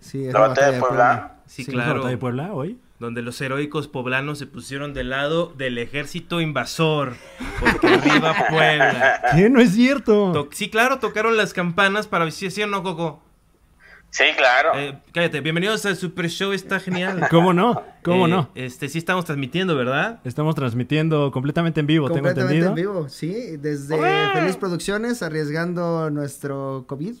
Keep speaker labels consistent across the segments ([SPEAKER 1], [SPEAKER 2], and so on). [SPEAKER 1] Sí, es
[SPEAKER 2] ¿La batalla de Puebla?
[SPEAKER 3] Sí,
[SPEAKER 4] ¿Es la
[SPEAKER 3] claro.
[SPEAKER 4] batalla de Puebla hoy?
[SPEAKER 3] donde los heroicos poblanos se pusieron del lado del ejército invasor. Porque viva Puebla.
[SPEAKER 4] ¿Qué? No es cierto.
[SPEAKER 3] To- sí, claro, tocaron las campanas para decir, sí o no, Coco.
[SPEAKER 2] Sí, claro.
[SPEAKER 3] Eh, cállate, bienvenidos al Super Show, está genial.
[SPEAKER 4] ¿Cómo no? ¿Cómo
[SPEAKER 3] Eh,
[SPEAKER 4] no? Ah.
[SPEAKER 3] Este, sí estamos transmitiendo, ¿verdad?
[SPEAKER 4] Estamos transmitiendo completamente en vivo, tengo
[SPEAKER 1] Completamente
[SPEAKER 4] entendido.
[SPEAKER 1] en vivo, sí. Desde Feliz Producciones, arriesgando nuestro COVID.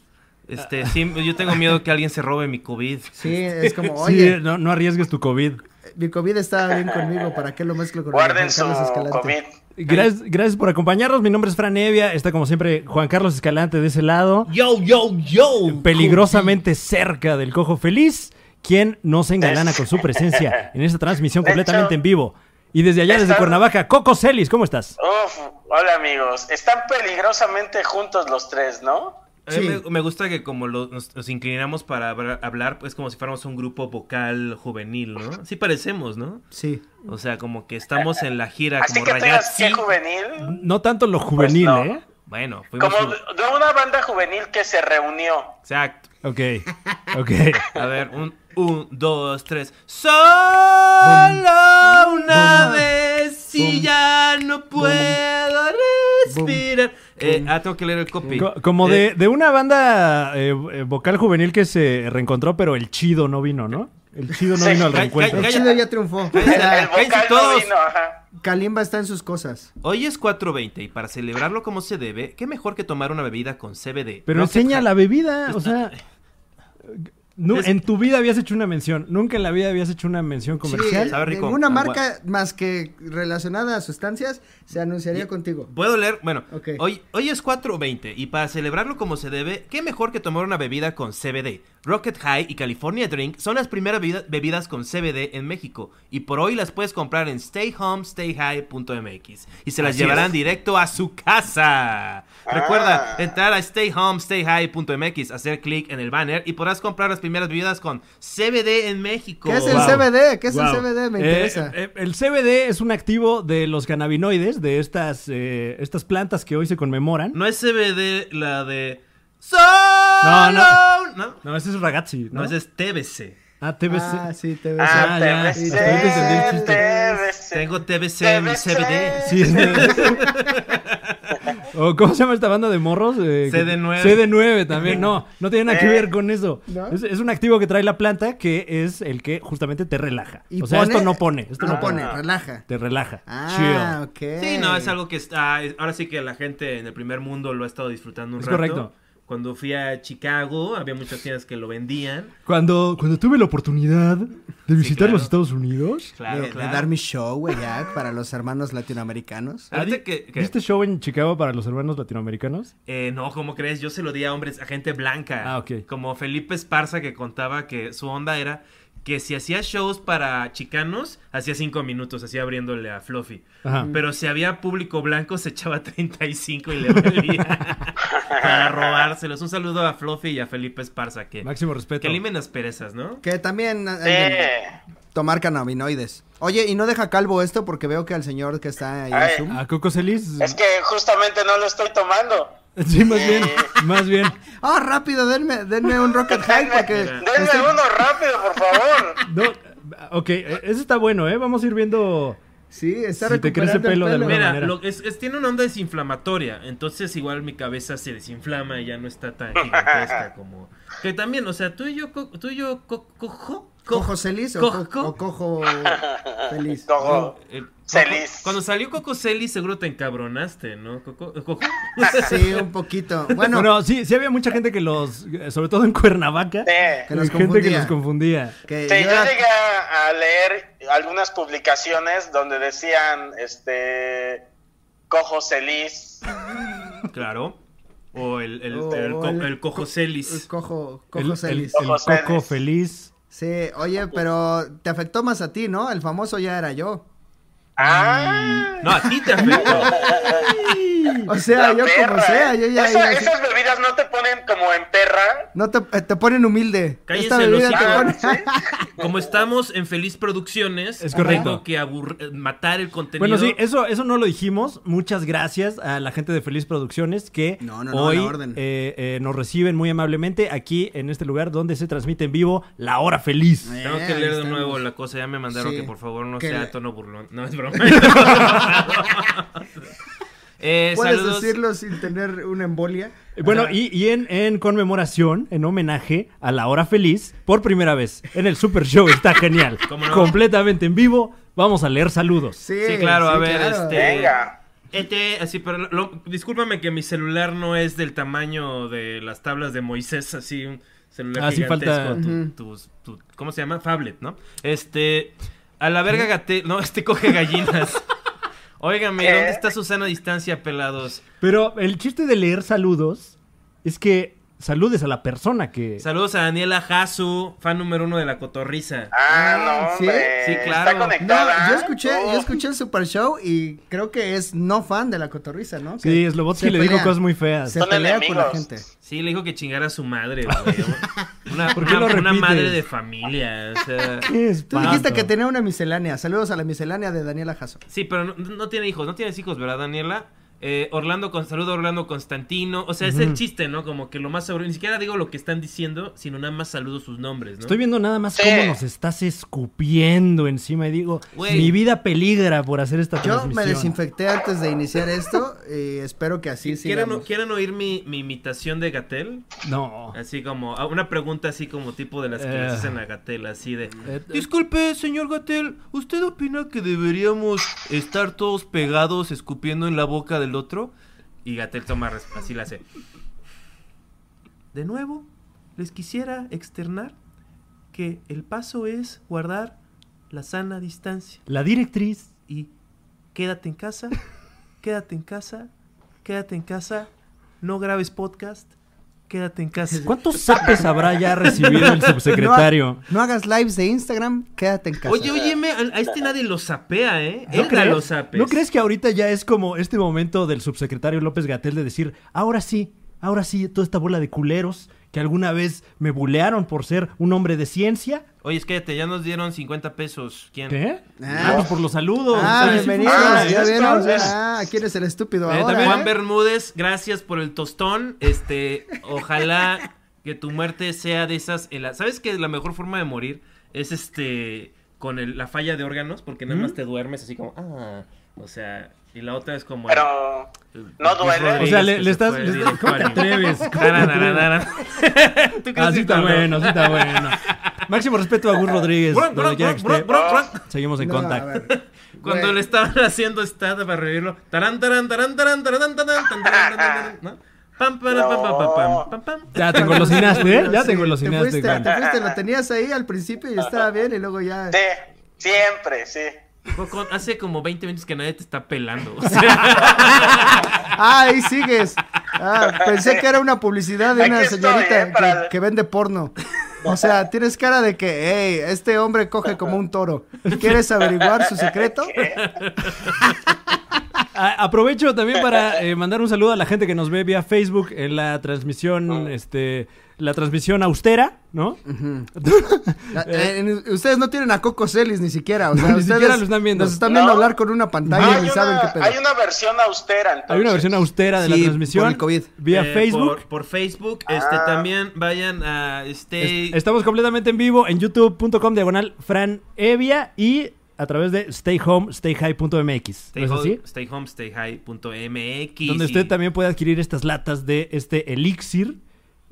[SPEAKER 3] Este, sí, yo tengo miedo que alguien se robe mi COVID.
[SPEAKER 1] Sí, es como,
[SPEAKER 4] Sí,
[SPEAKER 1] oye,
[SPEAKER 4] eh, no, no arriesgues tu COVID.
[SPEAKER 1] mi COVID está bien conmigo, ¿para qué lo mezclo con el
[SPEAKER 2] Guarden
[SPEAKER 1] de
[SPEAKER 2] su
[SPEAKER 1] Carlos Escalante?
[SPEAKER 2] COVID.
[SPEAKER 4] Gracias, gracias por acompañarnos. Mi nombre es Fran Evia. Está como siempre Juan Carlos Escalante de ese lado.
[SPEAKER 3] Yo, yo, yo.
[SPEAKER 4] Peligrosamente cerca del cojo feliz, quien nos engalana con su presencia en esta transmisión
[SPEAKER 2] De hecho,
[SPEAKER 4] completamente en vivo. Y desde allá, desde
[SPEAKER 2] está-
[SPEAKER 4] Cuernavaca, Coco Celis, ¿cómo estás?
[SPEAKER 2] Uf, hola amigos. Están peligrosamente juntos los tres, ¿no?
[SPEAKER 3] A mí
[SPEAKER 1] Sí.
[SPEAKER 3] me, me gusta que como lo- nos, nos inclinamos para habra- hablar, pues como si fuéramos un grupo vocal juvenil, ¿no? Sí parecemos, ¿no?
[SPEAKER 1] Sí.
[SPEAKER 3] O sea, como que estamos en la gira
[SPEAKER 2] Así
[SPEAKER 3] como
[SPEAKER 2] que tú digas
[SPEAKER 3] ragazzi.
[SPEAKER 2] que juvenil.
[SPEAKER 4] No tanto lo juvenil,
[SPEAKER 2] no.
[SPEAKER 4] ¿eh?
[SPEAKER 3] Bueno, fuimos
[SPEAKER 2] Como
[SPEAKER 3] un-
[SPEAKER 2] de una banda juvenil que se reunió.
[SPEAKER 3] Exacto.
[SPEAKER 4] Ok, ok.
[SPEAKER 3] A ver, un, un, dos, tres. Solo una
[SPEAKER 1] Bum.
[SPEAKER 3] vez y
[SPEAKER 1] Bum.
[SPEAKER 3] ya no puedo
[SPEAKER 1] Bum.
[SPEAKER 3] respirar. Eh, ah, tengo que leer el copy.
[SPEAKER 4] Co- como
[SPEAKER 3] Eh,
[SPEAKER 4] de, de una banda eh, eh, vocal juvenil que se reencontró, pero el chido no vino, ¿no? El chido no
[SPEAKER 2] Sí.
[SPEAKER 4] vino al
[SPEAKER 3] Ca- ca-
[SPEAKER 4] reencuentro.
[SPEAKER 1] El
[SPEAKER 3] Cállate.
[SPEAKER 1] chido ya triunfó. O
[SPEAKER 2] El,
[SPEAKER 3] Ah,
[SPEAKER 2] el
[SPEAKER 1] sea,
[SPEAKER 3] cállense
[SPEAKER 2] vocal no
[SPEAKER 3] todos.
[SPEAKER 2] vino, ajá.
[SPEAKER 1] Kalimba está en sus cosas.
[SPEAKER 3] Hoy es 4.20 y para celebrarlo como se debe, qué mejor que tomar una bebida con CBD.
[SPEAKER 4] Pero
[SPEAKER 3] No se-
[SPEAKER 4] enseña la bebida, o sea... nu-
[SPEAKER 3] Es-
[SPEAKER 4] en tu vida habías hecho una mención. Nunca en la vida habías hecho una mención comercial. Ah,
[SPEAKER 3] Sabe rico.
[SPEAKER 1] ninguna
[SPEAKER 3] Agua.
[SPEAKER 1] marca más que relacionada a sustancias se anunciaría contigo.
[SPEAKER 3] Puedo leer, bueno,
[SPEAKER 1] Ok.
[SPEAKER 3] hoy, hoy es 4.20 y para celebrarlo como se debe, qué mejor que tomar una bebida con CBD. Rocket High y California Drink son las primeras bebida- bebidas con CBD en México y por hoy las puedes comprar en stayhomestayhigh.mx y se las
[SPEAKER 4] Así
[SPEAKER 3] llevarán
[SPEAKER 4] es. Ah.
[SPEAKER 3] directo a su casa. Recuerda entrar a stayhomestayhigh.mx, hacer clic en el banner y podrás comprar las primeras bebidas con CBD en México.
[SPEAKER 1] ¿Qué es el
[SPEAKER 4] Wow.
[SPEAKER 1] CBD? ¿Qué es
[SPEAKER 4] Wow.
[SPEAKER 1] el CBD? Me
[SPEAKER 4] Eh,
[SPEAKER 1] interesa.
[SPEAKER 4] eh, el CBD es un activo de los cannabinoides, de estas, eh, estas plantas que hoy se conmemoran. No,
[SPEAKER 3] No es CBD la de...
[SPEAKER 4] No,
[SPEAKER 3] no. No,
[SPEAKER 4] ese es Ragazzi. No,
[SPEAKER 3] no, ese es TBC.
[SPEAKER 4] Ah, TBC.
[SPEAKER 1] Ah, sí, te ves.
[SPEAKER 2] Ah,
[SPEAKER 4] ya,
[SPEAKER 2] debe
[SPEAKER 4] sí,
[SPEAKER 2] ser,
[SPEAKER 4] ahorita entendí el chiste.
[SPEAKER 2] debe ser.
[SPEAKER 3] Tengo TBC en mi
[SPEAKER 2] Debe
[SPEAKER 3] CBD.
[SPEAKER 2] ser.
[SPEAKER 4] Sí, es ¿O ¿Cómo se llama esta banda de morros? Eh, que-
[SPEAKER 3] CD9.
[SPEAKER 4] CD9 también. No, no tiene nada que
[SPEAKER 2] Eh.
[SPEAKER 4] ver con eso.
[SPEAKER 1] ¿No?
[SPEAKER 4] Es, es un activo que trae la planta que es el que justamente te relaja.
[SPEAKER 1] ¿Y
[SPEAKER 4] o sea,
[SPEAKER 1] pone?
[SPEAKER 4] esto no pone. Esto
[SPEAKER 1] no
[SPEAKER 4] no
[SPEAKER 1] pone, relaja.
[SPEAKER 4] Te relaja.
[SPEAKER 1] Ah,
[SPEAKER 4] Chill.
[SPEAKER 1] ok.
[SPEAKER 3] Sí, no, es algo que está. es- Ahora sí que la gente en el primer mundo lo ha estado disfrutando un
[SPEAKER 4] Es
[SPEAKER 3] rato.
[SPEAKER 4] correcto.
[SPEAKER 3] Cuando fui a Chicago, había muchas tiendas que lo vendían.
[SPEAKER 4] Cuando, cuando tuve la oportunidad de visitar
[SPEAKER 3] claro.
[SPEAKER 4] los Estados Unidos,
[SPEAKER 1] De,
[SPEAKER 3] Claro,
[SPEAKER 1] de
[SPEAKER 3] claro.
[SPEAKER 1] dar mi show, güey, ya, para los hermanos latinoamericanos.
[SPEAKER 3] Ahorita que, que-
[SPEAKER 4] ¿viste este show en Chicago para los hermanos latinoamericanos?
[SPEAKER 3] eh, no, ¿cómo crees? Yo se lo di a hombres, a gente blanca.
[SPEAKER 4] Ah, ok.
[SPEAKER 3] Como Felipe Esparza que contaba que su onda era que si hacía shows para chicanos, hacía cinco minutos, así abriéndole a Fluffy.
[SPEAKER 4] Ajá.
[SPEAKER 3] Pero si había público blanco, se echaba 35 y le valía para robárselos. Un saludo a Fluffy y a Felipe Esparza, que,
[SPEAKER 4] Máximo respeto.
[SPEAKER 3] que limen las perezas, ¿no?
[SPEAKER 1] Que también ah, ah,
[SPEAKER 2] Sí.
[SPEAKER 1] tomar cannabinoides. Oye, y no deja calvo esto porque veo que al señor que está ahí en
[SPEAKER 2] Ay.
[SPEAKER 1] Zoom.
[SPEAKER 4] A Coco Celis.
[SPEAKER 2] Es que justamente no lo estoy tomando.
[SPEAKER 4] Sí, más bien. Más bien.
[SPEAKER 1] Ah, rápido, denme, denme un rocket high porque
[SPEAKER 2] Denme
[SPEAKER 1] estoy-
[SPEAKER 2] uno rápido, por favor.
[SPEAKER 4] No, ok, eh, eso está bueno, ¿eh? Vamos a ir viendo.
[SPEAKER 1] Sí, está
[SPEAKER 4] Si te crece
[SPEAKER 1] recuperando el
[SPEAKER 4] pelo de alguna
[SPEAKER 3] Mira,
[SPEAKER 4] manera.
[SPEAKER 3] lo- es, es- tiene una onda desinflamatoria, entonces igual mi cabeza se desinflama y ya no está tan gigantesca como... Que también, o sea, tú y yo, co- tú y yo, co- cojo... co-
[SPEAKER 1] ¿Cojo feliz o,
[SPEAKER 3] Cojo-
[SPEAKER 1] co- o cojo feliz?
[SPEAKER 2] Cojo.
[SPEAKER 3] eh, Coco-
[SPEAKER 2] Celis.
[SPEAKER 3] Cuando salió Coco Celis seguro te encabronaste, ¿no? Coco, Cojo.
[SPEAKER 1] Sí, un poquito. Bueno,
[SPEAKER 4] Bueno, sí, sí había mucha gente que los. eh, Sobre todo en Cuernavaca.
[SPEAKER 1] que
[SPEAKER 2] Sí,
[SPEAKER 1] nos
[SPEAKER 4] gente que
[SPEAKER 1] confundía.
[SPEAKER 4] los confundía.
[SPEAKER 1] que
[SPEAKER 2] Sí,
[SPEAKER 1] yo
[SPEAKER 2] yo
[SPEAKER 1] era-
[SPEAKER 2] llegué a a leer algunas publicaciones donde decían, este, cojo celis.
[SPEAKER 4] Mm.
[SPEAKER 3] Claro. O el, el,
[SPEAKER 1] o-
[SPEAKER 3] el
[SPEAKER 1] o
[SPEAKER 3] co- el
[SPEAKER 1] Oh, co-
[SPEAKER 3] cojo Celis.
[SPEAKER 1] el Cojo,
[SPEAKER 4] El-
[SPEAKER 1] cojo
[SPEAKER 4] el,
[SPEAKER 1] feliz.
[SPEAKER 4] el
[SPEAKER 2] Cojo Celis.
[SPEAKER 4] Coco feliz.
[SPEAKER 1] Sí,
[SPEAKER 2] Ah,
[SPEAKER 1] oye,
[SPEAKER 2] pues.
[SPEAKER 1] pero te afectó más a ti, ¿no? El famoso ya era yo.
[SPEAKER 2] Ah,
[SPEAKER 3] No, a ti te afectó.
[SPEAKER 1] O sea,
[SPEAKER 2] La
[SPEAKER 1] yo como
[SPEAKER 2] perra,
[SPEAKER 1] sea,
[SPEAKER 2] ¿eh?
[SPEAKER 1] yo ya. ya-
[SPEAKER 2] Esa- Esas bebidas no te ponen como en perra.
[SPEAKER 1] No te, eh, te ponen humilde.
[SPEAKER 3] Cállense
[SPEAKER 1] Esta
[SPEAKER 3] los
[SPEAKER 1] bebida te
[SPEAKER 3] hijos.
[SPEAKER 2] Ah,
[SPEAKER 1] pone.
[SPEAKER 2] sí.
[SPEAKER 3] Como estamos en Feliz Producciones,
[SPEAKER 4] Es correcto.
[SPEAKER 3] tengo que aburr- eh, matar el contenido.
[SPEAKER 4] Bueno, sí, eso, eso no lo dijimos. Muchas gracias a la gente de Feliz Producciones que
[SPEAKER 1] No, no, no,
[SPEAKER 4] hoy
[SPEAKER 1] a la orden.
[SPEAKER 4] eh, eh, nos reciben muy amablemente aquí en este lugar donde se transmite en vivo La Hora Feliz.
[SPEAKER 1] Eh.
[SPEAKER 3] Tengo
[SPEAKER 1] Eh,
[SPEAKER 3] que
[SPEAKER 1] ahí
[SPEAKER 3] leer de
[SPEAKER 1] estamos.
[SPEAKER 3] nuevo la cosa. Ya me mandaron
[SPEAKER 1] Sí.
[SPEAKER 3] que por favor no
[SPEAKER 1] Que
[SPEAKER 3] sea
[SPEAKER 1] le-
[SPEAKER 3] tono burlón. No es broma. Eh,
[SPEAKER 1] Puedes
[SPEAKER 3] saludos.
[SPEAKER 1] decirlo sin tener una embolia.
[SPEAKER 4] Bueno, y, y en, en conmemoración, en homenaje a La Hora Feliz, por primera vez en el Super Show, está genial.
[SPEAKER 3] ¿Cómo no?
[SPEAKER 4] Completamente en vivo, vamos a leer saludos.
[SPEAKER 1] Sí,
[SPEAKER 3] Sí, claro,
[SPEAKER 1] sí,
[SPEAKER 3] a ver,
[SPEAKER 1] claro.
[SPEAKER 3] este.
[SPEAKER 2] Venga.
[SPEAKER 3] Este, así, pero lo- discúlpame que mi celular no es del tamaño de las tablas de Moisés, así un celular
[SPEAKER 4] Ah, sí,
[SPEAKER 3] gigantesco.
[SPEAKER 4] falta-
[SPEAKER 3] tu-
[SPEAKER 1] Ujú.
[SPEAKER 3] tus- tu- ¿Cómo se llama? Fablet, ¿no? Este, a la
[SPEAKER 4] ¿Eh?
[SPEAKER 3] verga gate, no, este coge gallinas. Óigame,
[SPEAKER 2] ¿Qué?
[SPEAKER 3] ¿dónde está Susana a distancia, pelados?
[SPEAKER 4] Pero el chiste de leer saludos es que saludes a la persona que...
[SPEAKER 3] Saludos a Daniela Jasu, fan número uno de la cotorriza.
[SPEAKER 2] Ah,
[SPEAKER 1] Ah,
[SPEAKER 2] no,
[SPEAKER 1] ¿sí?
[SPEAKER 2] hombre.
[SPEAKER 3] Sí, claro.
[SPEAKER 2] Está
[SPEAKER 1] No,
[SPEAKER 2] conectada.
[SPEAKER 1] yo escuché, yo
[SPEAKER 2] Oh.
[SPEAKER 1] escuché el Super Show y creo que es no fan de la cotorriza, ¿no?
[SPEAKER 4] Sí, Slobotsky
[SPEAKER 1] se
[SPEAKER 4] le dijo
[SPEAKER 1] pelea.
[SPEAKER 4] cosas muy feas.
[SPEAKER 1] Se
[SPEAKER 2] Son
[SPEAKER 1] pelea con la
[SPEAKER 2] enemigos.
[SPEAKER 1] gente.
[SPEAKER 3] Sí, le dijo que chingara a su madre, güey. Una,
[SPEAKER 4] ¿Por qué
[SPEAKER 3] una-
[SPEAKER 4] lo
[SPEAKER 3] una
[SPEAKER 4] repites?
[SPEAKER 3] madre de familia, o sea.
[SPEAKER 4] Qué
[SPEAKER 1] Tú
[SPEAKER 4] espanto.
[SPEAKER 1] dijiste que tenía una miscelánea. Saludos a la miscelánea de Daniela Jasso.
[SPEAKER 3] Sí, pero no, no tiene hijos, no tienes hijos, ¿verdad, Daniela? Eh, Orlando, con saludo a Orlando Constantino. O sea, es el
[SPEAKER 4] Ujú.
[SPEAKER 3] chiste, ¿no? Como que lo más seguro. Ni siquiera digo lo que están diciendo, sino nada más saludo sus nombres, ¿no?
[SPEAKER 4] Estoy viendo nada más
[SPEAKER 2] Sí.
[SPEAKER 4] cómo nos estás escupiendo encima y digo,
[SPEAKER 3] Güey.
[SPEAKER 4] mi vida peligra por hacer esta
[SPEAKER 1] Yo
[SPEAKER 4] transmisión.
[SPEAKER 1] me desinfecté antes de iniciar esto y espero que así
[SPEAKER 3] ¿Quieren,
[SPEAKER 1] sigamos.
[SPEAKER 3] quieren oír mi, mi imitación de Gatel?
[SPEAKER 4] No.
[SPEAKER 3] Así como, ah, una pregunta así como tipo de las que
[SPEAKER 4] Eh.
[SPEAKER 3] les hacen a Gatel, así de.
[SPEAKER 4] Eh,
[SPEAKER 3] Disculpe, señor Gatel, ¿usted opina que deberíamos estar todos pegados escupiendo en la boca del otro? Y Gatel toma res- así la hace. De nuevo, les quisiera externar que el paso es guardar la sana distancia
[SPEAKER 4] La directriz.
[SPEAKER 3] y quédate en casa, quédate en casa, quédate en casa, no grabes podcast, quédate en casa.
[SPEAKER 4] ¿Cuántos sapes habrá ya recibido el subsecretario?
[SPEAKER 1] No, ha- no hagas lives de Instagram, quédate en casa.
[SPEAKER 3] Oye, oye, me- a, a este nadie lo sapea, ¿eh?
[SPEAKER 4] ¿No
[SPEAKER 3] Él da
[SPEAKER 4] crees?
[SPEAKER 3] los sapes.
[SPEAKER 4] ¿No crees que ahorita ya es como este momento del subsecretario López Gatel de decir, ahora sí, ahora sí, toda esta bola de culeros que alguna vez me bulearon por ser un hombre de ciencia?
[SPEAKER 3] Oye, es que ya nos dieron 50 pesos. ¿Quién?
[SPEAKER 4] ¿Qué?
[SPEAKER 1] Ah.
[SPEAKER 4] Ah, pues por los saludos.
[SPEAKER 1] Ah,
[SPEAKER 4] Ahí sí
[SPEAKER 1] bienvenidos.
[SPEAKER 4] funciona,
[SPEAKER 1] ¿ya
[SPEAKER 4] ¿eh?
[SPEAKER 2] es
[SPEAKER 1] vieron?
[SPEAKER 2] esto, es-
[SPEAKER 1] Ah, ¿quién es el estúpido
[SPEAKER 3] Eh,
[SPEAKER 1] ahora?
[SPEAKER 3] también Juan
[SPEAKER 1] eh?
[SPEAKER 3] Bermúdez, gracias por el tostón. Este, ojalá que tu muerte sea de esas. en la- ¿Sabes que la mejor forma de morir es este con el- la falla de órganos? Porque nada más te duermes así como, ah, o sea, y la otra es como.
[SPEAKER 2] Pero no duele.
[SPEAKER 4] O sea, le- le estás- le- ¿cómo te atreves? ¿Cómo te Ah, sí está bueno, sí está bueno. Máximo respeto a Gus Rodríguez.
[SPEAKER 3] Bron,
[SPEAKER 4] donde
[SPEAKER 3] bron,
[SPEAKER 4] quiera
[SPEAKER 3] bron,
[SPEAKER 4] que
[SPEAKER 3] bron,
[SPEAKER 4] esté.
[SPEAKER 2] Oh,
[SPEAKER 3] bron, bron.
[SPEAKER 4] Seguimos en
[SPEAKER 1] No, a
[SPEAKER 4] contacto.
[SPEAKER 1] ver.
[SPEAKER 3] Cuando
[SPEAKER 1] Güey.
[SPEAKER 3] le estaban haciendo esta para revivirlo. Tarán, tarán, tarán, tarán, tarán, tarán, tarán, tarán, tarán, ¿no? Pam, pam, pam, pam, pam, pam, pam, pam.
[SPEAKER 4] Ya te engolosinaste, ¿eh? Ya
[SPEAKER 1] Sí,
[SPEAKER 4] te engolosinaste.
[SPEAKER 1] fuiste,
[SPEAKER 4] Juan.
[SPEAKER 1] te fuiste, lo tenías ahí al principio y estaba bien y luego ya...
[SPEAKER 2] Sí, siempre, sí.
[SPEAKER 3] Fue con- Hace como 20 minutos que nadie te está pelando. o sea,
[SPEAKER 1] Ah, ahí sigues. Ah, pensé que era una publicidad de
[SPEAKER 2] Aquí
[SPEAKER 1] una
[SPEAKER 2] estoy,
[SPEAKER 1] señorita
[SPEAKER 2] eh, para-
[SPEAKER 1] que, que vende porno. O sea, tienes cara de que, hey, este hombre coge como un toro. ¿Quieres averiguar su secreto?
[SPEAKER 4] A- Ah, Aprovecho también para eh, mandar un saludo a la gente que nos ve vía Facebook en la transmisión,
[SPEAKER 1] Ah.
[SPEAKER 4] este, la transmisión austera, ¿no?
[SPEAKER 1] La- eh, ustedes no tienen a Coco Celis ni siquiera. O sea,
[SPEAKER 4] ni
[SPEAKER 1] ustedes
[SPEAKER 4] siquiera lo están viendo.
[SPEAKER 1] Nos están viendo
[SPEAKER 2] No.
[SPEAKER 1] hablar con una pantalla
[SPEAKER 2] Hay
[SPEAKER 1] y saben qué
[SPEAKER 2] una,
[SPEAKER 1] pedo.
[SPEAKER 2] hay una versión austera, entonces.
[SPEAKER 4] Hay una versión austera de la
[SPEAKER 1] Ah, Sí,
[SPEAKER 4] transmisión
[SPEAKER 1] por el COVID.
[SPEAKER 4] vía
[SPEAKER 3] eh,
[SPEAKER 4] Facebook.
[SPEAKER 3] Por, por Facebook. Este,
[SPEAKER 2] Ah.
[SPEAKER 3] también vayan a este.
[SPEAKER 4] Est- Estamos completamente en vivo en youtube.com diagonal Fran Evia y a través de stayhomestayhigh.mx. ¿No
[SPEAKER 3] Stay
[SPEAKER 4] es así?
[SPEAKER 3] home, stayhomestayhigh.mx.
[SPEAKER 4] Donde
[SPEAKER 3] y-
[SPEAKER 4] usted también puede adquirir estas latas de este elixir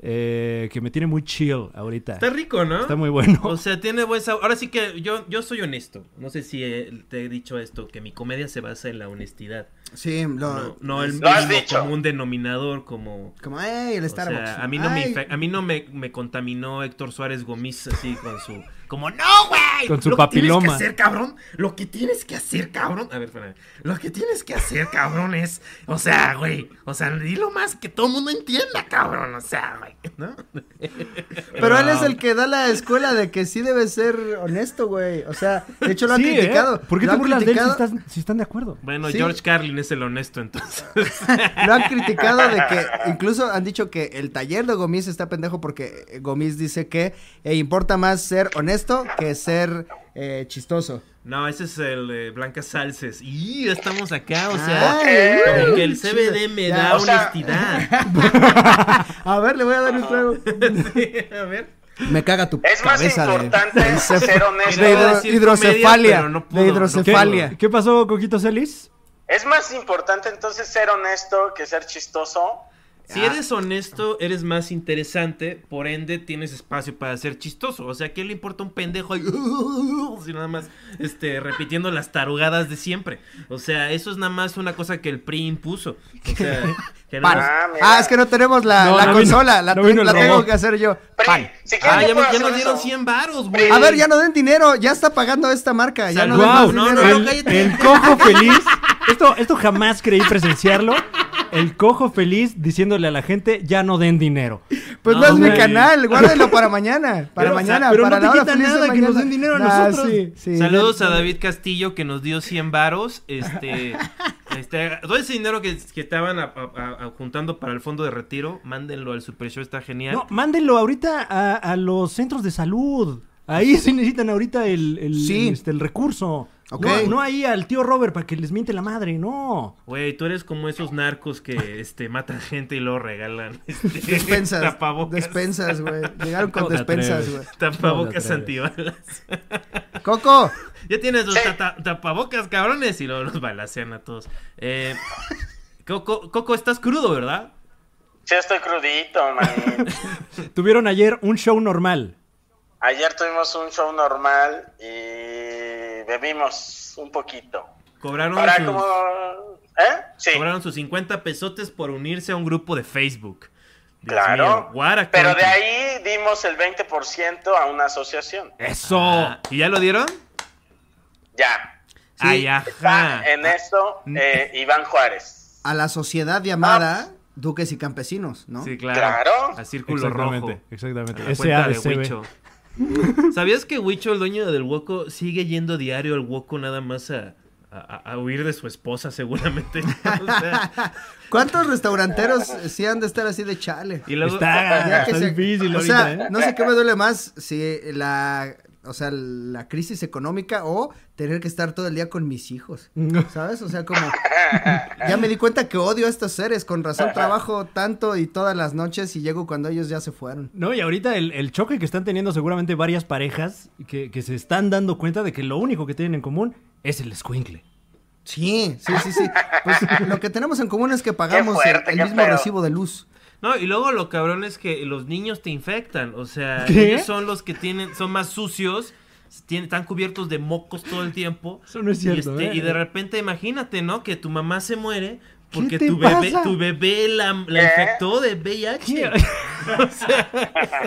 [SPEAKER 4] eh, que me tiene muy chill ahorita.
[SPEAKER 3] Está rico, ¿no? Pues
[SPEAKER 4] Está muy bueno.
[SPEAKER 3] O sea, tiene buen sabor. Ahora sí que yo, yo soy honesto. No sé si eh, te he dicho esto, que mi comedia se basa en la honestidad.
[SPEAKER 1] Sí, lo-
[SPEAKER 3] No, no el
[SPEAKER 2] Ah, Lo has
[SPEAKER 3] mínimo
[SPEAKER 2] dicho.
[SPEAKER 3] común denominador como...
[SPEAKER 1] Como, hey, el
[SPEAKER 3] o
[SPEAKER 1] Starbucks.
[SPEAKER 3] sea, a mí no, me,
[SPEAKER 1] Ay,
[SPEAKER 3] infec- a mí no me, me contaminó Héctor Suárez Gomis así con su... Como, no, güey,
[SPEAKER 5] Ay,
[SPEAKER 4] Con su
[SPEAKER 5] lo que tienes que
[SPEAKER 4] papiloma.
[SPEAKER 5] hacer, cabrón, lo que tienes que hacer, cabrón. A ver, espérame. Lo que tienes que hacer, cabrón, es. O sea, güey. O sea, dilo más que todo el mundo entienda, cabrón. O sea, güey. ¿no?
[SPEAKER 1] Pero él es el que da la escuela de que sí debe ser honesto, güey. O sea, de hecho lo han
[SPEAKER 4] Sí, ¿eh?
[SPEAKER 1] criticado.
[SPEAKER 4] ¿Por qué
[SPEAKER 1] Lo
[SPEAKER 4] te
[SPEAKER 1] han
[SPEAKER 4] burlas de él si,
[SPEAKER 1] criticado-
[SPEAKER 4] estás- si están de acuerdo?
[SPEAKER 3] Bueno,
[SPEAKER 1] Sí.
[SPEAKER 3] George Carlin es el honesto entonces.
[SPEAKER 1] Lo han criticado de que incluso han dicho que el taller de Gomis está pendejo porque eh, Gomis dice que eh, importa más ser honesto que ser eh, chistoso.
[SPEAKER 3] No, ese es el eh, Blanca Salces. Y ya estamos acá, o sea,
[SPEAKER 1] Ay,
[SPEAKER 2] eh,
[SPEAKER 3] como que el
[SPEAKER 1] chido.
[SPEAKER 3] CBD me
[SPEAKER 1] Ya,
[SPEAKER 3] da
[SPEAKER 2] o sea-
[SPEAKER 3] honestidad.
[SPEAKER 1] A ver, le voy a dar un trago.
[SPEAKER 3] A ver.
[SPEAKER 1] Me caga tu
[SPEAKER 2] Es más
[SPEAKER 1] cabeza de-
[SPEAKER 2] importante
[SPEAKER 1] de encef-
[SPEAKER 2] ser honesto.
[SPEAKER 1] de
[SPEAKER 3] Iba a
[SPEAKER 1] hidro-
[SPEAKER 3] decir comedia,
[SPEAKER 1] hidrocefalia.
[SPEAKER 3] pero no pudo,
[SPEAKER 1] de
[SPEAKER 3] no
[SPEAKER 4] ¿Qué,
[SPEAKER 1] hidrocefalia.
[SPEAKER 4] ¿Qué pasó, Coquito Celis?
[SPEAKER 2] Es más importante entonces ser honesto que ser chistoso.
[SPEAKER 3] Si eres honesto, eres más interesante, por ende tienes espacio para ser chistoso. O sea, ¿qué le importa un pendejo ahí, si nada más este, repitiendo las tarugadas de siempre? O sea, eso es nada más una cosa que el PRI impuso. O sea, generamos-
[SPEAKER 1] Pan.
[SPEAKER 2] Ah, mira.
[SPEAKER 1] Ah, es que no tenemos la,
[SPEAKER 4] No,
[SPEAKER 1] la
[SPEAKER 4] no vino-
[SPEAKER 1] consola. la
[SPEAKER 4] no vino el
[SPEAKER 1] la tengo
[SPEAKER 4] robot.
[SPEAKER 1] que hacer yo.
[SPEAKER 2] Pri,
[SPEAKER 1] Pan.
[SPEAKER 2] si quieres,
[SPEAKER 3] Ah,
[SPEAKER 2] yo
[SPEAKER 3] ya,
[SPEAKER 2] puedo
[SPEAKER 3] ya nos
[SPEAKER 2] hacer
[SPEAKER 3] dieron
[SPEAKER 2] eso.
[SPEAKER 3] 100 varos, güey.
[SPEAKER 1] A ver, ya no den dinero. Ya está pagando esta marca. Ya no den
[SPEAKER 3] Salud.
[SPEAKER 1] más
[SPEAKER 4] Guau,
[SPEAKER 3] no,
[SPEAKER 1] dinero.
[SPEAKER 3] no, no,
[SPEAKER 4] el,
[SPEAKER 3] cállate.
[SPEAKER 4] el cojo feliz. Esto, esto jamás creí presenciarlo. El cojo feliz diciéndole a la gente, ya no den dinero.
[SPEAKER 1] Pues no,
[SPEAKER 3] No,
[SPEAKER 1] es mi
[SPEAKER 3] güey.
[SPEAKER 1] canal, guárdalo para mañana, para
[SPEAKER 4] Pero, o sea,
[SPEAKER 1] mañana,
[SPEAKER 4] pero
[SPEAKER 1] para
[SPEAKER 4] no te
[SPEAKER 1] la hora
[SPEAKER 4] quita
[SPEAKER 1] feliz de
[SPEAKER 4] nada que nos
[SPEAKER 1] mañana.
[SPEAKER 4] den dinero a
[SPEAKER 1] Nah,
[SPEAKER 4] nosotros.
[SPEAKER 1] sí, sí.
[SPEAKER 3] Saludos
[SPEAKER 1] No,
[SPEAKER 3] a David Castillo que nos dio 100 varos. Este, este, todo ese dinero que, que estaban a- a- a- juntando para el fondo de retiro, mándenlo al Super Show, está genial.
[SPEAKER 4] No, mándenlo ahorita a, a los centros de salud. Ahí sí necesitan ahorita el, el,
[SPEAKER 1] Sí.
[SPEAKER 4] este, el recurso.
[SPEAKER 1] Ok.
[SPEAKER 4] No, no ahí al tío Robert para que les miente la madre, no.
[SPEAKER 3] Güey, tú eres como esos narcos que este, matan gente y luego regalan este,
[SPEAKER 1] Despensas.
[SPEAKER 3] tapabocas.
[SPEAKER 1] Despensas, güey. Llegaron con
[SPEAKER 4] ¿Cómo te
[SPEAKER 1] despensas, güey.
[SPEAKER 4] atreves?
[SPEAKER 3] Tapabocas
[SPEAKER 4] No, no
[SPEAKER 3] antibalas.
[SPEAKER 1] Coco,
[SPEAKER 3] Ya tienes los
[SPEAKER 2] Sí.
[SPEAKER 3] tata- tapabocas, cabrones, y luego los balacean a todos. Eh, Coco, Coco, estás crudo, ¿verdad?
[SPEAKER 2] Sí, estoy crudito, man.
[SPEAKER 4] Tuvieron ayer un show normal.
[SPEAKER 2] Ayer tuvimos un show normal y bebimos un poquito.
[SPEAKER 3] Cobraron
[SPEAKER 2] Ahora
[SPEAKER 3] sus-
[SPEAKER 2] como... ¿Eh? Sí.
[SPEAKER 3] Cobraron sus 50 pesotes por unirse a un grupo de Facebook. Dios mío,
[SPEAKER 2] Claro.
[SPEAKER 3] what a
[SPEAKER 2] Pero de
[SPEAKER 3] country.
[SPEAKER 2] ahí dimos el 20% a una asociación.
[SPEAKER 4] Eso.
[SPEAKER 3] Ah, ¿Y ya lo dieron?
[SPEAKER 2] Ya.
[SPEAKER 3] Ay,
[SPEAKER 2] Está
[SPEAKER 3] ajá.
[SPEAKER 2] en eso
[SPEAKER 3] Mm.
[SPEAKER 2] eh, Iván Juárez.
[SPEAKER 1] a la sociedad
[SPEAKER 2] Ah.
[SPEAKER 1] llamada Duques y Campesinos, ¿no?
[SPEAKER 3] Sí, claro.
[SPEAKER 2] Claro.
[SPEAKER 3] A Círculo Rojo.
[SPEAKER 4] exactamente.
[SPEAKER 3] La cuenta de
[SPEAKER 4] SADCB.
[SPEAKER 3] Huicho.
[SPEAKER 4] eh.
[SPEAKER 3] ¿Sabías que Huicho, el dueño del Woco, sigue yendo diario al Woco nada más a, a- a huir de su esposa, seguramente? O sea,
[SPEAKER 1] ¿Cuántos restauranteros sí han de estar así de chale?
[SPEAKER 3] y luego-
[SPEAKER 4] Está,
[SPEAKER 1] Ya que
[SPEAKER 4] está
[SPEAKER 1] se-
[SPEAKER 4] difícil
[SPEAKER 1] o
[SPEAKER 4] ahorita,
[SPEAKER 1] sea,
[SPEAKER 4] ¿eh?
[SPEAKER 1] no sé qué me duele más si la, o sea, la crisis económica o tener que estar todo el día con mis hijos, ¿sabes? O sea, como ya me di cuenta que odio a estos seres, con razón trabajo tanto y todas las noches y llego cuando ellos ya se fueron.
[SPEAKER 4] No, y ahorita el, el choque que están teniendo seguramente varias parejas que, que se están dando cuenta de que lo único que tienen en común es el escuincle.
[SPEAKER 1] Sí, sí, sí, sí. Pues lo que tenemos en común es que pagamos el-
[SPEAKER 2] fuerte,
[SPEAKER 1] el,
[SPEAKER 2] qué
[SPEAKER 1] mismo
[SPEAKER 2] feo.
[SPEAKER 1] recibo de luz.
[SPEAKER 3] No, y luego lo cabrón es que los niños te infectan. O sea,
[SPEAKER 4] ¿Qué?
[SPEAKER 3] ellos son los que tienen, son más sucios, tienen, están cubiertos de mocos todo el tiempo.
[SPEAKER 4] Eso no es cierto,
[SPEAKER 3] Y, este,
[SPEAKER 4] ¿eh?
[SPEAKER 3] y de repente, imagínate, ¿no? Que tu mamá se muere
[SPEAKER 4] ¿Qué
[SPEAKER 3] porque
[SPEAKER 4] te
[SPEAKER 3] tu bebé,
[SPEAKER 4] pasa?
[SPEAKER 3] tu bebé la, la
[SPEAKER 2] ¿Eh?
[SPEAKER 3] infectó de VIH. O sea,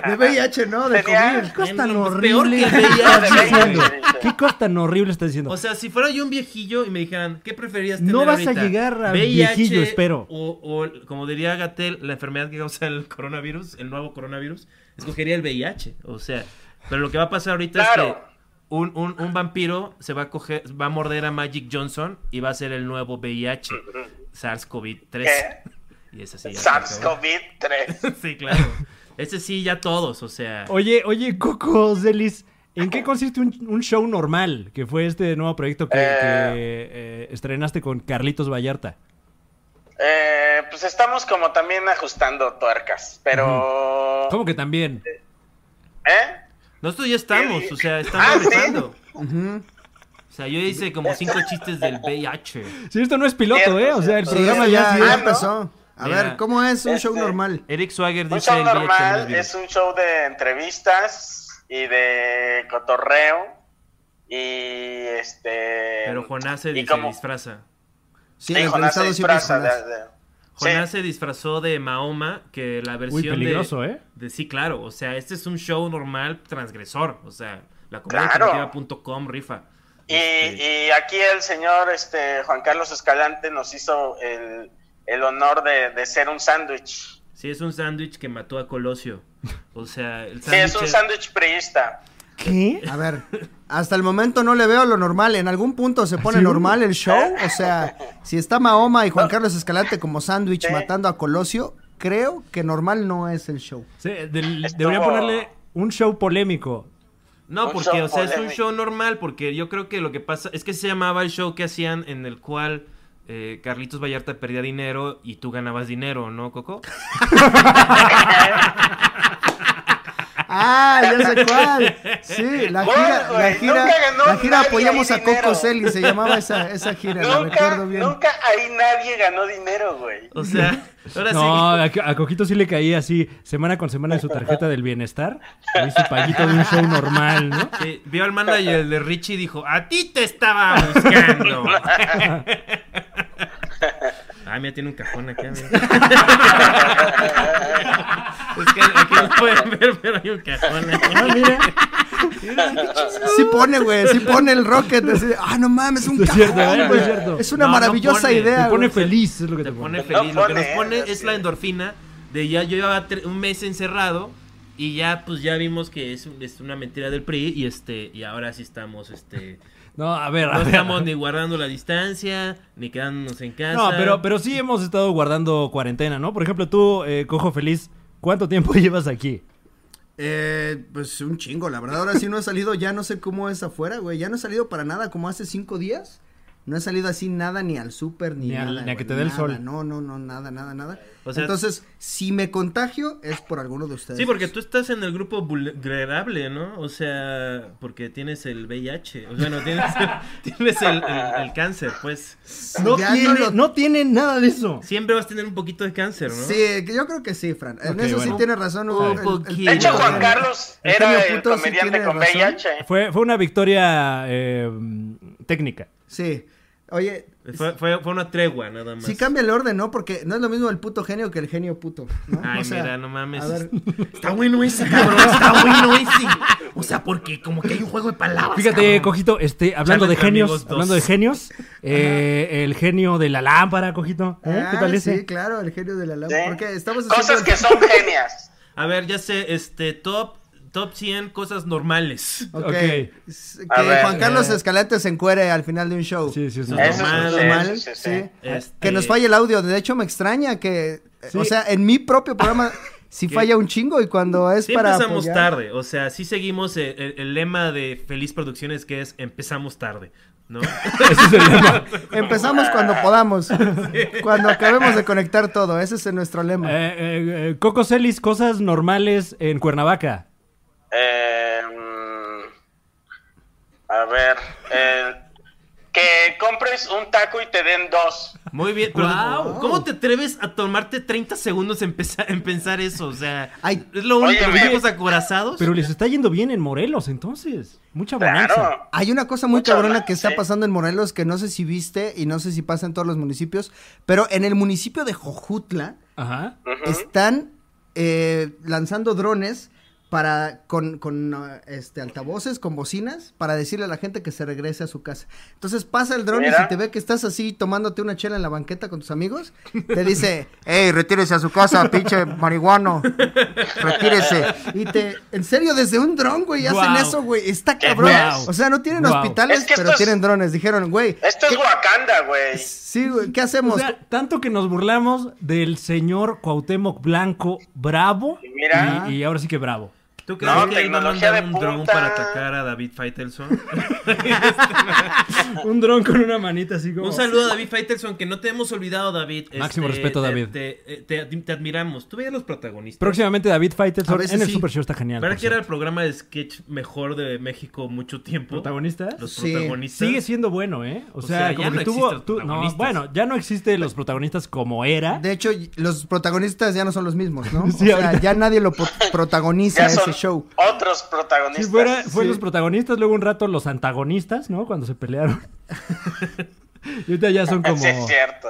[SPEAKER 1] De VIH, ¿no? De
[SPEAKER 2] Tenía-
[SPEAKER 1] COVID.
[SPEAKER 4] ¿Qué cosa
[SPEAKER 3] es
[SPEAKER 4] tan
[SPEAKER 3] lo
[SPEAKER 4] horrible
[SPEAKER 3] peor que
[SPEAKER 4] estás
[SPEAKER 3] veía.
[SPEAKER 4] diciendo?
[SPEAKER 2] Sí.
[SPEAKER 4] ¿Qué cosa tan horrible estás diciendo?
[SPEAKER 3] O sea, si fuera yo un viejillo y me dijeran, ¿qué preferías tener
[SPEAKER 4] No vas a
[SPEAKER 3] ahorita?
[SPEAKER 4] llegar a
[SPEAKER 3] VIH
[SPEAKER 4] viejillo, espero.
[SPEAKER 3] O, o, como diría Gatel, la enfermedad que causa el coronavirus, el nuevo coronavirus, escogería el VIH. O sea, pero lo que va a pasar ahorita es
[SPEAKER 2] Claro.
[SPEAKER 3] que un, un- un vampiro se va a coger, va a morder a Magic Johnson y va a ser el nuevo VIH, SARS-CoV-3.
[SPEAKER 2] ¿Qué?
[SPEAKER 3] Y ese sí. ya se acabó.
[SPEAKER 2] SARS-CoV-3.
[SPEAKER 3] Sí, claro. Ese sí, ya todos, o sea.
[SPEAKER 4] Oye, oye, Coco Celis, ¿en qué consiste un, un show normal? Que fue este nuevo proyecto que,
[SPEAKER 2] Eh.
[SPEAKER 4] que, eh, estrenaste con Carlitos Vallarta.
[SPEAKER 2] Eh, pues estamos como también ajustando tuercas, pero...
[SPEAKER 4] ¿Cómo que también?
[SPEAKER 2] ¿Eh?
[SPEAKER 3] Nosotros ya estamos, o sea, estamos
[SPEAKER 2] Ah, ¿sí?
[SPEAKER 3] rifando. O sea, yo hice como cinco chistes del VIH.
[SPEAKER 4] Si esto no es piloto,
[SPEAKER 2] Cierto,
[SPEAKER 4] ¿eh? O sea, el
[SPEAKER 2] cierto.
[SPEAKER 1] Sí, ah,
[SPEAKER 4] programa ya...
[SPEAKER 1] ya,
[SPEAKER 4] sí
[SPEAKER 1] ya
[SPEAKER 4] es-
[SPEAKER 2] ¿no?
[SPEAKER 1] empezó. A
[SPEAKER 3] Mira.
[SPEAKER 1] ver, ¿cómo es un show
[SPEAKER 2] Este-
[SPEAKER 1] normal?
[SPEAKER 3] Eric Swagger
[SPEAKER 2] Un
[SPEAKER 3] dice
[SPEAKER 2] show
[SPEAKER 3] el VIH no
[SPEAKER 2] normal
[SPEAKER 3] es virus.
[SPEAKER 2] es un show de entrevistas y de cotorreo y este...
[SPEAKER 3] Pero Jonás se,
[SPEAKER 2] y
[SPEAKER 3] se
[SPEAKER 2] como-
[SPEAKER 3] disfraza.
[SPEAKER 1] Sí,
[SPEAKER 2] Sí,
[SPEAKER 1] el
[SPEAKER 2] Jonás se
[SPEAKER 1] entrevistado siempre es
[SPEAKER 2] disfraza
[SPEAKER 1] Jonás.
[SPEAKER 2] de- de-
[SPEAKER 3] Jonás
[SPEAKER 2] Sí.
[SPEAKER 3] se disfrazó de Mahoma, que la versión
[SPEAKER 4] peligroso,
[SPEAKER 3] de,
[SPEAKER 4] ¿eh?
[SPEAKER 3] de- sí, claro, o sea, este es un show normal transgresor, o sea,
[SPEAKER 5] La comunidad
[SPEAKER 2] Claro.
[SPEAKER 5] alternativa.com rifa.
[SPEAKER 2] Y,
[SPEAKER 5] Este,
[SPEAKER 2] y aquí el señor este, Juan Carlos Escalante nos hizo el, el honor de, de ser un sándwich.
[SPEAKER 5] Sí, es un sándwich que mató a Colosio. O sea, el
[SPEAKER 2] Sí,
[SPEAKER 5] sándwich.
[SPEAKER 2] es un sándwich priista.
[SPEAKER 4] ¿Qué?
[SPEAKER 1] A ver, hasta el momento no le veo lo normal. ¿En algún punto se pone
[SPEAKER 4] ¿Sí?
[SPEAKER 1] normal el show? O sea, si está Mahoma y Juan
[SPEAKER 2] No.
[SPEAKER 1] Carlos Escalante como sándwich
[SPEAKER 2] Sí.
[SPEAKER 1] matando a Colosio, creo que normal no es el show.
[SPEAKER 4] Sí, del-
[SPEAKER 2] Estuvo-
[SPEAKER 4] Debería ponerle un show polémico.
[SPEAKER 3] No,
[SPEAKER 2] Un
[SPEAKER 3] porque,
[SPEAKER 2] show
[SPEAKER 3] o sea, es un
[SPEAKER 2] polémico.
[SPEAKER 3] show normal, porque yo creo que lo que pasa es que se llamaba el show que hacían en el cual eh, Carlitos Vallarta perdía dinero y tú ganabas dinero, ¿no, Coco?
[SPEAKER 1] Ah, ya sé cuál. Sí, la
[SPEAKER 2] Bueno,
[SPEAKER 1] gira, la
[SPEAKER 2] güey,
[SPEAKER 1] gira,
[SPEAKER 2] nunca ganó
[SPEAKER 1] la gira
[SPEAKER 2] nadie
[SPEAKER 1] apoyamos a
[SPEAKER 2] dinero.
[SPEAKER 1] Coco Celis, se llamaba esa, esa gira, la
[SPEAKER 2] Nunca,
[SPEAKER 1] recuerdo bien.
[SPEAKER 2] nunca ahí nadie ganó dinero, güey.
[SPEAKER 3] O sea, ahora
[SPEAKER 4] No,
[SPEAKER 3] sí.
[SPEAKER 4] a, a Coquito sí le caía así semana con semana en su tarjeta del bienestar. Y su paguito de un show normal, ¿no?
[SPEAKER 3] Sí, vio al manager de Richie y dijo, a ti te estaba buscando.
[SPEAKER 5] Ah, mira, tiene un cajón acá. mira.
[SPEAKER 3] es que aquí no pueden ver, pero hay un cajón.
[SPEAKER 4] Ah, mira.
[SPEAKER 1] Sí pone, güey, sí pone el rocket. así, ah, no mames, un
[SPEAKER 4] Es cierto, ¿eh?
[SPEAKER 1] cajón,
[SPEAKER 4] Es
[SPEAKER 1] güey.
[SPEAKER 4] cierto.
[SPEAKER 1] Es una
[SPEAKER 3] No, no
[SPEAKER 1] maravillosa
[SPEAKER 3] pone,
[SPEAKER 1] idea,
[SPEAKER 4] Te pone
[SPEAKER 1] güey.
[SPEAKER 4] feliz, es lo que te,
[SPEAKER 3] Te pone
[SPEAKER 4] pone.
[SPEAKER 3] feliz.
[SPEAKER 2] No
[SPEAKER 3] Lo que nos
[SPEAKER 2] pone,
[SPEAKER 3] pone
[SPEAKER 2] así
[SPEAKER 3] es la
[SPEAKER 2] es.
[SPEAKER 3] endorfina de ya yo llevaba tre- un mes encerrado y ya pues ya vimos que es, un- es una mentira del PRI y este y ahora sí estamos este
[SPEAKER 4] No, a ver, a
[SPEAKER 3] no
[SPEAKER 4] ver.
[SPEAKER 3] estamos ni guardando la distancia ni quedándonos en casa.
[SPEAKER 4] No, pero, pero sí hemos estado guardando cuarentena, ¿no? Por ejemplo, tú, eh, Cojo Feliz, ¿cuánto tiempo llevas aquí?
[SPEAKER 1] Eh, pues un chingo, la verdad. Ahora sí no he salido, ya no sé cómo es afuera, güey. Ya no he salido para nada, como hace cinco días. No he salido así nada, ni al súper, ni,
[SPEAKER 4] Ni al-
[SPEAKER 1] nada.
[SPEAKER 4] ni a que
[SPEAKER 1] güey,
[SPEAKER 4] te dé el
[SPEAKER 1] nada.
[SPEAKER 4] sol.
[SPEAKER 1] No, no, no, nada, nada, nada.
[SPEAKER 3] O sea-
[SPEAKER 1] Entonces, si me contagio, es por alguno de ustedes.
[SPEAKER 3] Sí, porque tú estás en el grupo vulnerable, ¿no? O sea, porque tienes el VIH. O sea, no, tienes, tienes el, el- el cáncer, pues.
[SPEAKER 4] No,
[SPEAKER 1] Ya
[SPEAKER 4] tiene,
[SPEAKER 1] lo-
[SPEAKER 4] no tiene nada de eso.
[SPEAKER 3] Siempre vas a tener un poquito de cáncer, ¿no?
[SPEAKER 1] Sí, que yo creo que sí, Fran. En
[SPEAKER 4] Ok,
[SPEAKER 1] eso
[SPEAKER 4] bueno.
[SPEAKER 1] sí tiene razón. Hugo.
[SPEAKER 3] Un
[SPEAKER 1] El- el-
[SPEAKER 3] poquito.
[SPEAKER 2] De hecho,
[SPEAKER 3] Sí,
[SPEAKER 2] Juan
[SPEAKER 3] güey.
[SPEAKER 2] Carlos
[SPEAKER 1] El
[SPEAKER 2] era
[SPEAKER 1] genio
[SPEAKER 2] el
[SPEAKER 1] puto sí
[SPEAKER 2] comediante
[SPEAKER 1] tiene
[SPEAKER 2] con ¿eh?
[SPEAKER 1] razón.
[SPEAKER 2] VIH.
[SPEAKER 4] Fue, fue una victoria eh, técnica.
[SPEAKER 1] Sí. Oye,
[SPEAKER 3] Fue, fue- fue una tregua, nada más.
[SPEAKER 1] sí cambia el orden, ¿no? Porque no es lo mismo el puto genio que el genio puto. ¿no?
[SPEAKER 3] Ay,
[SPEAKER 1] O sea,
[SPEAKER 3] mira, no mames.
[SPEAKER 1] A ver,
[SPEAKER 5] Está bueno ese, cabrón. Está bueno ese. O sea, porque como que hay un juego de palabras.
[SPEAKER 4] Fíjate,
[SPEAKER 5] cabrón.
[SPEAKER 4] Cojito, este, hablando
[SPEAKER 3] Charla
[SPEAKER 4] de
[SPEAKER 3] entre
[SPEAKER 4] genios,
[SPEAKER 3] Ah, amigos dos.
[SPEAKER 4] hablando de genios, eh, el genio de la lámpara, Cojito, ¿eh?
[SPEAKER 1] ah,
[SPEAKER 4] ¿Qué parece?
[SPEAKER 1] Sí, claro, el genio de la
[SPEAKER 2] ¿sí?
[SPEAKER 1] lámpara. Porque estamos
[SPEAKER 2] Cosas
[SPEAKER 1] haciendo-
[SPEAKER 2] que son genias.
[SPEAKER 3] A ver, ya sé, este, top, top 100 cosas normales.
[SPEAKER 1] Ok.
[SPEAKER 4] Ok.
[SPEAKER 1] S-
[SPEAKER 2] A
[SPEAKER 1] Que
[SPEAKER 2] ver.
[SPEAKER 1] Juan Carlos Escalante se encuere al final de un show.
[SPEAKER 4] Sí, sí, es
[SPEAKER 3] Eso
[SPEAKER 4] normal.
[SPEAKER 2] Eso
[SPEAKER 3] normal,
[SPEAKER 2] es
[SPEAKER 1] normal,
[SPEAKER 2] sí, sí,
[SPEAKER 1] sí.
[SPEAKER 2] sí.
[SPEAKER 3] Este-
[SPEAKER 1] Que nos falle el audio. De hecho, me extraña que.
[SPEAKER 4] Sí.
[SPEAKER 1] O sea, en mi propio programa sí falla un chingo y cuando es
[SPEAKER 3] Sí
[SPEAKER 1] para.
[SPEAKER 3] empezamos
[SPEAKER 1] apoyar-
[SPEAKER 3] tarde, o sea, sí seguimos el, el- el lema de Feliz Producciones que es empezamos tarde, ¿no?
[SPEAKER 4] Ese es el lema.
[SPEAKER 1] Empezamos cuando podamos. Cuando acabemos de conectar todo. Ese es nuestro lema.
[SPEAKER 4] Eh, eh, eh, Coco Celis, cosas normales en Cuernavaca.
[SPEAKER 2] Eh, mm, a ver. eh, que compres un taco y te den dos.
[SPEAKER 3] Muy bien, pero
[SPEAKER 4] Guau.
[SPEAKER 3] ¿cómo te atreves a tomarte 30 segundos en, pesa- en pensar eso? O sea,
[SPEAKER 1] Ay.
[SPEAKER 3] es lo único
[SPEAKER 2] Óyeme.
[SPEAKER 3] que vimos acorazados.
[SPEAKER 4] Pero les está yendo bien en Morelos, entonces. Mucha bonanza.
[SPEAKER 2] Claro.
[SPEAKER 1] Hay una cosa muy
[SPEAKER 2] Mucha
[SPEAKER 1] cabrona
[SPEAKER 2] habla-
[SPEAKER 1] que está
[SPEAKER 2] sí.
[SPEAKER 1] pasando en Morelos que no sé si viste y no sé si pasa en todos los municipios, pero en el municipio de Jojutla
[SPEAKER 4] Ajá.
[SPEAKER 2] Ujú.
[SPEAKER 1] están eh, lanzando drones para con, con, ah, este altavoces, con bocinas, para decirle a la gente que se regrese a su casa. Entonces pasa el dron y
[SPEAKER 2] Mira.
[SPEAKER 1] si te ve que estás así tomándote una chela en la banqueta con tus amigos, te dice, hey, retírese a su casa, pinche marihuano. Retírese. Y te, en serio, desde un dron, güey,
[SPEAKER 4] Guau.
[SPEAKER 1] hacen eso, güey. Está
[SPEAKER 2] ¿Qué
[SPEAKER 1] cabrón.
[SPEAKER 4] ves?
[SPEAKER 1] O sea, no tienen
[SPEAKER 4] Guau.
[SPEAKER 1] hospitales,
[SPEAKER 2] Es que
[SPEAKER 1] pero
[SPEAKER 2] esto es-
[SPEAKER 1] tienen drones. Dijeron, güey.
[SPEAKER 2] Esto es
[SPEAKER 1] ¿qué-
[SPEAKER 2] Wakanda, güey.
[SPEAKER 1] Sí, güey, ¿qué hacemos?
[SPEAKER 4] O sea, tanto que nos burlamos del señor Cuauhtémoc Blanco Bravo.
[SPEAKER 2] Mira.
[SPEAKER 4] Y, y ahora sí que bravo.
[SPEAKER 3] ¿Tú crees
[SPEAKER 2] No,
[SPEAKER 3] que ahí va a
[SPEAKER 2] tecnología
[SPEAKER 3] mandar
[SPEAKER 2] de
[SPEAKER 3] un dron
[SPEAKER 2] punta.
[SPEAKER 3] para atacar a David Faitelson?
[SPEAKER 4] Un dron con una manita así como.
[SPEAKER 3] Un saludo a David Faitelson, que no te hemos olvidado, David. Este,
[SPEAKER 4] Máximo respeto,
[SPEAKER 3] te-
[SPEAKER 4] David.
[SPEAKER 3] Te, eh, te- te admiramos. Tú veías los protagonistas.
[SPEAKER 4] Próximamente David
[SPEAKER 1] A
[SPEAKER 4] Faitelson
[SPEAKER 1] veces
[SPEAKER 4] en el
[SPEAKER 1] sí.
[SPEAKER 4] Super Show está genial.
[SPEAKER 3] ¿Verdad
[SPEAKER 4] por
[SPEAKER 3] que era el
[SPEAKER 4] cierto.
[SPEAKER 3] programa de sketch mejor de México mucho tiempo?
[SPEAKER 4] ¿Protagonistas?
[SPEAKER 3] Los
[SPEAKER 1] Sí.
[SPEAKER 3] protagonistas.
[SPEAKER 4] Sigue siendo bueno, ¿eh? O,
[SPEAKER 3] O
[SPEAKER 4] sea,
[SPEAKER 3] sea,
[SPEAKER 4] como
[SPEAKER 3] ya
[SPEAKER 4] que
[SPEAKER 3] no
[SPEAKER 4] tuvo.
[SPEAKER 3] existen
[SPEAKER 4] tu- no,
[SPEAKER 3] protagonistas.
[SPEAKER 4] bueno, ya no existen los protagonistas como era.
[SPEAKER 1] De hecho, y- los protagonistas ya no son los mismos, ¿no?
[SPEAKER 4] Sí,
[SPEAKER 1] o sea,
[SPEAKER 4] ahorita.
[SPEAKER 1] ya nadie lo po- protagoniza
[SPEAKER 2] Ya son
[SPEAKER 1] ese show.
[SPEAKER 2] otros protagonistas.
[SPEAKER 4] Si fuera, fueron
[SPEAKER 1] Sí.
[SPEAKER 4] los protagonistas, luego un rato los antagonistas, ¿no? Cuando se pelearon. y ahorita ya son como
[SPEAKER 2] Sí, es cierto.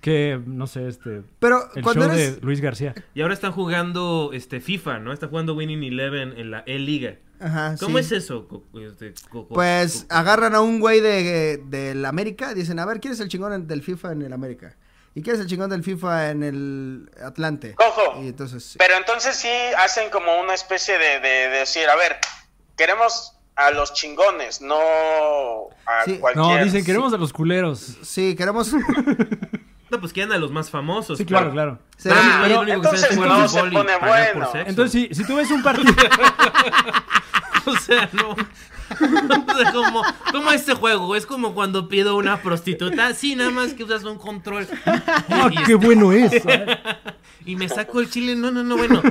[SPEAKER 4] que, no sé, este.
[SPEAKER 1] Pero
[SPEAKER 4] El
[SPEAKER 1] cuando
[SPEAKER 4] show
[SPEAKER 1] eres
[SPEAKER 4] de Luis García.
[SPEAKER 3] Y ahora están jugando este FIFA, ¿no? Están jugando Winning Eleven en la E-Liga.
[SPEAKER 2] Ah,
[SPEAKER 1] Ajá,
[SPEAKER 3] ¿Cómo
[SPEAKER 1] sí.
[SPEAKER 3] es eso? co- este, co- co-
[SPEAKER 1] Pues
[SPEAKER 3] co-
[SPEAKER 1] agarran a un güey de, del América, dicen, a ver, ¿quién es el chingón en- del FIFA en el América? ¿Y quién es el chingón del FIFA en el Atlante?
[SPEAKER 2] Ojo.
[SPEAKER 1] Y entonces,
[SPEAKER 2] Pero entonces sí hacen como una especie de, de- de decir, a ver, queremos a los chingones, no a
[SPEAKER 1] Sí.
[SPEAKER 2] cualquier...
[SPEAKER 4] No, dicen, queremos a los culeros.
[SPEAKER 1] sí, queremos...
[SPEAKER 3] No, pues quedan a los más famosos.
[SPEAKER 4] Sí, claro,
[SPEAKER 3] pero-
[SPEAKER 4] claro.
[SPEAKER 1] será-
[SPEAKER 3] Ah,
[SPEAKER 2] pero
[SPEAKER 3] es lo único que sabe
[SPEAKER 2] entonces
[SPEAKER 3] jugar
[SPEAKER 2] no
[SPEAKER 3] fútbol
[SPEAKER 2] se
[SPEAKER 3] y
[SPEAKER 2] pone
[SPEAKER 3] pagar por
[SPEAKER 2] bueno.
[SPEAKER 3] sexo.
[SPEAKER 4] Entonces, si, si tú ves un partido... ¡ah,
[SPEAKER 3] O sea, no. O sea, como, como este juego, es como cuando pido una prostituta. Sí, nada más que usas un control.
[SPEAKER 4] ¡Ah,
[SPEAKER 3] Y,
[SPEAKER 4] qué bueno es!
[SPEAKER 3] y me saco el chile. No, no, no, bueno.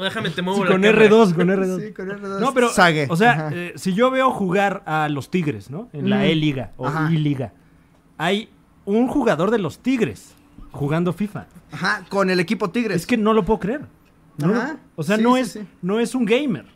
[SPEAKER 3] Déjame, te muevo
[SPEAKER 4] Sí,
[SPEAKER 3] la
[SPEAKER 4] con
[SPEAKER 3] cámara.
[SPEAKER 4] R2, con R2.
[SPEAKER 1] Sí, con R2.
[SPEAKER 4] No, pero,
[SPEAKER 1] Sague.
[SPEAKER 4] o sea,
[SPEAKER 1] Ajá.
[SPEAKER 4] eh, si yo veo jugar a los Tigres, ¿no? En la E-Liga o
[SPEAKER 1] Ajá.
[SPEAKER 4] I-Liga, hay un jugador de los Tigres jugando FIFA.
[SPEAKER 1] Ajá, con el equipo Tigres.
[SPEAKER 4] Es que no lo puedo creer. No lo-
[SPEAKER 1] Ajá.
[SPEAKER 4] o sea,
[SPEAKER 1] Sí,
[SPEAKER 4] no,
[SPEAKER 1] sí,
[SPEAKER 4] es,
[SPEAKER 1] sí.
[SPEAKER 4] no es un gamer.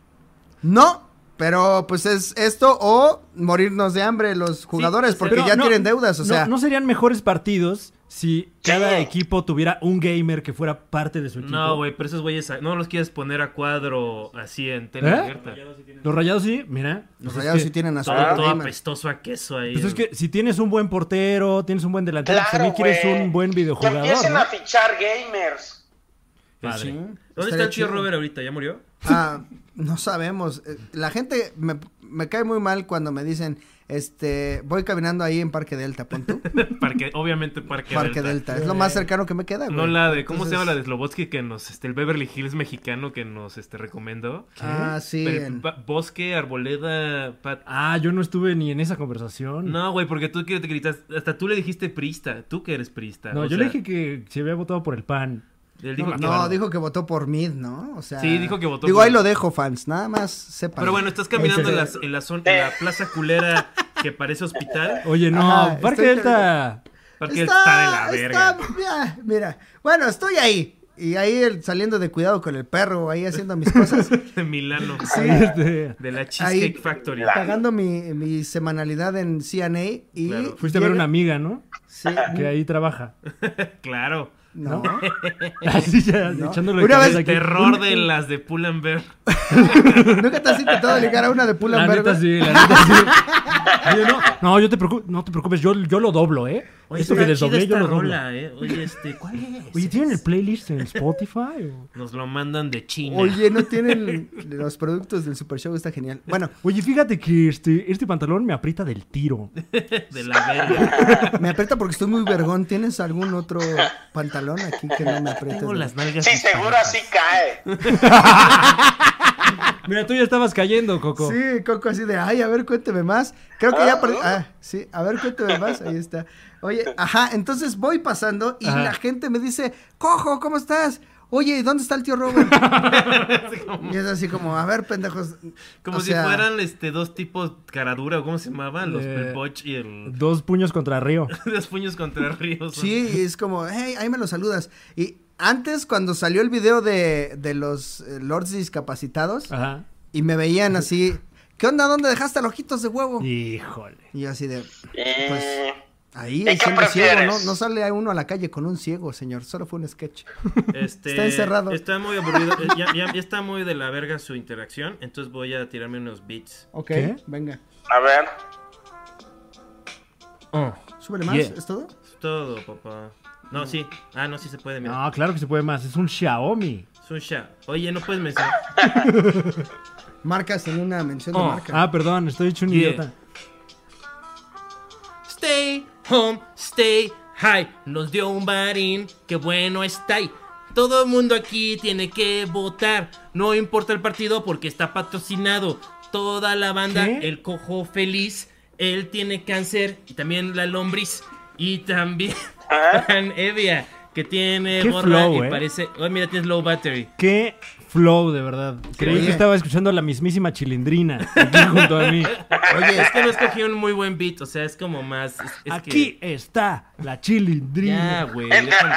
[SPEAKER 1] No, pero pues es esto o morirnos de hambre los jugadores
[SPEAKER 3] o sea,
[SPEAKER 1] porque
[SPEAKER 4] Pero
[SPEAKER 1] ya
[SPEAKER 4] no-
[SPEAKER 1] tienen deudas, o
[SPEAKER 4] no-
[SPEAKER 1] sea.
[SPEAKER 4] No serían mejores partidos si cada
[SPEAKER 2] Sí.
[SPEAKER 4] equipo tuviera un gamer que fuera parte de su equipo.
[SPEAKER 3] No, güey, pero esos güeyes no los quieres poner a cuadro así en
[SPEAKER 4] ¿Eh?
[SPEAKER 3] tela abierta.
[SPEAKER 4] Los rayados sí, mira.
[SPEAKER 1] los
[SPEAKER 4] pues es
[SPEAKER 1] rayados
[SPEAKER 4] que-
[SPEAKER 1] sí tienen a su
[SPEAKER 3] Todo, todo
[SPEAKER 1] gamer.
[SPEAKER 3] apestoso a queso ahí.
[SPEAKER 4] Pues es que si tienes un buen portero, tienes un buen delantero, pues
[SPEAKER 2] Claro,
[SPEAKER 4] también quieres
[SPEAKER 2] güey.
[SPEAKER 4] un buen
[SPEAKER 2] Que
[SPEAKER 4] videojugador.
[SPEAKER 2] empiecen
[SPEAKER 4] ¿no?
[SPEAKER 2] a fichar gamers.
[SPEAKER 4] pues
[SPEAKER 3] Padre.
[SPEAKER 1] Sí,
[SPEAKER 3] ¿Dónde está
[SPEAKER 1] estaría
[SPEAKER 3] el tío
[SPEAKER 1] chido.
[SPEAKER 3] Robert ahorita? ¿Ya murió?
[SPEAKER 1] Ah, no sabemos. Eh, La gente me, me cae muy mal cuando me dicen, este, voy caminando ahí en Parque Delta, pon tú.
[SPEAKER 3] Parque, obviamente Parque,
[SPEAKER 1] Parque Delta. Es lo más cercano que me queda, güey.
[SPEAKER 3] No la de, ¿cómo se
[SPEAKER 1] Entonces-
[SPEAKER 3] llama la de Slobotsky que nos, este, el Beverly Hills mexicano que nos, este, recomendó?
[SPEAKER 1] Ah, sí.
[SPEAKER 3] Pero,
[SPEAKER 1] en-
[SPEAKER 3] ba- bosque, arboleda, pat-
[SPEAKER 4] Ah, yo no estuve ni en esa conversación.
[SPEAKER 3] No, güey, porque tú que te gritas, hasta tú le dijiste prista, tú que eres prista.
[SPEAKER 4] No,
[SPEAKER 3] o
[SPEAKER 4] yo
[SPEAKER 3] sea,
[SPEAKER 4] le dije que se había votado por el PAN.
[SPEAKER 3] él dijo
[SPEAKER 1] no,
[SPEAKER 3] que
[SPEAKER 1] no, dijo que votó por Mid, ¿no? O sea,
[SPEAKER 3] Sí, dijo que votó
[SPEAKER 1] Digo,
[SPEAKER 3] por-
[SPEAKER 1] ahí lo dejo, fans. Nada más sepan.
[SPEAKER 3] Pero bueno, estás caminando en la, en la zona, en la
[SPEAKER 2] Sí.
[SPEAKER 3] plaza culera que parece hospital,
[SPEAKER 4] Oye, no,
[SPEAKER 1] Ajá,
[SPEAKER 4] Parque
[SPEAKER 1] estoy
[SPEAKER 4] Delta.
[SPEAKER 3] porque está de la verga.
[SPEAKER 1] está- mira, mira. bueno, estoy ahí. Y ahí el- saliendo de cuidado con el perro, ahí haciendo mis cosas.
[SPEAKER 3] De Milano,
[SPEAKER 4] Sí, este,
[SPEAKER 3] de la Cheesecake
[SPEAKER 1] Ahí-
[SPEAKER 3] Factory.
[SPEAKER 1] pagando mi, mi semanalidad en CNA y...
[SPEAKER 3] Claro.
[SPEAKER 4] Fuiste a ver
[SPEAKER 1] llega-
[SPEAKER 4] una amiga, ¿no?
[SPEAKER 1] Sí,
[SPEAKER 4] Que ahí trabaja.
[SPEAKER 3] Claro.
[SPEAKER 1] no.
[SPEAKER 4] Así ya,
[SPEAKER 1] No.
[SPEAKER 4] echándole
[SPEAKER 1] Una vez-
[SPEAKER 4] cabeza Pues aquí.
[SPEAKER 3] Terror de las de Pull&Bear.
[SPEAKER 1] ¿Nunca te has intentado ligar a una de
[SPEAKER 4] La
[SPEAKER 1] Pull&Bear?
[SPEAKER 4] neta
[SPEAKER 1] güey?
[SPEAKER 4] sí, la neta sí. Oye, no, no, yo te preocu- no te preocupes, yo, yo lo doblo, ¿eh? Esto que
[SPEAKER 3] está
[SPEAKER 4] desdoblé,
[SPEAKER 3] chida
[SPEAKER 4] yo lo
[SPEAKER 3] esta
[SPEAKER 4] doblo.
[SPEAKER 3] rola, eh. Oye, este, ¿cuál es?
[SPEAKER 4] Oye, ¿tienen el playlist en Spotify? o?
[SPEAKER 3] Nos lo mandan de China.
[SPEAKER 1] Oye, no tienen los productos del Super Show, está genial. Bueno,
[SPEAKER 4] Oye, fíjate que este, este pantalón me aprieta del tiro.
[SPEAKER 3] De la verga.
[SPEAKER 1] me aprieta porque estoy muy vergón. ¿Tienes algún otro pantalón aquí que no me apriete?
[SPEAKER 3] Tengo
[SPEAKER 1] güey?
[SPEAKER 3] las nalgas.
[SPEAKER 2] Sí, seguro así
[SPEAKER 3] disparejas.
[SPEAKER 2] cae.
[SPEAKER 4] Mira, tú ya estabas cayendo, Coco.
[SPEAKER 1] Sí, Coco, así de, ay, a ver, cuénteme más. Creo que ya perdí. Ah, sí, a ver, cuénteme más. Ahí está. Oye, ajá, entonces voy pasando y
[SPEAKER 4] Ajá.
[SPEAKER 1] la gente me dice, Cojo, ¿cómo estás? Oye, ¿y ¿dónde está el tío Robert? y es así como, a ver, pendejos.
[SPEAKER 3] Como
[SPEAKER 1] o
[SPEAKER 3] si
[SPEAKER 1] sea,
[SPEAKER 3] fueran este dos tipos caradura, o cómo se llamaban, los
[SPEAKER 4] Eh,
[SPEAKER 3] el Botch y el
[SPEAKER 4] Dos puños contra Río.
[SPEAKER 3] los puños contra ríos.
[SPEAKER 1] Sí, y es como, hey, ahí me lo saludas. Y antes, cuando salió el video de, de los eh, lords discapacitados,
[SPEAKER 4] Ajá.
[SPEAKER 1] y me veían así, ¿qué onda? ¿Dónde dejaste los ojitos de huevo? Y,
[SPEAKER 4] Híjole.
[SPEAKER 1] yo así de,
[SPEAKER 2] Y...
[SPEAKER 1] Pues- ahí,
[SPEAKER 2] ¿Y
[SPEAKER 1] siendo
[SPEAKER 2] qué
[SPEAKER 1] ciego, ¿no?
[SPEAKER 2] prefieres?
[SPEAKER 1] No sale uno a la calle con un ciego, señor. Solo fue un sketch.
[SPEAKER 3] Este,
[SPEAKER 1] Está encerrado.
[SPEAKER 3] Está muy aburrido. eh, Ya, ya- ya está muy de la verga su interacción. Entonces voy a tirarme unos beats.
[SPEAKER 1] Ok,
[SPEAKER 4] ¿Qué?
[SPEAKER 1] venga.
[SPEAKER 2] A ver.
[SPEAKER 1] Oh. Súbele más,
[SPEAKER 4] Yeah.
[SPEAKER 1] ¿es todo?
[SPEAKER 3] Es todo, papá.
[SPEAKER 1] Mm.
[SPEAKER 3] No, sí. Ah, no, sí se puede, mira.
[SPEAKER 4] No, claro que se puede más. Es un Xiaomi.
[SPEAKER 3] Susha. Oye, no puedes mencionar.
[SPEAKER 1] Marcas en una mención de
[SPEAKER 3] Oh,
[SPEAKER 1] marca.
[SPEAKER 4] Ah, perdón, estoy hecho un
[SPEAKER 3] Yeah.
[SPEAKER 4] idiota.
[SPEAKER 3] Stay home, stay high. Nos dio un barín, qué bueno está ahí. Todo el mundo aquí tiene que votar. No importa el partido porque está patrocinado. Toda la banda,
[SPEAKER 4] ¿Qué?
[SPEAKER 3] el cojo feliz, él tiene cáncer y también la lombriz. Y también Fran Evia, que tiene
[SPEAKER 4] Qué
[SPEAKER 3] gorra
[SPEAKER 4] flow,
[SPEAKER 3] y
[SPEAKER 4] eh.
[SPEAKER 3] parece. Oh, mira, tienes low battery.
[SPEAKER 4] Qué flow, de verdad. Creí
[SPEAKER 1] Oye.
[SPEAKER 4] que estaba escuchando a la mismísima chilindrina aquí junto a mí.
[SPEAKER 3] Oye, es que no escogí un muy buen beat, o sea, es como más. es- es que-
[SPEAKER 4] Aquí está la
[SPEAKER 3] Ya,
[SPEAKER 4] chilindrina.
[SPEAKER 3] güey, déjame,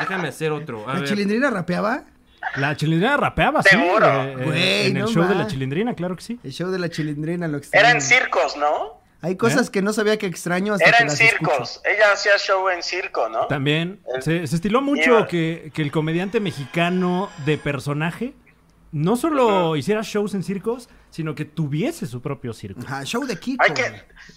[SPEAKER 3] déjame hacer otro. A
[SPEAKER 1] ¿La
[SPEAKER 3] ver.
[SPEAKER 1] chilindrina rapeaba?
[SPEAKER 4] La chilindrina rapeaba, sí.
[SPEAKER 2] Seguro.
[SPEAKER 4] eh, eh,
[SPEAKER 1] Güey,
[SPEAKER 4] en el
[SPEAKER 1] no
[SPEAKER 4] show de
[SPEAKER 1] ma.
[SPEAKER 4] la chilindrina, claro que sí.
[SPEAKER 1] El show de la chilindrina lo extraño.
[SPEAKER 2] Eran circos, ¿no?
[SPEAKER 1] Hay cosas que no sabía que extraño hasta que
[SPEAKER 2] Eran
[SPEAKER 1] las
[SPEAKER 2] circos.
[SPEAKER 1] escucho.
[SPEAKER 2] Ella hacía show en circo, ¿no?
[SPEAKER 4] También
[SPEAKER 2] El-
[SPEAKER 4] se, se estiló mucho
[SPEAKER 2] Mierda.
[SPEAKER 4] que, que el comediante mexicano de personaje no solo hiciera shows en circos, sino que tuviese su propio circo.
[SPEAKER 1] Ajá, show de Kiko.
[SPEAKER 2] Hay que.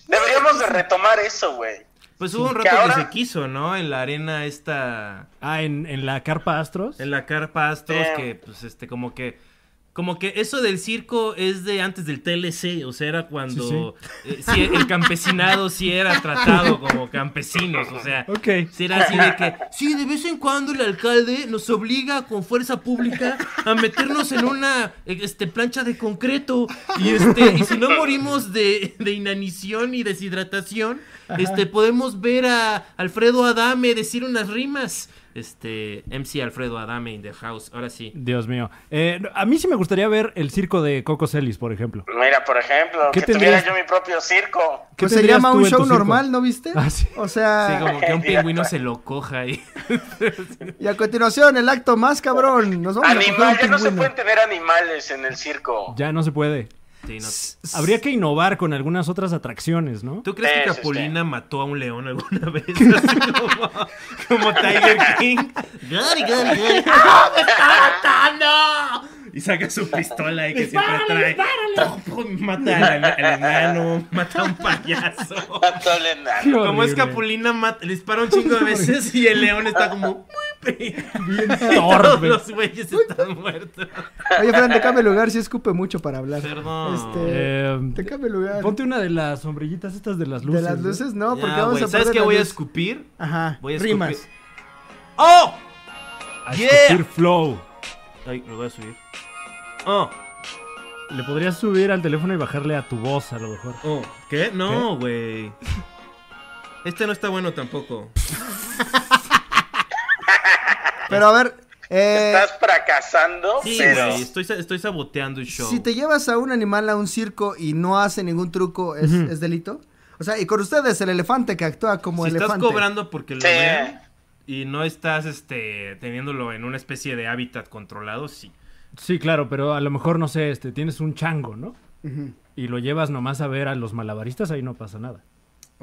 [SPEAKER 2] Deberíamos de retomar eso, güey.
[SPEAKER 3] Pues hubo un rato
[SPEAKER 2] Que ahora-
[SPEAKER 3] que se quiso, ¿no? En la arena esta,
[SPEAKER 4] Ah, en, en la carpa Astros.
[SPEAKER 3] en la carpa Astros,
[SPEAKER 2] Sí.
[SPEAKER 3] que pues este, como que, como que eso del circo es de antes del TLC, o sea, era cuando eh, sí, el campesinado sí era tratado como campesinos, o sea.
[SPEAKER 4] Ok.
[SPEAKER 3] sí era así de que, sí, de vez en cuando el alcalde nos obliga con fuerza pública a meternos en una eh, este, plancha de concreto. Y este, y si no morimos de, de inanición y deshidratación, este, podemos ver a Alfredo Adame decir unas rimas. Este, MC Alfredo Adame in the house, ahora sí.
[SPEAKER 4] Dios mío. Eh, no, a mí sí me gustaría ver el circo de Coco Celis, por ejemplo.
[SPEAKER 2] Mira, por ejemplo,
[SPEAKER 4] ¿Qué
[SPEAKER 2] que tuviera
[SPEAKER 4] tendrías?
[SPEAKER 2] yo mi propio circo.
[SPEAKER 4] ¿Qué
[SPEAKER 1] Pues se
[SPEAKER 4] tendrías
[SPEAKER 1] llama
[SPEAKER 4] tú
[SPEAKER 1] un
[SPEAKER 4] en tu
[SPEAKER 1] show
[SPEAKER 4] circo?
[SPEAKER 1] normal, ¿no viste?
[SPEAKER 4] Ah, sí.
[SPEAKER 1] O
[SPEAKER 3] Sí,
[SPEAKER 1] sea,
[SPEAKER 3] como que un pingüino se lo coja y
[SPEAKER 1] y a continuación, el acto más cabrón. Nos vamos a
[SPEAKER 2] Animal,
[SPEAKER 1] coger
[SPEAKER 2] ya
[SPEAKER 1] un
[SPEAKER 2] no se
[SPEAKER 1] pingüino.
[SPEAKER 2] pueden tener animales en el circo.
[SPEAKER 4] Ya no se puede.
[SPEAKER 3] Sí, no.
[SPEAKER 4] Habría que innovar con algunas otras atracciones, ¿no?
[SPEAKER 3] ¿Tú crees que
[SPEAKER 2] Eso está.
[SPEAKER 3] Capulina mató a un león alguna vez? Así como, como Tiger King. ¡Ah, Gary, Gary, Gary.
[SPEAKER 6] Y saca su pistola y que siempre trae. Topo, Mata al, al enano, mata a un payaso.
[SPEAKER 2] No te hablen nada.
[SPEAKER 4] Qué
[SPEAKER 3] Como es
[SPEAKER 4] horrible.
[SPEAKER 3] Capulina, mat- le dispara un chingo de veces y el león está como... Bien Todos
[SPEAKER 4] torpe.
[SPEAKER 3] los güeyes están muertos.
[SPEAKER 1] Oye, Fran, te cambia el lugar, sí escupe mucho para hablar.
[SPEAKER 3] Perdón.
[SPEAKER 1] Este,
[SPEAKER 4] Eh,
[SPEAKER 1] te cambia el lugar.
[SPEAKER 4] ponte una de las sombrillitas estas de las
[SPEAKER 1] de
[SPEAKER 4] luces.
[SPEAKER 1] las
[SPEAKER 4] ¿no?
[SPEAKER 1] luces, no, porque
[SPEAKER 3] Ya,
[SPEAKER 1] vamos
[SPEAKER 3] güey,
[SPEAKER 1] a
[SPEAKER 3] ¿Sabes
[SPEAKER 1] perder
[SPEAKER 3] qué
[SPEAKER 1] la
[SPEAKER 3] voy a
[SPEAKER 1] luz.
[SPEAKER 3] escupir?
[SPEAKER 1] Ajá.
[SPEAKER 3] Voy a escupir.
[SPEAKER 1] rimas.
[SPEAKER 3] ¡Oh!
[SPEAKER 4] A
[SPEAKER 3] Yeah.
[SPEAKER 4] escupir flow.
[SPEAKER 3] Ay, lo voy a subir. ¡Oh!
[SPEAKER 4] Le podrías subir al teléfono y bajarle a tu voz, a lo mejor.
[SPEAKER 3] Oh, ¿qué? No, güey. Este no está bueno tampoco.
[SPEAKER 1] Pero a ver, eh,
[SPEAKER 2] Estás fracasando,
[SPEAKER 3] Sí,
[SPEAKER 2] pero.
[SPEAKER 3] güey, estoy, sa- estoy saboteando el show.
[SPEAKER 1] si te llevas a un animal a un circo y no hace ningún truco, ¿es, es delito? O sea, y con ustedes, el elefante que actúa como
[SPEAKER 3] si
[SPEAKER 1] elefante.
[SPEAKER 3] estás cobrando porque lo
[SPEAKER 2] Sí.
[SPEAKER 3] vean y no estás este teniéndolo en una especie de hábitat controlado, sí.
[SPEAKER 4] Sí, claro, pero a lo mejor, no sé, este, tienes un chango, ¿no?
[SPEAKER 1] Ujú.
[SPEAKER 4] Y lo llevas nomás a ver a los malabaristas, ahí no pasa nada.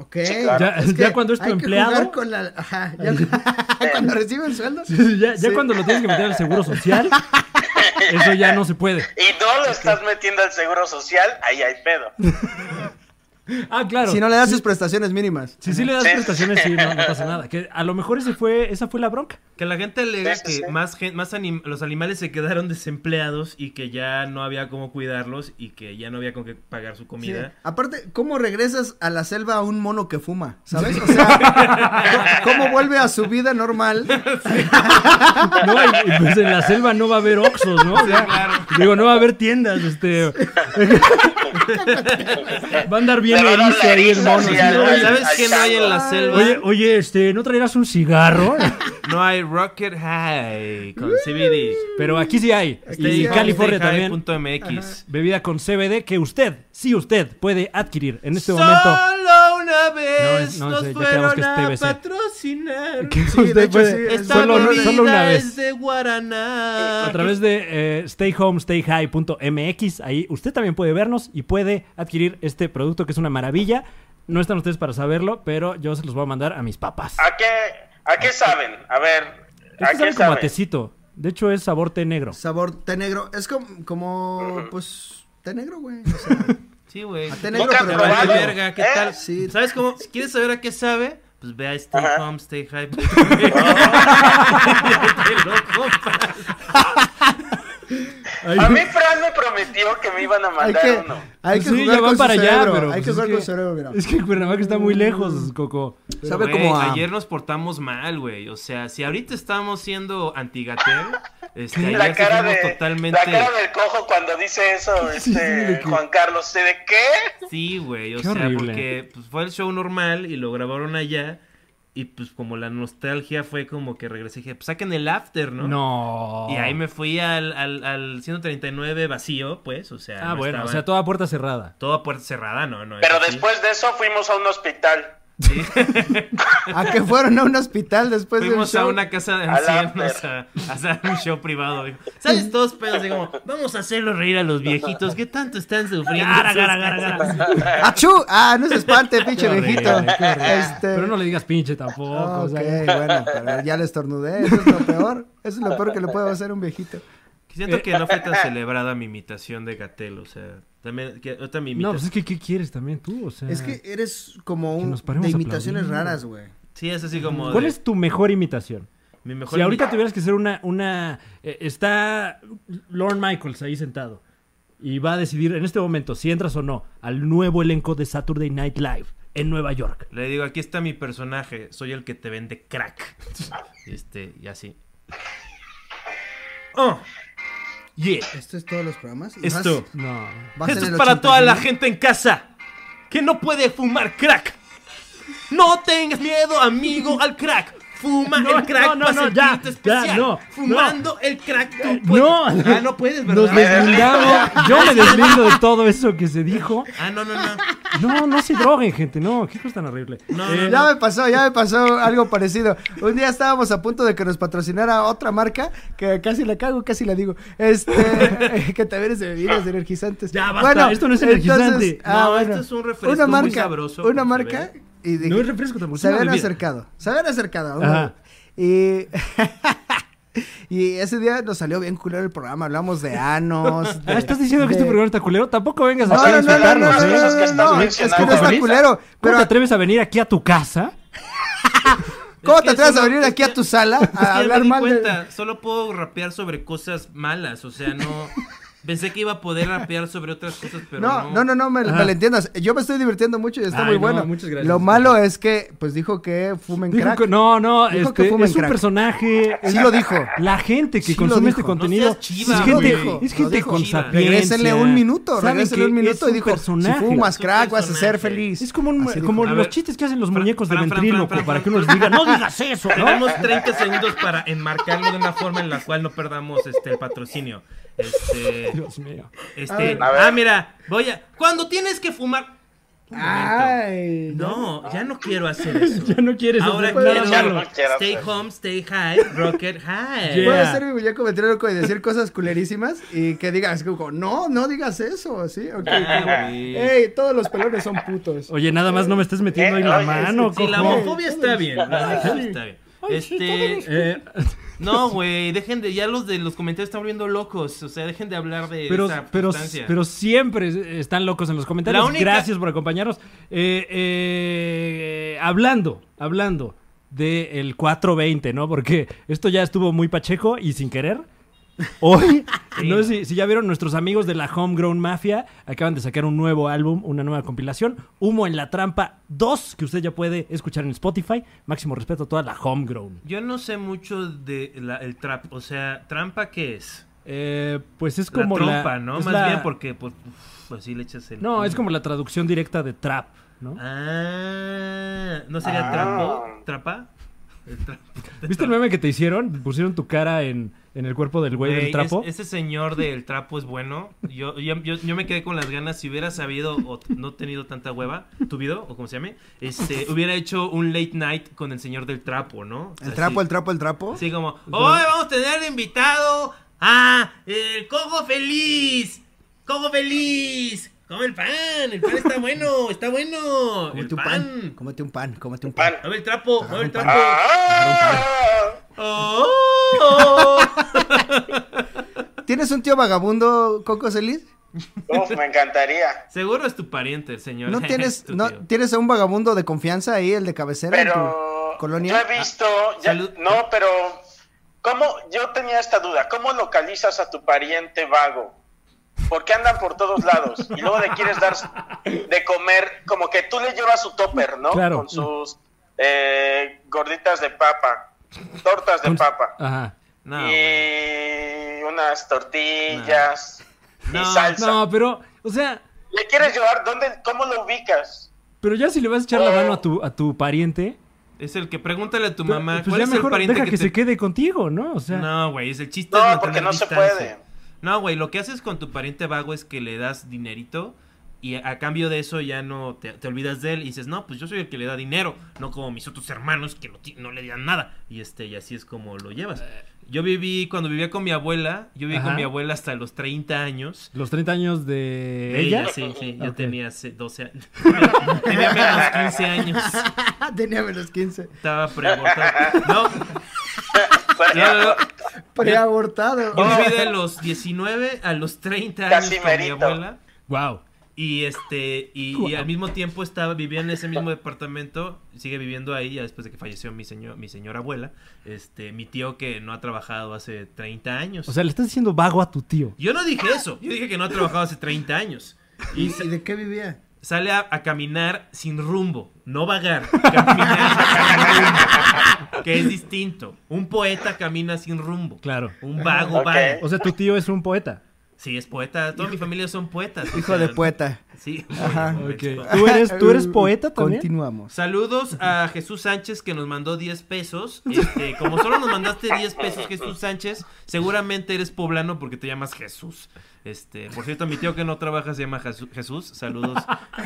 [SPEAKER 1] Ok.
[SPEAKER 2] Sí, claro.
[SPEAKER 4] Ya- ya cuando es tu
[SPEAKER 1] hay
[SPEAKER 4] empleado.
[SPEAKER 1] Que jugar con la, ajá, ya- cuando recibe el sueldo.
[SPEAKER 4] ya ya
[SPEAKER 1] Sí.
[SPEAKER 4] cuando lo tienes que meter al seguro social, eso ya no se puede.
[SPEAKER 2] Y no lo estás metiendo al seguro social, ahí hay pedo.
[SPEAKER 4] Ah, claro.
[SPEAKER 1] Si no le das sus prestaciones mínimas.
[SPEAKER 4] Si sí le das
[SPEAKER 2] Sí.
[SPEAKER 4] prestaciones, sí, no, no pasa nada. Que a lo mejor ese fue, esa fue la bronca.
[SPEAKER 3] Que la gente alega
[SPEAKER 2] Sí,
[SPEAKER 3] que
[SPEAKER 2] sí, sí.
[SPEAKER 3] más gen- más anim- los animales se quedaron desempleados y que ya no había cómo cuidarlos y que ya no había con qué pagar su
[SPEAKER 1] Sí.
[SPEAKER 3] comida.
[SPEAKER 1] Aparte, ¿cómo regresas a la selva a un mono que fuma? ¿Sabes? O sea, ¿cómo cómo vuelve a su vida normal?
[SPEAKER 4] No, y- y pues en la selva no va a haber oxos, ¿no? O sea, Digo, no va a haber tiendas, este. va a andar bien
[SPEAKER 2] Le va a dar
[SPEAKER 4] erizo ahí el
[SPEAKER 2] la
[SPEAKER 4] mono.
[SPEAKER 2] eriza,
[SPEAKER 4] así,
[SPEAKER 2] sí, al-
[SPEAKER 4] oye,
[SPEAKER 2] al-
[SPEAKER 3] ¿Sabes qué no hay en la
[SPEAKER 1] Ay.
[SPEAKER 3] selva?
[SPEAKER 4] Oye, oye, este, ¿no traerás un cigarro?
[SPEAKER 3] No hay Rocket High con CBD.
[SPEAKER 4] Pero aquí sí hay.
[SPEAKER 3] Este,
[SPEAKER 4] y
[SPEAKER 1] hay.
[SPEAKER 4] California también.
[SPEAKER 3] MX.
[SPEAKER 4] Bebida con CBD que usted, sí usted, puede adquirir en este momento.
[SPEAKER 3] Solo una vez
[SPEAKER 4] No, no
[SPEAKER 3] nos
[SPEAKER 4] sé, ya
[SPEAKER 3] fueron
[SPEAKER 4] quedamos que es
[SPEAKER 3] a
[SPEAKER 4] TBC.
[SPEAKER 3] patrocinar.
[SPEAKER 4] Que
[SPEAKER 1] Sí, de
[SPEAKER 4] usted
[SPEAKER 1] hecho,
[SPEAKER 4] puede-
[SPEAKER 1] sí, es-
[SPEAKER 3] Esta
[SPEAKER 4] solo,
[SPEAKER 3] bebida
[SPEAKER 4] solo una vez.
[SPEAKER 3] es de Guaraná.
[SPEAKER 4] A través de eh, stayhomestayhigh.mx, ahí usted también puede vernos y puede adquirir este producto que es una maravilla. No están ustedes para saberlo, pero yo se los voy a mandar a mis papás.
[SPEAKER 3] Ah,
[SPEAKER 2] ¿A qué, a qué saben? A ver, ¿a
[SPEAKER 4] Este
[SPEAKER 2] qué
[SPEAKER 4] sabe como a
[SPEAKER 2] saben?
[SPEAKER 4] tecito. De hecho, es sabor té negro.
[SPEAKER 1] Sabor té negro. Es como, como pues, té negro, güey. O sea,
[SPEAKER 3] Sí, güey.
[SPEAKER 1] a té negro,
[SPEAKER 2] Nunca
[SPEAKER 1] pero...
[SPEAKER 2] he
[SPEAKER 3] Te vale
[SPEAKER 2] probado.
[SPEAKER 1] amarillo.
[SPEAKER 3] verga, ¿qué
[SPEAKER 2] ¿Eh?
[SPEAKER 3] tal?
[SPEAKER 1] Sí.
[SPEAKER 3] ¿Sabes cómo? Si quieres saber a qué sabe, pues ve a Stay
[SPEAKER 2] Ajá.
[SPEAKER 3] Home, Stay Hype. Te lo compras.
[SPEAKER 2] A mí Fran me prometió que me iban a
[SPEAKER 1] Hay
[SPEAKER 2] mandar
[SPEAKER 1] que,
[SPEAKER 2] uno.
[SPEAKER 1] hay que
[SPEAKER 4] Sí,
[SPEAKER 1] jugar
[SPEAKER 4] ya van
[SPEAKER 1] con
[SPEAKER 4] para
[SPEAKER 1] su
[SPEAKER 4] allá,
[SPEAKER 1] cerebro.
[SPEAKER 4] pero
[SPEAKER 1] Hay que
[SPEAKER 4] pues,
[SPEAKER 1] jugar
[SPEAKER 4] es
[SPEAKER 1] con
[SPEAKER 4] que-
[SPEAKER 1] su cerebro, mira. Mm.
[SPEAKER 4] Es que Cuernavaca está muy lejos, Coco.
[SPEAKER 1] Sabe
[SPEAKER 3] Güey,
[SPEAKER 1] como a...
[SPEAKER 3] Ayer nos portamos mal, güey. O sea, si ahorita estamos siendo antigatel, este, ayer
[SPEAKER 2] La cara,
[SPEAKER 3] seguimos
[SPEAKER 2] de,
[SPEAKER 3] totalmente...
[SPEAKER 2] la cara del cojo cuando dice eso este,
[SPEAKER 4] Sí, sí, de que-
[SPEAKER 2] Juan Carlos. ¿sí ¿De qué?
[SPEAKER 3] Sí, güey, o
[SPEAKER 4] Qué
[SPEAKER 3] sea,
[SPEAKER 4] horrible.
[SPEAKER 3] porque pues, fue el show normal y lo grabaron allá. Y pues como la nostalgia fue como que regresé y dije, pues saquen el after, ¿no?
[SPEAKER 4] No.
[SPEAKER 3] Y ahí me fui al, al, al 139 vacío, pues, o sea.
[SPEAKER 4] Ah,
[SPEAKER 3] no
[SPEAKER 4] bueno,
[SPEAKER 3] estaba
[SPEAKER 4] o sea, toda puerta cerrada.
[SPEAKER 3] toda puerta cerrada, no, no.
[SPEAKER 2] Pero
[SPEAKER 3] eso sí.
[SPEAKER 2] después de eso fuimos a un hospital.
[SPEAKER 1] A que fueron a un hospital después de un
[SPEAKER 3] Fuimos a
[SPEAKER 1] show.
[SPEAKER 3] una casa de
[SPEAKER 2] Al
[SPEAKER 3] ancianos a, a hacer un show privado. digo, ¿Sabes? Todos pedos, de como, vamos a hacerlo reír a los viejitos. ¿Qué tanto están sufriendo?
[SPEAKER 4] Gara, gara, gara, gara.
[SPEAKER 1] ¡Achú! ¡Ah, no se espante, pinche
[SPEAKER 4] Qué horrible,
[SPEAKER 1] viejito!
[SPEAKER 4] qué horrible.
[SPEAKER 1] Este...
[SPEAKER 4] Pero no le digas pinche tampoco.
[SPEAKER 1] Ah,
[SPEAKER 4] o
[SPEAKER 1] ok,
[SPEAKER 4] sea,
[SPEAKER 1] bueno, pero ya le estornudé, eso es lo peor, eso es lo peor que le puede hacer a un viejito.
[SPEAKER 3] ¿Qué Siento que no fue tan celebrada mi imitación de Gatel, o sea, también que otra mi
[SPEAKER 4] No, pues
[SPEAKER 3] imitación.
[SPEAKER 4] es que ¿qué quieres también tú? O sea,
[SPEAKER 1] Es que eres como
[SPEAKER 4] Que
[SPEAKER 1] un
[SPEAKER 4] nos paremos
[SPEAKER 1] de imitaciones
[SPEAKER 4] aplaudiendo.
[SPEAKER 1] raras, güey.
[SPEAKER 3] Sí, es así como
[SPEAKER 4] ¿cuál
[SPEAKER 3] de-
[SPEAKER 4] es tu mejor imitación?
[SPEAKER 3] mi mejor
[SPEAKER 4] Si ahorita
[SPEAKER 3] imita-
[SPEAKER 4] tuvieras que hacer una, una eh, está Lorne Michaels ahí sentado y va a decidir en este momento si entras o no al nuevo elenco de Saturday Night Live en Nueva York.
[SPEAKER 3] le digo, aquí está mi personaje, soy el que te vende crack. Este, y así. Oh. Yeah.
[SPEAKER 1] Esto es todos los programas. Y
[SPEAKER 3] Esto.
[SPEAKER 4] No.
[SPEAKER 1] vas- vas en
[SPEAKER 3] Esto es
[SPEAKER 1] el
[SPEAKER 3] para toda la
[SPEAKER 1] 89.
[SPEAKER 3] gente en casa que no puede fumar crack. No tengas miedo, amigo, al crack. Fuma
[SPEAKER 4] No,
[SPEAKER 3] el crack
[SPEAKER 4] no, no,
[SPEAKER 3] pa'
[SPEAKER 4] no,
[SPEAKER 3] sentirte
[SPEAKER 4] ya, ya,
[SPEAKER 3] especial.
[SPEAKER 4] no,
[SPEAKER 3] Fumando el crack tú
[SPEAKER 4] Eh,
[SPEAKER 3] puedes-
[SPEAKER 4] no.
[SPEAKER 3] Ah, no puedes,
[SPEAKER 4] Nos
[SPEAKER 3] ¿verdad?
[SPEAKER 4] deslindamos. Yo me deslindo de todo eso que se dijo.
[SPEAKER 3] Ah, no, no, no.
[SPEAKER 4] No, no se droguen, gente. No, qué cosa tan horrible. Eh,
[SPEAKER 1] Ah, Ya me pasó, ya me pasó algo parecido. Un día estábamos a punto de que nos patrocinara otra marca, que casi la cago, casi la digo. Este, que también es de bebidas de energizantes.
[SPEAKER 4] Ya, basta, esto no es energizante.
[SPEAKER 1] ah,
[SPEAKER 3] No,
[SPEAKER 1] bueno.
[SPEAKER 3] esto es un refresco
[SPEAKER 1] una
[SPEAKER 3] muy
[SPEAKER 1] marca,
[SPEAKER 3] sabroso,
[SPEAKER 1] Una
[SPEAKER 3] porque
[SPEAKER 1] marca
[SPEAKER 3] ve.
[SPEAKER 1] y dije,
[SPEAKER 4] No es refresco tampoco, es
[SPEAKER 1] Se
[SPEAKER 4] una
[SPEAKER 1] habían
[SPEAKER 4] bebida.
[SPEAKER 1] acercado, se habían acercado. a una
[SPEAKER 4] Ajá.
[SPEAKER 1] Y y ese día nos salió bien culero el programa, hablamos de anos.
[SPEAKER 4] ah,
[SPEAKER 1] de-
[SPEAKER 4] ¿Estás diciendo que
[SPEAKER 1] de-
[SPEAKER 4] este programa está culero? Tampoco vengas
[SPEAKER 1] no,
[SPEAKER 4] acá
[SPEAKER 1] no,
[SPEAKER 4] a
[SPEAKER 1] no, no, no,
[SPEAKER 4] insultarnos,
[SPEAKER 1] no,
[SPEAKER 4] ¿eh?
[SPEAKER 1] no,
[SPEAKER 2] Esos que
[SPEAKER 1] no,
[SPEAKER 2] estás
[SPEAKER 1] no, es que
[SPEAKER 2] mencionando.
[SPEAKER 1] no está
[SPEAKER 4] ¿Cojonista?
[SPEAKER 1] culero.
[SPEAKER 4] ¿Cómo
[SPEAKER 1] Pero
[SPEAKER 4] te atreves a venir aquí a tu casa?
[SPEAKER 1] ¿Cómo
[SPEAKER 3] Es
[SPEAKER 1] te
[SPEAKER 3] que
[SPEAKER 1] atreves
[SPEAKER 3] eso
[SPEAKER 1] a
[SPEAKER 3] no-
[SPEAKER 1] venir
[SPEAKER 3] es
[SPEAKER 1] aquí a
[SPEAKER 3] que-
[SPEAKER 1] tu sala
[SPEAKER 3] Es que
[SPEAKER 1] a
[SPEAKER 3] ya me
[SPEAKER 1] hablar
[SPEAKER 3] di
[SPEAKER 1] mal de-
[SPEAKER 3] cuenta, solo puedo rapear sobre cosas malas, o sea, no... Pensé que iba a poder rapear sobre otras cosas, pero
[SPEAKER 1] No, no, no, no, me,
[SPEAKER 4] Ajá.
[SPEAKER 1] me lo entiendas. Yo me estoy divirtiendo mucho y está
[SPEAKER 4] Ay,
[SPEAKER 1] muy
[SPEAKER 4] no,
[SPEAKER 1] bueno.
[SPEAKER 4] muchas gracias.
[SPEAKER 1] Lo malo es que, pues dijo que fumen
[SPEAKER 4] Dijo
[SPEAKER 1] crack.
[SPEAKER 4] que- no, no,
[SPEAKER 1] Dijo que
[SPEAKER 4] este,
[SPEAKER 1] fumen
[SPEAKER 4] es un
[SPEAKER 1] crack.
[SPEAKER 4] personaje. es-
[SPEAKER 1] Sí lo dijo.
[SPEAKER 4] La gente que
[SPEAKER 1] Sí lo
[SPEAKER 4] consume este
[SPEAKER 1] dijo. No
[SPEAKER 4] contenido
[SPEAKER 3] seas chiva,
[SPEAKER 4] es
[SPEAKER 1] Sí lo
[SPEAKER 4] gente,
[SPEAKER 1] dijo,
[SPEAKER 4] es
[SPEAKER 1] lo
[SPEAKER 4] gente
[SPEAKER 1] dijo.
[SPEAKER 4] con
[SPEAKER 3] Chiva.
[SPEAKER 4] sapiencia.
[SPEAKER 1] Regrésenle un minuto,
[SPEAKER 4] Saben
[SPEAKER 1] regrésenle
[SPEAKER 4] que
[SPEAKER 1] un minuto
[SPEAKER 4] es
[SPEAKER 1] y
[SPEAKER 4] un
[SPEAKER 1] dijo,
[SPEAKER 4] personaje.
[SPEAKER 1] si fumas
[SPEAKER 3] Es un
[SPEAKER 1] crack vas a
[SPEAKER 3] personaje.
[SPEAKER 1] ser feliz.
[SPEAKER 4] Es como, un-
[SPEAKER 1] Así dijo.
[SPEAKER 4] como
[SPEAKER 3] A
[SPEAKER 4] los
[SPEAKER 3] ver,
[SPEAKER 4] chistes que hacen los
[SPEAKER 3] Fran-
[SPEAKER 4] muñecos de
[SPEAKER 3] Fran- Fran-
[SPEAKER 4] ventríloco
[SPEAKER 3] Fran-
[SPEAKER 4] para
[SPEAKER 3] Fran-
[SPEAKER 4] que uno les
[SPEAKER 3] Fran-
[SPEAKER 4] diga, no digas eso, ¿no?
[SPEAKER 3] Tenemos 30 segundos para enmarcarlo de una forma en la cual no perdamos este, el patrocinio. Este,
[SPEAKER 4] Dios mío.
[SPEAKER 3] este,
[SPEAKER 1] ver.
[SPEAKER 2] A ver.
[SPEAKER 3] Ah, mira, voy a... Cuando tienes que fumar... Un
[SPEAKER 1] Ah,
[SPEAKER 3] momento.
[SPEAKER 1] Ay,
[SPEAKER 3] No, ya no quiero hacer eso.
[SPEAKER 4] Ya no quieres
[SPEAKER 3] Ahora
[SPEAKER 4] hacer nada
[SPEAKER 3] quiero
[SPEAKER 2] Ya no
[SPEAKER 4] malo.
[SPEAKER 2] quiero
[SPEAKER 3] stay
[SPEAKER 2] hacer.
[SPEAKER 3] home, stay high, rocket high.
[SPEAKER 4] Yeah.
[SPEAKER 1] Voy a ser mi muñeco ventríloco y decir cosas culerísimas y que digas, como, no, no digas eso, ¿sí? Ok, como,
[SPEAKER 3] Ah,
[SPEAKER 1] Ey, todos los pelones son putos.
[SPEAKER 4] Oye, nada más no me estés metiendo ahí
[SPEAKER 2] Eh,
[SPEAKER 4] la
[SPEAKER 2] oye,
[SPEAKER 4] mano,
[SPEAKER 3] Sí, la
[SPEAKER 4] cojo.
[SPEAKER 3] homofobia está bien. La homofobia está bien. Este,
[SPEAKER 4] Eh,
[SPEAKER 3] no, güey, dejen de, ya los de los comentarios están volviendo locos, o sea, dejen de hablar de
[SPEAKER 4] pero,
[SPEAKER 3] esa
[SPEAKER 4] pero,
[SPEAKER 3] sustancia.
[SPEAKER 4] pero siempre están locos en los comentarios.
[SPEAKER 3] La única-
[SPEAKER 4] Gracias por acompañarnos. Eh, eh, hablando, hablando del 420, ¿no? Porque esto ya estuvo muy pacheco y sin querer. Hoy, no sé si, si ya vieron, nuestros amigos de la Homegrown Mafia acaban de sacar un nuevo álbum, una nueva compilación, Humo en la Trampa 2, que usted ya puede escuchar en Spotify. Máximo respeto a toda la Homegrown.
[SPEAKER 3] Yo no sé mucho de la- el trap, o sea, trampa qué es?
[SPEAKER 4] Eh, pues es como
[SPEAKER 3] la
[SPEAKER 4] la...
[SPEAKER 3] trompa, ¿no?
[SPEAKER 4] es
[SPEAKER 3] Más
[SPEAKER 4] la-
[SPEAKER 3] bien porque pues, uf, así le echas el
[SPEAKER 4] No, es como la traducción directa de trap, ¿no?
[SPEAKER 3] Ah, ¿no sería
[SPEAKER 2] Ah.
[SPEAKER 3] trapo? ¿Trapa? El tra-
[SPEAKER 4] ¿Viste el meme que te hicieron? Pusieron tu cara en, en el cuerpo del güey del
[SPEAKER 3] Güey,
[SPEAKER 4] trapo.
[SPEAKER 3] es- ese señor del trapo es bueno. Yo, yo, yo, yo me quedé con las ganas. Si hubiera sabido o t- no tenido tanta hueva, tuvido, o como se llame, este, hubiera hecho un late night con el señor del trapo, ¿no?
[SPEAKER 1] El trapo, el trapo, el trapo.
[SPEAKER 3] Así como, hoy vamos a tener de invitado a el Cojo Feliz. Cojo Feliz. Come el pan. El pan está bueno, está bueno. El
[SPEAKER 1] Cómete un pan,
[SPEAKER 3] pan.
[SPEAKER 1] cómete un pan, cómete un pan.
[SPEAKER 2] Pan.
[SPEAKER 3] Mueve el trapo, mueve el trapo.
[SPEAKER 2] Ah.
[SPEAKER 3] Oh.
[SPEAKER 1] ¿Tienes un tío vagabundo, Coco Celis?
[SPEAKER 2] Uf, me encantaría.
[SPEAKER 3] Seguro es tu pariente, el señor.
[SPEAKER 1] ¿No tienes,
[SPEAKER 3] Tu
[SPEAKER 1] no,
[SPEAKER 3] tío.
[SPEAKER 1] ¿Tienes a un vagabundo de confianza ahí, el de cabecera en
[SPEAKER 2] Pero
[SPEAKER 1] tu colonia?
[SPEAKER 2] yo he visto, ya-
[SPEAKER 3] salud.
[SPEAKER 2] no, pero ¿cómo? Yo tenía esta duda, ¿cómo localizas a tu pariente vago? Porque andan por todos lados y luego le quieres dar de comer, como que tú le llevas su topper, ¿no?
[SPEAKER 4] Claro.
[SPEAKER 2] Con sus eh, gorditas de papa, tortas de papa
[SPEAKER 4] Ajá.
[SPEAKER 3] No,
[SPEAKER 1] Eh,
[SPEAKER 3] güey.
[SPEAKER 2] y unas tortillas y
[SPEAKER 3] No,
[SPEAKER 2] salsa.
[SPEAKER 4] No, pero, o sea,
[SPEAKER 2] ¿Le quieres llevar? ¿Dónde, ¿Cómo lo ubicas?
[SPEAKER 4] pero ya si le vas a echar la mano a tu, a tu pariente,
[SPEAKER 3] es el que pregúntale a tu
[SPEAKER 4] pues
[SPEAKER 3] mamá
[SPEAKER 4] pues
[SPEAKER 3] cuál
[SPEAKER 4] ya
[SPEAKER 3] es el
[SPEAKER 4] mejor
[SPEAKER 3] pariente
[SPEAKER 4] deja
[SPEAKER 3] que,
[SPEAKER 4] que,
[SPEAKER 3] te-
[SPEAKER 4] se quede contigo, ¿no? O sea,
[SPEAKER 3] No, güey, es el chiste
[SPEAKER 2] No,
[SPEAKER 3] es mantener
[SPEAKER 2] porque no se
[SPEAKER 3] distancia.
[SPEAKER 2] puede.
[SPEAKER 3] No, güey, lo que haces con tu pariente vago es que le das dinerito y a, a cambio de eso ya no te, te olvidas de él y dices, no, pues yo soy el que le da dinero, no como mis otros hermanos que no, ti- no le dan nada. Y este, y así es como lo llevas. Yo viví, cuando vivía con mi abuela, yo viví
[SPEAKER 4] Ajá.
[SPEAKER 3] con mi abuela hasta los 30 años.
[SPEAKER 4] los 30 años de
[SPEAKER 3] De
[SPEAKER 4] ella.
[SPEAKER 3] Sí, sí, yo
[SPEAKER 4] Ok.
[SPEAKER 3] tenía se- 12 años. tenía menos 15 años.
[SPEAKER 1] Ah, Tenía menos 15.
[SPEAKER 3] Estaba preabortado. No,
[SPEAKER 2] Bueno,
[SPEAKER 3] No, no, no.
[SPEAKER 1] Preabortado.
[SPEAKER 3] Yo viví de los 19 a los 30 años
[SPEAKER 2] Casimerito.
[SPEAKER 3] con mi abuela.
[SPEAKER 4] Wow.
[SPEAKER 3] Y este, y, y al mismo tiempo estaba, vivía en ese mismo departamento, sigue viviendo ahí, ya después de que falleció mi señor, mi señora abuela, este, mi tío que no ha trabajado hace 30 años.
[SPEAKER 4] O sea, le estás diciendo vago a tu tío.
[SPEAKER 3] yo no dije eso, yo dije que no ha trabajado hace 30 años.
[SPEAKER 1] ¿Y, y de qué vivía?
[SPEAKER 3] Sale a, a caminar sin rumbo, no vagar, caminar sin rumbo, que es distinto. Un poeta camina sin rumbo.
[SPEAKER 4] Claro.
[SPEAKER 3] Un vago
[SPEAKER 2] Ok.
[SPEAKER 3] vaga.
[SPEAKER 4] O sea, tu tío es un poeta.
[SPEAKER 3] Sí, es poeta, toda mi familia son poetas. o
[SPEAKER 1] Hijo de
[SPEAKER 3] sea,
[SPEAKER 1] poeta.
[SPEAKER 3] Sí.
[SPEAKER 4] ¿Tú eres, tú eres poeta también?
[SPEAKER 1] Continuamos.
[SPEAKER 3] Saludos a Jesús Sánchez que nos mandó 10 pesos. Este, como solo nos mandaste 10 pesos, Jesús Sánchez, seguramente eres poblano porque te llamas Jesús. Este, por cierto, mi tío que no trabaja se llama Jesu- Jesús. Saludos.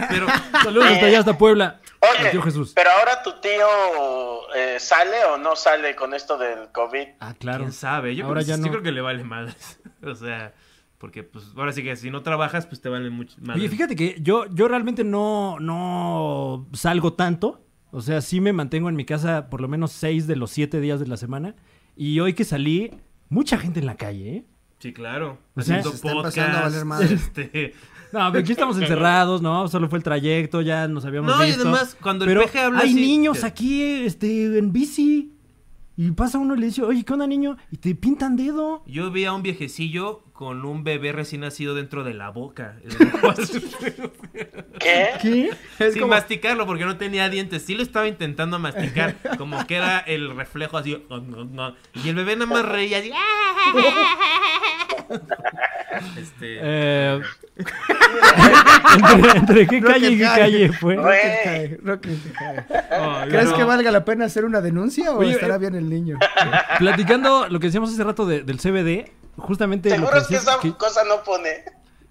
[SPEAKER 3] Pero
[SPEAKER 4] Saludos hasta allá, hasta Puebla.
[SPEAKER 2] Oye,
[SPEAKER 4] Al tío Jesús.
[SPEAKER 2] pero ahora tu tío eh, sale o no sale con esto del COVID.
[SPEAKER 4] Ah, claro.
[SPEAKER 3] quién sabe, yo,
[SPEAKER 4] Ahora
[SPEAKER 3] creo, que-
[SPEAKER 4] ya
[SPEAKER 3] yo
[SPEAKER 4] no.
[SPEAKER 3] creo que le vale madres. O sea, porque pues ahora sí que si no trabajas, pues te vale mucho más.
[SPEAKER 4] Oye, fíjate que yo, yo realmente no, no salgo tanto. O sea, sí me mantengo en mi casa por lo menos seis de los siete días de la semana. Y hoy que salí, mucha gente en la calle, ¿eh?
[SPEAKER 3] Sí, claro.
[SPEAKER 4] O sea,
[SPEAKER 3] Haciendo
[SPEAKER 1] se está empezando a
[SPEAKER 3] podcast,
[SPEAKER 1] valer madre.
[SPEAKER 3] este,
[SPEAKER 4] No, pero aquí estamos encerrados, ¿no? Solo fue el trayecto, ya nos habíamos
[SPEAKER 3] No, y
[SPEAKER 4] visto.
[SPEAKER 3] además, cuando el
[SPEAKER 4] Pero
[SPEAKER 3] peje habla
[SPEAKER 4] hay
[SPEAKER 3] así,
[SPEAKER 4] niños
[SPEAKER 3] te-
[SPEAKER 4] aquí, este, en bici. Y pasa uno y le dice, oye, ¿qué onda, niño? Y te pintan dedo.
[SPEAKER 3] Yo vi a un viejecillo con un bebé recién nacido dentro de la boca. Es lo más-
[SPEAKER 2] ¿Qué?
[SPEAKER 4] ¿Qué?
[SPEAKER 1] Es
[SPEAKER 3] Sin
[SPEAKER 1] como-
[SPEAKER 3] masticarlo porque no tenía dientes. Sí lo estaba intentando masticar. Como que era el reflejo así. oh, Y el bebé nada más reía así. "Ah". Este,
[SPEAKER 4] Eh, entre, entre qué
[SPEAKER 1] Rocket
[SPEAKER 4] calle y qué
[SPEAKER 1] High.
[SPEAKER 4] calle fue.
[SPEAKER 1] Rocket High, Rocket High. Oh, ¿Crees que valga la pena hacer una denuncia o
[SPEAKER 4] Oye,
[SPEAKER 1] estará
[SPEAKER 4] eh,
[SPEAKER 1] bien el niño?
[SPEAKER 4] Platicando lo que decíamos hace rato de- del CBD, justamente... lo
[SPEAKER 2] Seguro es que
[SPEAKER 4] decías-
[SPEAKER 2] esa
[SPEAKER 4] que-
[SPEAKER 2] cosa no pone.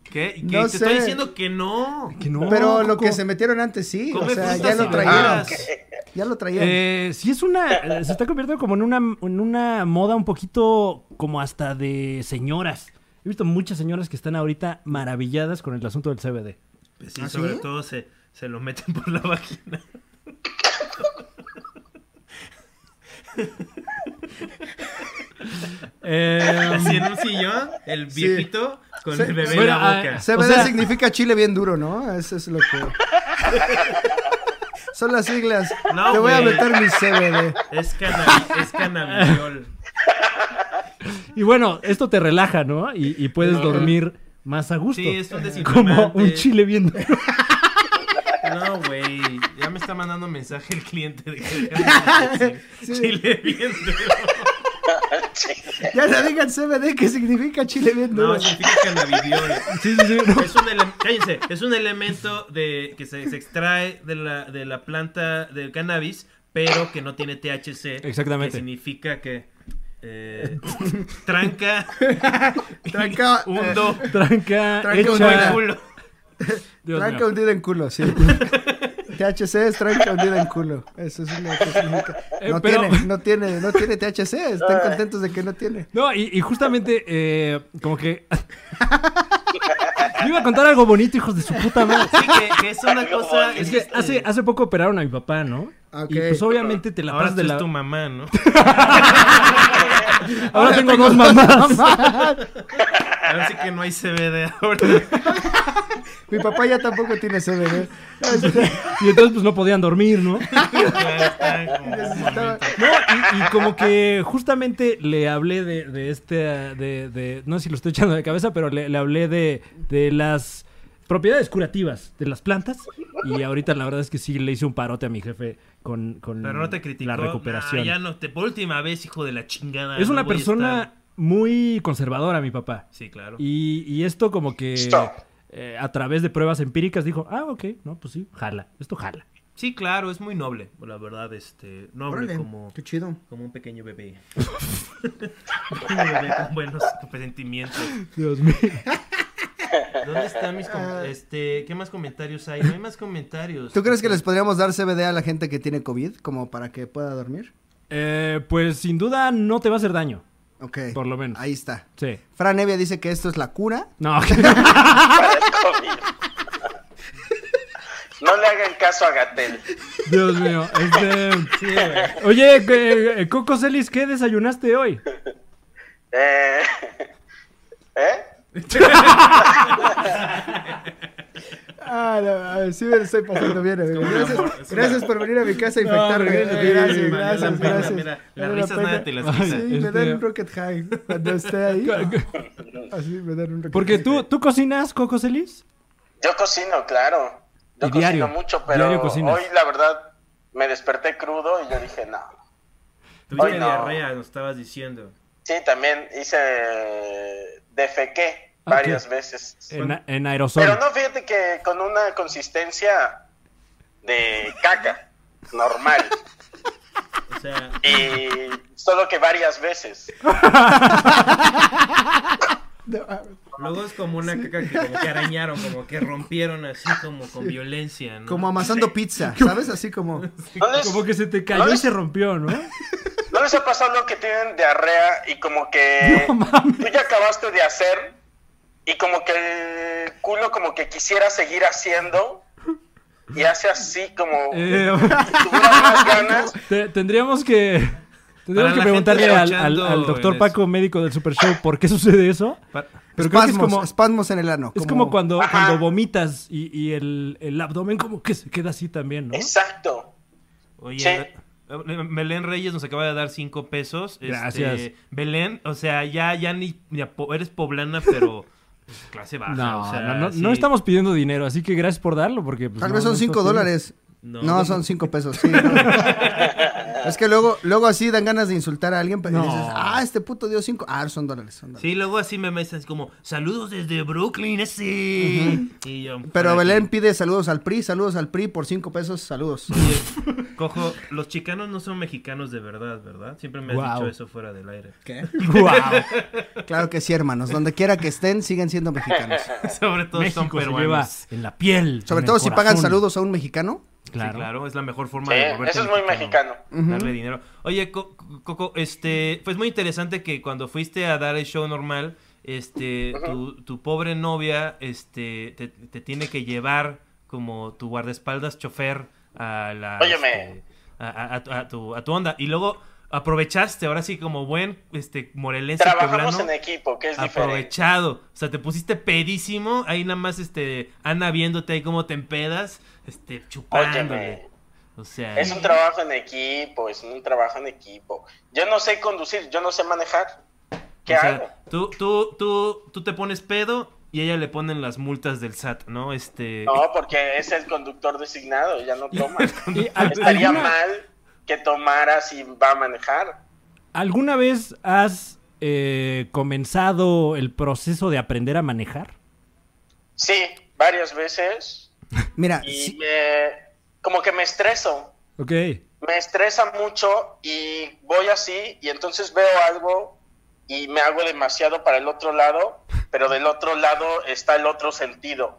[SPEAKER 3] ¿qué? ¿Qué?
[SPEAKER 1] No
[SPEAKER 3] Te estoy
[SPEAKER 1] sé.
[SPEAKER 3] diciendo que no.
[SPEAKER 4] que no,
[SPEAKER 1] Pero lo
[SPEAKER 4] Coco.
[SPEAKER 1] que se metieron antes sí, o
[SPEAKER 3] Come
[SPEAKER 1] sea, ya
[SPEAKER 3] frutas
[SPEAKER 1] lo
[SPEAKER 3] y
[SPEAKER 1] traían.
[SPEAKER 3] verduras.
[SPEAKER 1] Ya lo traían.
[SPEAKER 4] Eh, sí es una, eh, se está convirtiendo como en una, en una moda un poquito como hasta de señoras. He visto muchas señoras que están ahorita maravilladas con el asunto del CBD.
[SPEAKER 3] Pues sí,
[SPEAKER 1] ¿Ah,
[SPEAKER 3] sobre
[SPEAKER 1] sí?
[SPEAKER 3] todo se, se lo meten por la vagina.
[SPEAKER 4] Eh,
[SPEAKER 3] Así en un sillón, el
[SPEAKER 1] Sí.
[SPEAKER 3] viejito con
[SPEAKER 1] Sí.
[SPEAKER 3] el bebé en
[SPEAKER 4] Bueno,
[SPEAKER 3] la
[SPEAKER 4] ah,
[SPEAKER 3] boca.
[SPEAKER 1] CBD
[SPEAKER 4] o sea-
[SPEAKER 1] significa chile bien duro, ¿no? Eso es lo que. Son las siglas.
[SPEAKER 3] No,
[SPEAKER 1] Te voy a
[SPEAKER 3] güey.
[SPEAKER 1] meter mi CBD.
[SPEAKER 3] Es, cannabi- es cannabidiol.
[SPEAKER 4] y bueno, esto te relaja, ¿no? Y, y puedes dormir más a gusto.
[SPEAKER 3] Sí, es un
[SPEAKER 4] como
[SPEAKER 3] desinflamante.
[SPEAKER 4] un chile bien duro.
[SPEAKER 3] No, güey. Ya me está mandando mensaje el cliente de que dejemos de decir chile bien duro.
[SPEAKER 1] Ya no digan CBD, que significa chile bien duro.
[SPEAKER 3] No, significa cannabidiol.
[SPEAKER 4] Sí, sí, sí. no.
[SPEAKER 3] Es un, ele- cállense, es un elemento de, que se, se extrae de la, de la planta del cannabis, pero que no tiene THC.
[SPEAKER 4] Exactamente.
[SPEAKER 3] Que significa que eh, tranca
[SPEAKER 1] Tranca, eh,
[SPEAKER 3] hundo
[SPEAKER 4] Tranca,
[SPEAKER 1] Tranca
[SPEAKER 4] hecha-
[SPEAKER 1] un
[SPEAKER 3] el
[SPEAKER 1] Mira.
[SPEAKER 3] culo.
[SPEAKER 4] Dios
[SPEAKER 1] tranca
[SPEAKER 4] mío.
[SPEAKER 1] hundida en culo, sí. THC es tranca hundida en culo. Eso es lo que significa.
[SPEAKER 4] Eh,
[SPEAKER 1] No
[SPEAKER 4] pero-
[SPEAKER 1] tiene, no tiene, no tiene THC. Están contentos de que no tiene.
[SPEAKER 4] No, y, y justamente, eh, como que... Yo iba a contar algo bonito, hijos de su puta madre.
[SPEAKER 3] Sí, que, que es una cosa.
[SPEAKER 4] Es que
[SPEAKER 3] este,
[SPEAKER 4] hace, hace poco operaron a mi papá, ¿no?
[SPEAKER 1] Ok.
[SPEAKER 4] Y pues obviamente te la
[SPEAKER 3] Ahora
[SPEAKER 4] pasas
[SPEAKER 3] tú
[SPEAKER 4] de
[SPEAKER 3] es
[SPEAKER 4] la...
[SPEAKER 3] tu mamá, ¿no?
[SPEAKER 4] Ahora tengo dos mamás.
[SPEAKER 3] Ahora sí que no hay CBD ahora.
[SPEAKER 1] Mi papá ya tampoco tiene CBD.
[SPEAKER 4] Y entonces pues no podían dormir, ¿no?
[SPEAKER 3] Ya está, como-
[SPEAKER 1] Necesitaba-
[SPEAKER 4] No, y, y como que justamente le hablé de, de este, de, de- no sé si lo estoy echando de cabeza, pero le, le hablé de, de las propiedades curativas de las plantas. Y ahorita la verdad es que sí le hice un parote a mi jefe con, con
[SPEAKER 3] Pero no te criticó.
[SPEAKER 4] la recuperación.
[SPEAKER 3] Nah, ya no, te, por última vez, hijo de la chingada.
[SPEAKER 4] es
[SPEAKER 3] no
[SPEAKER 4] una
[SPEAKER 3] voy a
[SPEAKER 4] persona
[SPEAKER 3] estar-
[SPEAKER 4] muy conservadora, mi papá.
[SPEAKER 3] Sí, claro.
[SPEAKER 4] Y, y esto como que
[SPEAKER 2] Stop.
[SPEAKER 4] eh, a través de pruebas empíricas dijo, ah, ok, no, pues sí, jala, esto jala.
[SPEAKER 3] Sí, claro, es muy noble. La verdad, este, noble
[SPEAKER 1] Órale,
[SPEAKER 3] como,
[SPEAKER 1] Qué chido.
[SPEAKER 3] como un pequeño bebé. un pequeño bebé con buenos presentimientos.
[SPEAKER 4] Dios mío.
[SPEAKER 3] ¿Dónde están mis com-
[SPEAKER 1] Ah.
[SPEAKER 3] este, ¿Qué más comentarios hay? No hay más comentarios.
[SPEAKER 1] ¿Tú crees que les podríamos dar CBD a la gente que tiene COVID como para que pueda dormir?
[SPEAKER 4] Eh, pues sin duda no te va a hacer daño.
[SPEAKER 1] Ok.
[SPEAKER 4] Por lo menos.
[SPEAKER 1] Ahí está.
[SPEAKER 4] Sí.
[SPEAKER 1] Fran Evia dice que esto es la cura.
[SPEAKER 4] No,
[SPEAKER 2] Para el COVID. No le hagan caso a Gatel.
[SPEAKER 4] Dios mío. Este... Oye, eh, eh, Coco Celis, ¿qué desayunaste hoy?
[SPEAKER 2] Eh, ¿Eh?
[SPEAKER 1] Ah, no, a ver, sí me lo estoy pasando bien, amigo.
[SPEAKER 5] como una
[SPEAKER 1] Gracias,
[SPEAKER 5] mor- es
[SPEAKER 1] gracias
[SPEAKER 5] una-
[SPEAKER 1] por venir a mi casa a
[SPEAKER 4] No,
[SPEAKER 1] infectarme.
[SPEAKER 4] hombre,
[SPEAKER 1] gracias,
[SPEAKER 4] sí,
[SPEAKER 1] gracias,
[SPEAKER 5] vale la
[SPEAKER 1] gracias,
[SPEAKER 5] pena,
[SPEAKER 1] gracias.
[SPEAKER 5] mira,
[SPEAKER 1] Vale
[SPEAKER 3] las
[SPEAKER 1] la
[SPEAKER 3] risas
[SPEAKER 1] pena.
[SPEAKER 3] nadie te las
[SPEAKER 1] Ay,
[SPEAKER 3] quita.
[SPEAKER 1] Sí, me dan
[SPEAKER 4] Este-
[SPEAKER 1] un rocket high cuando esté ahí. Así me dan un rocket
[SPEAKER 4] Porque
[SPEAKER 1] high.
[SPEAKER 4] tú, ¿tú cocinas, Coco Celis?
[SPEAKER 2] Yo cocino, claro. Yo
[SPEAKER 4] Y
[SPEAKER 2] cocino
[SPEAKER 4] diario,
[SPEAKER 2] mucho, pero
[SPEAKER 4] diario cocinas.
[SPEAKER 2] hoy la verdad me desperté crudo y yo dije, no.
[SPEAKER 6] Tuviste
[SPEAKER 2] Ay, no.
[SPEAKER 6] diarrea, nos estabas diciendo.
[SPEAKER 2] Sí, también hice defequé
[SPEAKER 4] Ah,
[SPEAKER 2] varias
[SPEAKER 4] ok.
[SPEAKER 2] veces.
[SPEAKER 4] En, en aerosol.
[SPEAKER 2] Pero no, fíjate que con una consistencia de caca normal.
[SPEAKER 6] O sea,
[SPEAKER 2] Y solo que varias veces.
[SPEAKER 1] No, a ver,
[SPEAKER 6] luego es como una caca que como que arañaron, como que rompieron así como con violencia, ¿no?
[SPEAKER 1] Como amasando pizza, ¿sabes? Así como.
[SPEAKER 2] ¿No les,
[SPEAKER 4] Como que se te cayó y se rompió, ¿no?
[SPEAKER 2] no les ha pasado lo que tienen diarrea y como que
[SPEAKER 4] No mames.
[SPEAKER 2] tú ya acabaste de hacer y como que el culo como que quisiera seguir haciendo y hace así como
[SPEAKER 4] Eh,
[SPEAKER 2] si tuviera más ganas?
[SPEAKER 4] te- tendríamos que... Tendríamos
[SPEAKER 6] la
[SPEAKER 4] que
[SPEAKER 6] gente
[SPEAKER 4] preguntarle al, al,
[SPEAKER 3] escuchando
[SPEAKER 4] al doctor
[SPEAKER 3] en
[SPEAKER 4] Paco, médico del Super Show, por qué sucede eso.
[SPEAKER 3] Pa-
[SPEAKER 4] Pero creo que es
[SPEAKER 1] espasmos,
[SPEAKER 4] como,
[SPEAKER 1] espasmos en el ano.
[SPEAKER 4] es como cuando,
[SPEAKER 2] Ajá.
[SPEAKER 4] cuando vomitas y, y el, el abdomen como que se queda así también, ¿no?
[SPEAKER 2] Exacto.
[SPEAKER 3] Oye,
[SPEAKER 2] Sí.
[SPEAKER 3] eh, Belén Reyes nos acaba de dar cinco pesos. Este,
[SPEAKER 4] Gracias.
[SPEAKER 3] Belén, o sea, ya, ya ni, ni a po- eres poblana, pero pues, clase baja.
[SPEAKER 4] No,
[SPEAKER 3] o sea,
[SPEAKER 4] no, no,
[SPEAKER 3] sí.
[SPEAKER 4] no estamos pidiendo dinero, así que gracias por darlo, porque... pues,
[SPEAKER 1] Tal
[SPEAKER 4] no-
[SPEAKER 1] vez son
[SPEAKER 4] no
[SPEAKER 1] 5
[SPEAKER 4] está bien.
[SPEAKER 1] dólares.
[SPEAKER 6] No.
[SPEAKER 1] No, son 5 pesos. Sí, no. es que luego, luego así dan ganas de insultar a alguien. Pero
[SPEAKER 4] No.
[SPEAKER 1] dices, ah, este puto dio 5. Ah, son dólares. Son dólares.
[SPEAKER 3] Sí, luego así me dicen como, saludos desde Brooklyn, ese. Y yo,
[SPEAKER 1] Pero
[SPEAKER 3] "Ay,
[SPEAKER 1] Belén pide saludos al PRI, saludos al PRI por 5 pesos, saludos.
[SPEAKER 3] oye, Cojo, los chicanos no son mexicanos de verdad, ¿verdad? Siempre me has
[SPEAKER 4] Guau.
[SPEAKER 3] dicho eso fuera del aire.
[SPEAKER 4] ¡Guau!
[SPEAKER 1] Claro que sí, hermanos. Donde quiera que estén, siguen siendo mexicanos.
[SPEAKER 3] Sobre todo son
[SPEAKER 4] México se lleva
[SPEAKER 3] peruanos.
[SPEAKER 4] en la piel.
[SPEAKER 1] Sobre
[SPEAKER 4] en
[SPEAKER 1] todo
[SPEAKER 4] el
[SPEAKER 1] si pagan
[SPEAKER 4] corazón.
[SPEAKER 1] saludos a un mexicano.
[SPEAKER 3] Claro.
[SPEAKER 4] Claro.
[SPEAKER 3] claro, es la mejor forma
[SPEAKER 2] Sí,
[SPEAKER 3] de volverte
[SPEAKER 2] eso es muy mexicano.
[SPEAKER 3] Darle dinero. Oye, Co- Co- Coco, este, fue muy interesante que cuando fuiste a dar el show normal, este, tu, tu pobre novia, este, te, te tiene que llevar como tu guardaespaldas chofer a la,
[SPEAKER 2] Óyeme.
[SPEAKER 3] este, a, a- a tu- a tu, a tu onda. Y luego aprovechaste, ahora sí, como buen, este, morelense
[SPEAKER 2] Trabajamos en
[SPEAKER 3] poblano,
[SPEAKER 2] equipo, que es diferente.
[SPEAKER 3] aprovechado. O sea, te pusiste pedísimo, ahí nada más, este, Ana viéndote ahí cómo te empedas, este, chupándole.
[SPEAKER 2] Óyeme.
[SPEAKER 3] O sea,
[SPEAKER 2] Es un trabajo en equipo, es un trabajo en equipo. Yo no sé conducir, yo no sé manejar. ¿Qué
[SPEAKER 3] O sea, eh,
[SPEAKER 2] hago?
[SPEAKER 3] tú, tú, tú, tú te pones pedo y a ella le ponen las multas del SAT, ¿no? Este.
[SPEAKER 2] No, porque es el conductor designado, ya no toma.
[SPEAKER 4] Y
[SPEAKER 3] Ah,
[SPEAKER 4] al-
[SPEAKER 2] Estaría
[SPEAKER 4] alguna-
[SPEAKER 2] mal que tomara si va a manejar.
[SPEAKER 4] ¿Alguna vez has eh, comenzado el proceso de aprender a manejar?
[SPEAKER 2] Sí, varias veces.
[SPEAKER 1] Mira,
[SPEAKER 2] Y
[SPEAKER 1] sí-
[SPEAKER 2] me- como que me estreso.
[SPEAKER 4] Ok.
[SPEAKER 2] Me estresa mucho y voy así y entonces veo algo y me hago demasiado para el otro lado, pero del otro lado está el otro sentido.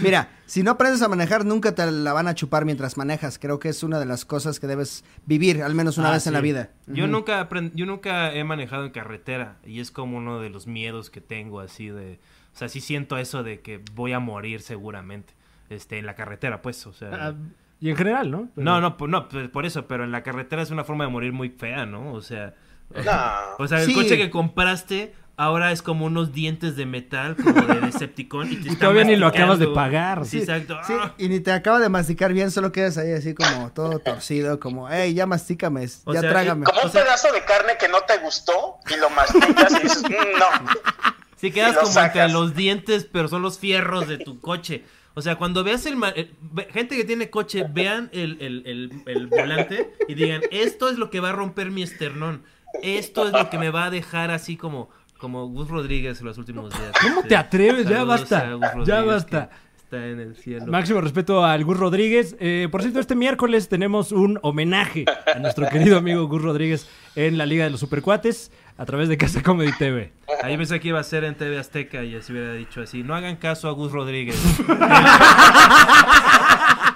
[SPEAKER 1] mira, si no aprendes a manejar, nunca te la van a chupar mientras manejas. Creo que es una de las cosas que debes vivir, al menos una
[SPEAKER 4] Ah,
[SPEAKER 1] vez en la
[SPEAKER 4] sí.
[SPEAKER 1] vida.
[SPEAKER 3] Yo
[SPEAKER 1] Ujú.
[SPEAKER 3] nunca aprend- yo nunca he manejado en carretera y es como uno de los miedos que tengo así de, o sea, sí siento eso de que voy a morir seguramente, este, en la carretera, pues, o sea.
[SPEAKER 4] Ah, y en general, ¿no? Pero-
[SPEAKER 3] no, no, por, no, por por eso, pero en la carretera es una forma de morir muy fea, ¿no? O sea,
[SPEAKER 2] No.
[SPEAKER 3] o sea, el
[SPEAKER 1] Sí.
[SPEAKER 3] coche que compraste ahora es como unos dientes de metal como de Decepticon y, te
[SPEAKER 4] Y
[SPEAKER 3] está
[SPEAKER 4] todavía ni lo
[SPEAKER 3] masticando.
[SPEAKER 4] acabas de pagar.
[SPEAKER 3] Sí, exacto.
[SPEAKER 1] Sí,
[SPEAKER 3] Ah.
[SPEAKER 1] y ni te acaba de masticar bien, solo quedas ahí así como todo torcido, como, hey, ya mastícame,
[SPEAKER 3] O
[SPEAKER 1] ya
[SPEAKER 3] sea,
[SPEAKER 1] trágame.
[SPEAKER 2] Como un pedazo de carne que no te gustó y lo masticas y dices, "Mm, no.
[SPEAKER 3] Si quedas
[SPEAKER 2] Y lo
[SPEAKER 3] como entre
[SPEAKER 2] sacas.
[SPEAKER 3] los dientes, pero son los fierros de tu coche. O sea, cuando veas el... ma- eh, ve- Gente que tiene coche, vean el, el- el- el volante y digan, esto es lo que va a romper mi esternón. Esto es lo que me va a dejar así como, como Gus Rodríguez en los últimos días.
[SPEAKER 4] ¿Cómo
[SPEAKER 3] Sí.
[SPEAKER 4] te atreves? Ya
[SPEAKER 3] Saludos
[SPEAKER 4] basta,
[SPEAKER 3] a Gus
[SPEAKER 4] ya
[SPEAKER 3] Rodríguez,
[SPEAKER 4] basta.
[SPEAKER 3] que Está en el cielo.
[SPEAKER 4] Máximo respeto a Gus Rodríguez. Eh, por cierto, este miércoles tenemos un homenaje a nuestro querido amigo Gus Rodríguez en la Liga de los Supercuates a través de Casa Comedy TV.
[SPEAKER 3] Ahí pensé que iba a ser en TV Azteca y así hubiera dicho así. No hagan caso a Gus Rodríguez.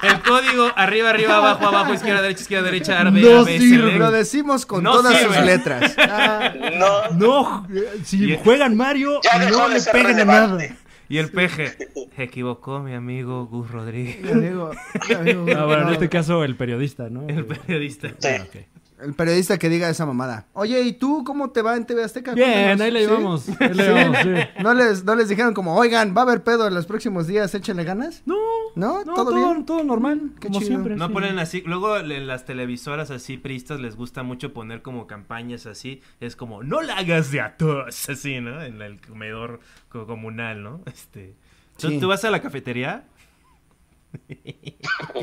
[SPEAKER 3] El código arriba, arriba, abajo, abajo, izquierda, derecha, izquierda, derecha, A, B, A,
[SPEAKER 1] No
[SPEAKER 3] B,
[SPEAKER 1] sirve,
[SPEAKER 3] select.
[SPEAKER 1] lo decimos con
[SPEAKER 3] No
[SPEAKER 1] todas
[SPEAKER 3] sirve.
[SPEAKER 1] sus letras. Ah,
[SPEAKER 2] No,
[SPEAKER 4] No, eh, si juegan Mario,
[SPEAKER 2] ya dejó
[SPEAKER 4] no
[SPEAKER 2] de
[SPEAKER 4] le
[SPEAKER 2] ser
[SPEAKER 4] peguen a
[SPEAKER 2] relevante.
[SPEAKER 4] nada.
[SPEAKER 3] Y el peje. Se equivocó mi amigo Gus Rodríguez,
[SPEAKER 1] amigo, amigo,
[SPEAKER 4] Ah, bueno, en
[SPEAKER 1] no.
[SPEAKER 4] este caso el periodista, ¿no?
[SPEAKER 3] el periodista.
[SPEAKER 2] Sí.
[SPEAKER 4] Ok.
[SPEAKER 1] El periodista que diga esa mamada. Oye, ¿y tú cómo te va en TV Azteca?
[SPEAKER 4] Bien,
[SPEAKER 1] Cuéntanos.
[SPEAKER 4] ahí la
[SPEAKER 1] ¿Sí?
[SPEAKER 4] llevamos. ahí la llevamos, sí.
[SPEAKER 1] ¿No les, ¿No les dijeron como, oigan, va a haber pedo en los próximos días, échenle ganas?
[SPEAKER 4] No,
[SPEAKER 1] ¿No?
[SPEAKER 4] no,
[SPEAKER 1] ¿Todo
[SPEAKER 4] todo,
[SPEAKER 1] bien?
[SPEAKER 4] todo normal,
[SPEAKER 1] Qué
[SPEAKER 4] como
[SPEAKER 1] chido.
[SPEAKER 4] siempre.
[SPEAKER 3] No
[SPEAKER 4] sí.
[SPEAKER 3] ponen así, luego en las televisoras así pristas les gusta mucho poner como campañas así, es como no la hagas de a todos", así, ¿no? En el comedor co- comunal, ¿no? Este, ¿tú,
[SPEAKER 1] Sí.
[SPEAKER 3] tú vas a la cafetería?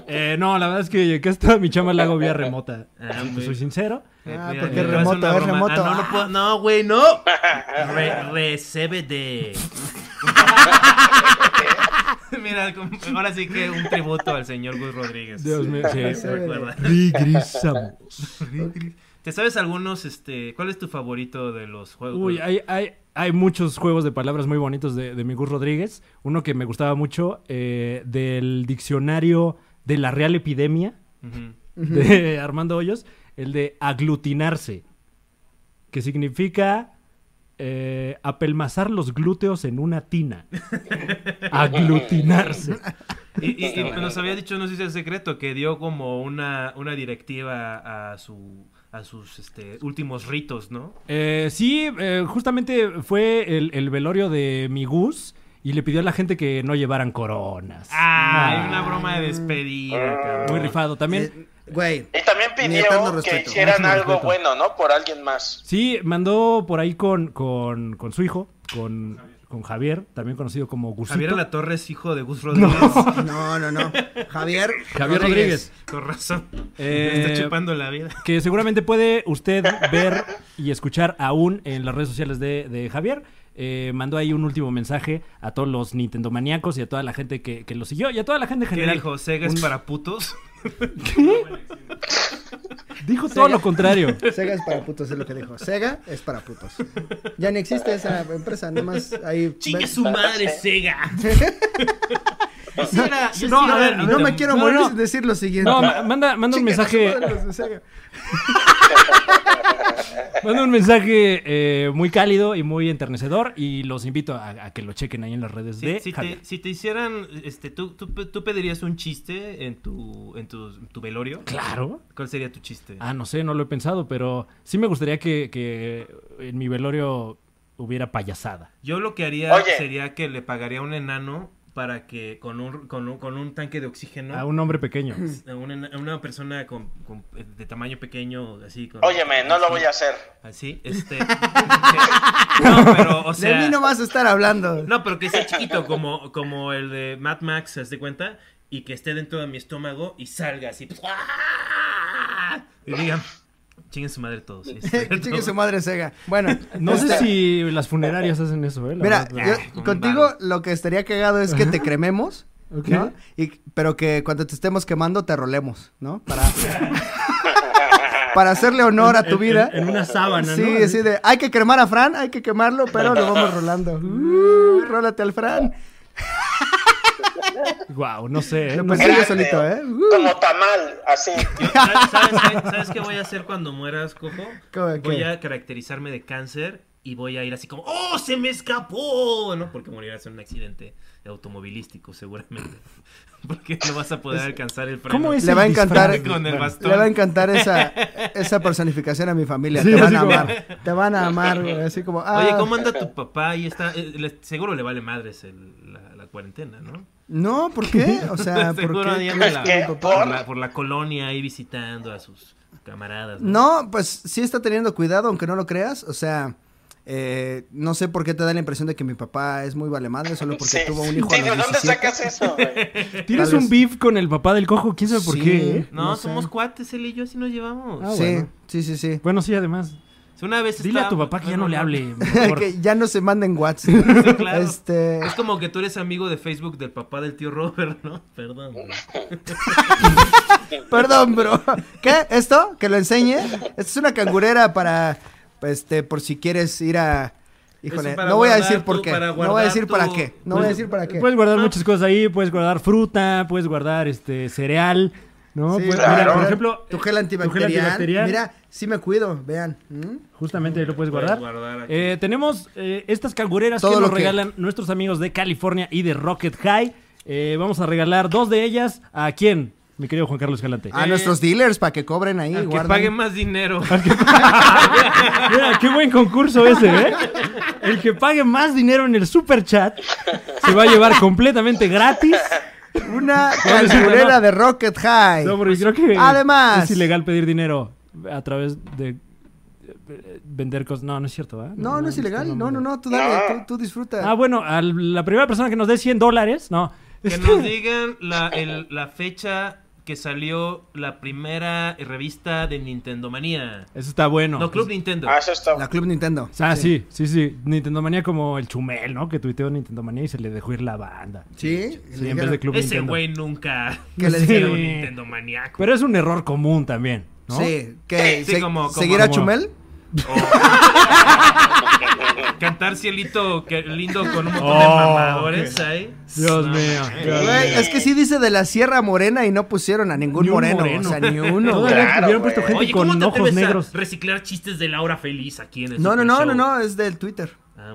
[SPEAKER 4] Eh, no, la verdad es que acá está mi chama la hago vía remota.
[SPEAKER 3] Ah,
[SPEAKER 4] Si te
[SPEAKER 1] pues,
[SPEAKER 3] güey.
[SPEAKER 4] soy sincero.
[SPEAKER 3] Eh,
[SPEAKER 1] Ah,
[SPEAKER 3] mira,
[SPEAKER 1] porque
[SPEAKER 3] te
[SPEAKER 1] es
[SPEAKER 3] voy a
[SPEAKER 1] remoto, es
[SPEAKER 3] hacer una broma.
[SPEAKER 1] remoto.
[SPEAKER 3] Ah, no, no puedo- no, güey, no. Re, re CBD. Mira, como- ahora sí que un tributo al señor Gus Rodríguez.
[SPEAKER 4] Dios mío, sí.
[SPEAKER 3] Se recuerda.
[SPEAKER 4] Regresamos.
[SPEAKER 3] ¿Te sabes algunos, este, cuál es tu favorito de los juegos?
[SPEAKER 4] Uy, hay, hay, hay muchos juegos de palabras muy bonitos de, de mi Gus Rodríguez. Uno que me gustaba mucho, eh, del diccionario de la Real Epidemia,
[SPEAKER 3] Ujú.
[SPEAKER 4] de Armando Hoyos, el de aglutinarse, que significa eh, apelmazar los glúteos en una tina. aglutinarse.
[SPEAKER 3] Y, y-
[SPEAKER 4] Este,
[SPEAKER 3] y nos había dicho, no sé si es secreto, que dio como una, una directiva a su a sus este, últimos ritos, ¿no?
[SPEAKER 4] Eh, sí, eh, justamente fue el, el velorio de mi Gus y le pidió a la gente que no llevaran coronas.
[SPEAKER 3] Ah,
[SPEAKER 4] Ah.
[SPEAKER 3] hay una broma de despedida, cabrón.
[SPEAKER 4] Muy rifado también.
[SPEAKER 1] Eh, Güey.
[SPEAKER 2] Y también
[SPEAKER 1] Mi eterno
[SPEAKER 2] pidió que
[SPEAKER 1] respeto,
[SPEAKER 2] hicieran
[SPEAKER 4] máximo
[SPEAKER 2] algo
[SPEAKER 4] respeto.
[SPEAKER 2] bueno, ¿no? Por alguien más.
[SPEAKER 4] Sí, mandó por ahí con, con, con su hijo, con, con Javier, también conocido como Gusito.
[SPEAKER 3] Javier La Torre es hijo de Gus Rodríguez.
[SPEAKER 1] No, no, no. Javier.
[SPEAKER 4] Javier Rodríguez.
[SPEAKER 3] Con razón.
[SPEAKER 4] Eh,
[SPEAKER 3] Me está chupando la vida.
[SPEAKER 4] Que seguramente puede usted ver y escuchar aún en las redes sociales de, de Javier. Eh, mandó ahí un último mensaje a todos los Nintendo maníacos y a toda la gente que, que lo siguió y a toda la gente en
[SPEAKER 3] ¿Qué
[SPEAKER 4] general.
[SPEAKER 3] dijo? ¿Sega es para putos?
[SPEAKER 4] Dijo todo lo contrario.
[SPEAKER 1] Sega es para putos, es lo que dijo. Sega es para putos. Ya ni existe esa empresa, nomás ahí.
[SPEAKER 6] Chingue su madre, Sega.
[SPEAKER 3] Quisiera- yo
[SPEAKER 4] no,
[SPEAKER 3] quisiera-
[SPEAKER 4] a ver, a
[SPEAKER 1] No me quiero
[SPEAKER 4] No,
[SPEAKER 1] morir
[SPEAKER 4] no.
[SPEAKER 1] sin decir lo siguiente.
[SPEAKER 4] No, ma- manda, manda un
[SPEAKER 1] Chingue su
[SPEAKER 4] mensaje.
[SPEAKER 1] madre los de Sega.
[SPEAKER 4] Manda un mensaje eh, muy cálido y muy enternecedor y los invito a, a que lo chequen ahí en las redes
[SPEAKER 3] Si,
[SPEAKER 4] de
[SPEAKER 3] si
[SPEAKER 4] Javier.
[SPEAKER 3] te, si te hicieran, este, ¿tú, tú, tú pedirías un chiste en tu, en tu, tu velorio?
[SPEAKER 4] Claro.
[SPEAKER 3] ¿Cuál sería tu chiste?
[SPEAKER 4] Ah, no sé, no lo he pensado, pero sí me gustaría que, que en mi velorio hubiera payasada.
[SPEAKER 3] Yo lo que haría
[SPEAKER 2] Oye.
[SPEAKER 3] sería que le pagaría a un enano para que con un, con un, con un tanque de oxígeno
[SPEAKER 4] A un hombre pequeño.
[SPEAKER 3] a un ena- a una persona con, con- de tamaño pequeño así con,
[SPEAKER 2] Óyeme, no lo voy a hacer.
[SPEAKER 3] así este no pero o
[SPEAKER 1] De
[SPEAKER 3] sea
[SPEAKER 1] mí no vas a estar hablando.
[SPEAKER 3] no pero que sea chiquito como como el de Mad Max haz de cuenta y que esté dentro de mi estómago y salga así pues, ¡ah! y digan chinguen su madre todos este,
[SPEAKER 1] Chingue su
[SPEAKER 3] ¿no?
[SPEAKER 1] madre Sega. Bueno,
[SPEAKER 4] No sé
[SPEAKER 1] este,
[SPEAKER 4] si las funerarias hacen eso, ¿eh? La
[SPEAKER 1] Mira,
[SPEAKER 4] verdad,
[SPEAKER 1] yo-
[SPEAKER 3] ah, con
[SPEAKER 1] contigo
[SPEAKER 3] varo.
[SPEAKER 1] lo que estaría cagado es que te crememos,
[SPEAKER 4] Ok.
[SPEAKER 1] ¿no? Y, pero que cuando te estemos quemando te rolemos, ¿no? Para, para hacerle honor a tu vida.
[SPEAKER 4] En una sábana,
[SPEAKER 1] sí,
[SPEAKER 4] ¿no?
[SPEAKER 1] sí, de, hay que cremar a Fran, hay que quemarlo, pero lo vamos rolando. Uh, rólate al Fran.
[SPEAKER 4] Wow, no sé. ¿eh?
[SPEAKER 1] Lo
[SPEAKER 4] No
[SPEAKER 1] pensé
[SPEAKER 4] sé.
[SPEAKER 1] yo
[SPEAKER 2] Grande,
[SPEAKER 1] solito,
[SPEAKER 2] o-
[SPEAKER 1] ¿eh? Uh.
[SPEAKER 2] Como tamal, así.
[SPEAKER 3] Yo- ¿sabes, sabes qué, ¿Sabes qué voy a hacer cuando mueras, Coco?
[SPEAKER 1] ¿Cómo
[SPEAKER 3] Voy
[SPEAKER 1] qué?
[SPEAKER 3] a caracterizarme de cáncer y voy a ir así como, ¡Oh, se me escapó! ¿No? Porque morirás en un accidente automovilístico, seguramente. Porque no vas a poder alcanzar el freno.
[SPEAKER 4] ¿Cómo es?
[SPEAKER 1] Le va a
[SPEAKER 4] el
[SPEAKER 1] encantar,
[SPEAKER 4] disfraz?
[SPEAKER 3] Con el bastón.
[SPEAKER 1] le va a encantar esa, esa personificación a mi familia.
[SPEAKER 4] Sí,
[SPEAKER 1] te van
[SPEAKER 4] así
[SPEAKER 1] a
[SPEAKER 4] como-
[SPEAKER 1] amar, te van a amar, güey, así como. Ah,
[SPEAKER 3] Oye, ¿cómo anda tu papá? Y está, eh, le- seguro le vale madres el- la, la cuarentena, ¿no?
[SPEAKER 1] No, ¿por qué? O sea, ¿por
[SPEAKER 3] seguro ahí
[SPEAKER 1] qué?
[SPEAKER 3] anda la-
[SPEAKER 2] ¿Qué?
[SPEAKER 3] por, la, por la colonia ahí visitando a sus camaradas.
[SPEAKER 1] No, pues sí está teniendo cuidado, aunque no lo creas. O sea, eh, no sé por qué te da la impresión de que mi papá es muy vale madre, solo porque
[SPEAKER 2] Sí.
[SPEAKER 1] tuvo un hijo.
[SPEAKER 2] Sí,
[SPEAKER 1] a
[SPEAKER 2] ¿de
[SPEAKER 1] los
[SPEAKER 2] dónde
[SPEAKER 1] 17.
[SPEAKER 2] sacas eso, güey?
[SPEAKER 4] Tienes
[SPEAKER 1] Tal vez-
[SPEAKER 4] un beef con el papá del cojo, quién sabe por
[SPEAKER 1] Sí.
[SPEAKER 4] qué. ¿eh?
[SPEAKER 3] No,
[SPEAKER 1] no sé.
[SPEAKER 3] somos cuates, él y yo así nos llevamos.
[SPEAKER 4] Ah,
[SPEAKER 1] sí,
[SPEAKER 4] bueno.
[SPEAKER 1] sí, sí, sí.
[SPEAKER 4] Bueno, sí, además.
[SPEAKER 3] O sea, Una vez
[SPEAKER 4] Dile a tu
[SPEAKER 3] estábamos-
[SPEAKER 4] papá que ya no
[SPEAKER 3] bueno,
[SPEAKER 4] le hable. por favor.
[SPEAKER 1] que ya no se manden WhatsApp.
[SPEAKER 3] Sí, claro.
[SPEAKER 1] Este,
[SPEAKER 3] Es como que tú eres amigo de Facebook del papá del tío Robert, ¿no? Perdón. güey.
[SPEAKER 1] perdón, bro. ¿Qué? ¿Esto? ¿Que lo enseñe? Esta es una cangurera para, este, por si quieres ir a... Híjole,
[SPEAKER 3] Eso para
[SPEAKER 1] no voy a
[SPEAKER 3] guardar
[SPEAKER 1] decir por
[SPEAKER 3] tu-
[SPEAKER 1] qué.
[SPEAKER 3] para
[SPEAKER 1] No voy a decir
[SPEAKER 3] guardar
[SPEAKER 1] para
[SPEAKER 3] tu-
[SPEAKER 1] qué. No voy a decir para qué.
[SPEAKER 4] Puedes
[SPEAKER 3] Ah.
[SPEAKER 4] guardar muchas cosas ahí, puedes guardar fruta, puedes guardar este cereal, ¿no?
[SPEAKER 1] Sí,
[SPEAKER 4] Puedes-
[SPEAKER 1] claro.
[SPEAKER 4] Mira, por ejemplo,
[SPEAKER 1] tu gel antibacterial.
[SPEAKER 4] antibacterial.
[SPEAKER 1] Mira, sí me cuido, vean. ¿Mm?
[SPEAKER 4] justamente ahí lo puedes
[SPEAKER 3] Puedes
[SPEAKER 4] guardar.
[SPEAKER 3] guardar aquí.
[SPEAKER 4] Eh, tenemos eh, estas cangureras
[SPEAKER 1] Todo
[SPEAKER 4] que
[SPEAKER 1] lo
[SPEAKER 4] nos
[SPEAKER 1] que-
[SPEAKER 4] regalan nuestros amigos de California y de Rocket High. Eh, vamos a regalar dos de ellas. ¿A quién? mi querido Juan Carlos Galante?
[SPEAKER 1] A nuestros dealers para que cobren ahí.
[SPEAKER 6] Al que
[SPEAKER 1] guarden.
[SPEAKER 6] pague más dinero.
[SPEAKER 4] Mira, qué buen concurso ese, ¿eh? El que pague más dinero en el super chat se va a llevar completamente gratis.
[SPEAKER 1] Una
[SPEAKER 4] es cierto,
[SPEAKER 1] canturera
[SPEAKER 4] no.
[SPEAKER 1] de Rocket High.
[SPEAKER 4] No, porque creo que
[SPEAKER 1] pues, Además.
[SPEAKER 4] es ilegal pedir dinero a través de eh, vender cosas. No, no es cierto, ¿verdad?
[SPEAKER 1] No, no es
[SPEAKER 4] está
[SPEAKER 1] ilegal. No,
[SPEAKER 4] mamando.
[SPEAKER 1] no, no. Tú dale,
[SPEAKER 2] No.
[SPEAKER 1] tú, tú disfruta.
[SPEAKER 4] Ah, bueno, a la primera persona que nos dé 100 dólares, no.
[SPEAKER 3] Que nos digan la, el- la fecha que salió la primera revista de Nintendo Manía.
[SPEAKER 4] Eso está bueno.
[SPEAKER 3] No, Club Nintendo.
[SPEAKER 2] Ah, eso está.
[SPEAKER 1] La Club Nintendo.
[SPEAKER 4] Ah, sí, sí, sí. Nintendo Manía como el chumel, ¿no? Que tuiteó Nintendo Manía y se le dejó ir la banda.
[SPEAKER 1] Sí.
[SPEAKER 4] Sí,
[SPEAKER 1] le
[SPEAKER 4] en vez
[SPEAKER 1] dijeron-
[SPEAKER 4] de Club
[SPEAKER 3] Ese
[SPEAKER 4] Nintendo.
[SPEAKER 3] güey nunca
[SPEAKER 1] ¿Qué le
[SPEAKER 4] Sí.
[SPEAKER 3] era un Nintendo maníaco.
[SPEAKER 4] Pero es un error común también, ¿no?
[SPEAKER 1] Sí, que
[SPEAKER 3] Sí,
[SPEAKER 1] se-
[SPEAKER 3] como- como-
[SPEAKER 1] seguir a
[SPEAKER 4] como-
[SPEAKER 1] Chumel.
[SPEAKER 3] Cantar cielito que- lindo con un montón de
[SPEAKER 4] Oh,
[SPEAKER 3] mamadores ahí.
[SPEAKER 4] Dios
[SPEAKER 3] No,
[SPEAKER 4] mío. Dios mío.
[SPEAKER 1] Güey, es que sí dice de la Sierra Morena y no pusieron a ningún
[SPEAKER 4] Ni un
[SPEAKER 1] moreno,
[SPEAKER 4] moreno.
[SPEAKER 1] O sea, ni uno. güey.
[SPEAKER 4] Todavía
[SPEAKER 2] Claro,
[SPEAKER 4] hubieran puesto
[SPEAKER 2] güey.
[SPEAKER 4] gente
[SPEAKER 3] Oye, ¿cómo
[SPEAKER 4] con
[SPEAKER 3] te
[SPEAKER 4] ojos
[SPEAKER 3] atreves
[SPEAKER 4] negros.
[SPEAKER 3] a reciclar chistes de Laura Feliz aquí en el
[SPEAKER 1] No, no,
[SPEAKER 3] Super
[SPEAKER 1] no,
[SPEAKER 3] Show?
[SPEAKER 1] no, no. Es del Twitter.
[SPEAKER 3] Ah,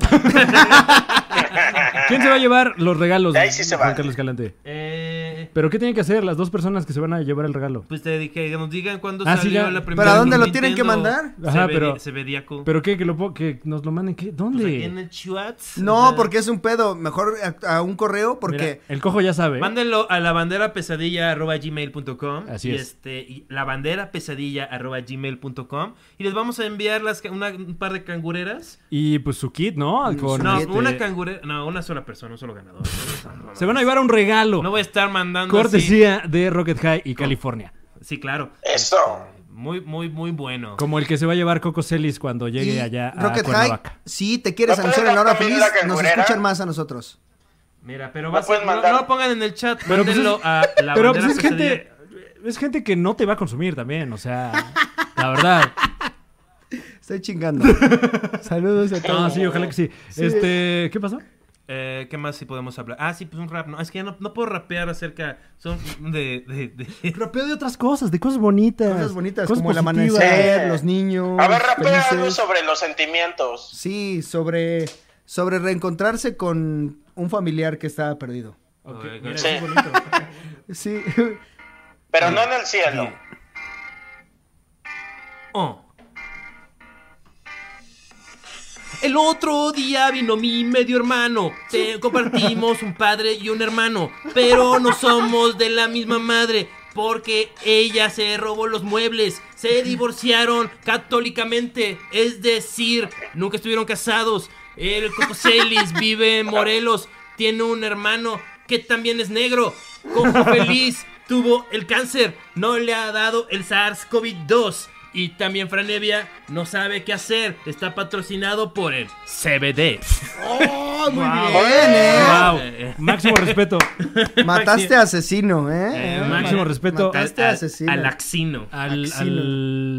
[SPEAKER 1] Ah.
[SPEAKER 4] ¿Quién se va a llevar los regalos?
[SPEAKER 2] De ahí sí se
[SPEAKER 4] Juan
[SPEAKER 2] vale.
[SPEAKER 4] Carlos Calante.
[SPEAKER 3] eh,
[SPEAKER 4] ¿Pero qué tienen que hacer las dos personas que se van a llevar el regalo?
[SPEAKER 3] pues te dije, que nos digan cuándo
[SPEAKER 4] Ah, sí,
[SPEAKER 3] salió
[SPEAKER 4] ya.
[SPEAKER 3] la
[SPEAKER 4] ¿Pero
[SPEAKER 3] primera.
[SPEAKER 1] a dónde
[SPEAKER 3] Club
[SPEAKER 1] lo tienen que
[SPEAKER 3] Nintendo.
[SPEAKER 1] mandar?
[SPEAKER 4] Ajá,
[SPEAKER 3] Severi-
[SPEAKER 4] pero-
[SPEAKER 3] Severiaco.
[SPEAKER 4] ¿Pero qué? ¿Que, lo po- que nos lo manden? ¿Qué?
[SPEAKER 3] Pues aquí en
[SPEAKER 4] ¿Dónde?
[SPEAKER 3] el Chuats.
[SPEAKER 1] No,
[SPEAKER 3] Ajá.
[SPEAKER 1] porque es un pedo. Mejor a, a un correo porque
[SPEAKER 4] Mira, el cojo ya sabe.
[SPEAKER 3] Mándenlo a labanderapesadilla.gmail.com
[SPEAKER 4] Así
[SPEAKER 3] y
[SPEAKER 4] es.
[SPEAKER 3] Este, y labanderapesadilla.gmail.com y les vamos a enviar las, ca- una- un par de cangureras.
[SPEAKER 4] Y pues su kit, ¿no?
[SPEAKER 1] Mm,
[SPEAKER 4] Con,
[SPEAKER 3] No,
[SPEAKER 4] este,
[SPEAKER 3] una cangurera, no, una sola persona, un solo ganador.
[SPEAKER 4] Se van a llevar un regalo.
[SPEAKER 3] No voy a estar mandando así.
[SPEAKER 4] cortesía de Rocket High y California.
[SPEAKER 3] Sí, claro.
[SPEAKER 2] Eso.
[SPEAKER 3] Muy, muy, muy bueno.
[SPEAKER 4] Como el que se va a llevar Coco Celis cuando llegue
[SPEAKER 1] y
[SPEAKER 4] allá a
[SPEAKER 1] Rocket High,
[SPEAKER 4] Cuernavaca.
[SPEAKER 1] si te quieres
[SPEAKER 2] ¿No
[SPEAKER 1] anunciar en
[SPEAKER 2] pueden
[SPEAKER 1] la hora
[SPEAKER 2] dar también
[SPEAKER 1] feliz,
[SPEAKER 2] la
[SPEAKER 1] nos
[SPEAKER 2] cangurera?
[SPEAKER 1] escuchan más a nosotros.
[SPEAKER 3] Mira, pero
[SPEAKER 2] No
[SPEAKER 3] vas,
[SPEAKER 2] pueden
[SPEAKER 3] no,
[SPEAKER 2] mandar.
[SPEAKER 3] no lo pongan en el chat,
[SPEAKER 4] Pero pues
[SPEAKER 3] mándenlo
[SPEAKER 4] es-
[SPEAKER 3] a la
[SPEAKER 4] Pero pues es gente, es gente que no te va a consumir también, o sea, la verdad.
[SPEAKER 1] Estoy chingando. Saludos a
[SPEAKER 4] No,
[SPEAKER 1] todos.
[SPEAKER 4] Ah, sí, ojalá que sí. Este, ¿qué pasó?
[SPEAKER 3] Eh, ¿Qué más si podemos hablar? Ah, sí, pues un rap. No, es que ya no, no puedo rapear acerca. Son de. de, de-
[SPEAKER 4] Rapeo de otras cosas, de cosas bonitas.
[SPEAKER 1] Cosas bonitas
[SPEAKER 4] cosas
[SPEAKER 1] como el
[SPEAKER 4] positivas.
[SPEAKER 1] amanecer, los niños.
[SPEAKER 2] A ver, rapea
[SPEAKER 1] felices.
[SPEAKER 2] algo sobre los sentimientos.
[SPEAKER 1] Sí, sobre, sobre reencontrarse con un familiar que estaba perdido.
[SPEAKER 4] Ok,
[SPEAKER 3] Oiga.
[SPEAKER 4] mira,
[SPEAKER 2] Sí.
[SPEAKER 4] qué bonito.
[SPEAKER 1] Sí.
[SPEAKER 2] Pero no en el cielo.
[SPEAKER 3] Oh. El otro día vino mi medio hermano. Te- compartimos un padre y un hermano. Pero no somos de la misma madre. Porque ella se robó los muebles. Se divorciaron católicamente. Es decir, nunca estuvieron casados. El Coco Celis vive en Morelos. Tiene un hermano que también es negro. Coco Feliz tuvo el cáncer. No le ha dado el SARS-CoV-2. Y también Franevia no sabe qué hacer. Está patrocinado por el CBD.
[SPEAKER 1] ¡Oh, muy bien, eh!
[SPEAKER 4] Wow, máximo respeto
[SPEAKER 1] Mataste a asesino, ¿eh?
[SPEAKER 3] Eh,
[SPEAKER 4] máximo
[SPEAKER 1] Mat-
[SPEAKER 4] respeto
[SPEAKER 3] Este
[SPEAKER 1] Mataste a asesino.
[SPEAKER 3] Al axino.
[SPEAKER 4] al,
[SPEAKER 1] Axilo.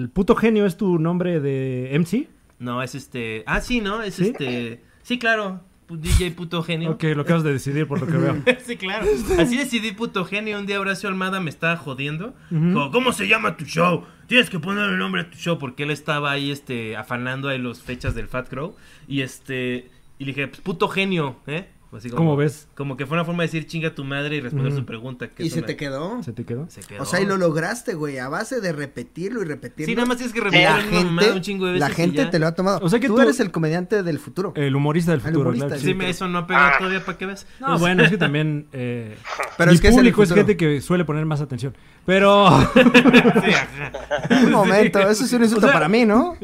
[SPEAKER 4] al puto genio es tu nombre de MC.
[SPEAKER 3] No, es este. Ah, sí, ¿no? Es
[SPEAKER 4] ¿Sí?
[SPEAKER 3] este. Sí, claro. Pu- DJ puto genio.
[SPEAKER 4] Ok, lo acabas de decidir por lo que veo.
[SPEAKER 3] Sí, claro. Así decidí, puto genio. Un día Horacio Almada me estaba jodiendo. Dijo, ¿Cómo se llama tu show? Tienes que poner el nombre a tu show. Porque él estaba ahí, este, afanando ahí las fechas del Fat Crow. Y este. Y le dije, pues, puto genio, ¿eh? Así
[SPEAKER 4] ¿Cómo ves?
[SPEAKER 3] Como que fue una forma de decir chinga tu madre y responder
[SPEAKER 4] Ujú.
[SPEAKER 3] su pregunta. que
[SPEAKER 1] ¿Y
[SPEAKER 3] es
[SPEAKER 1] se
[SPEAKER 3] una-
[SPEAKER 1] te quedó?
[SPEAKER 4] ¿Se te quedó?
[SPEAKER 3] Se quedó.
[SPEAKER 1] O sea, y lo lograste, güey, a base de repetirlo y repetirlo.
[SPEAKER 3] Sí, nada más tienes que repetir
[SPEAKER 1] La
[SPEAKER 3] una mamada
[SPEAKER 1] gente,
[SPEAKER 3] un chingo de veces.
[SPEAKER 1] la
[SPEAKER 3] y
[SPEAKER 1] gente
[SPEAKER 3] ya.
[SPEAKER 1] te lo ha tomado.
[SPEAKER 4] O sea que
[SPEAKER 1] tú,
[SPEAKER 4] tú- Eh,
[SPEAKER 1] eres el comediante del futuro.
[SPEAKER 4] El humorista del
[SPEAKER 1] El
[SPEAKER 4] futuro,
[SPEAKER 1] humorista
[SPEAKER 4] claro.
[SPEAKER 1] del
[SPEAKER 3] Sí,
[SPEAKER 4] sí.
[SPEAKER 3] me- eso no ha pegado todavía, ¿para qué ves?
[SPEAKER 4] Ah.
[SPEAKER 3] Pues,
[SPEAKER 4] No, bueno, es que también. Eh,
[SPEAKER 1] Pero
[SPEAKER 4] mi
[SPEAKER 1] es que es el
[SPEAKER 4] público es,
[SPEAKER 1] futuro.
[SPEAKER 4] gente que suele poner más atención. Pero.
[SPEAKER 3] Sí, ajá.
[SPEAKER 1] Un momento, eso es un insulto
[SPEAKER 4] O sea-
[SPEAKER 1] para mí, ¿no?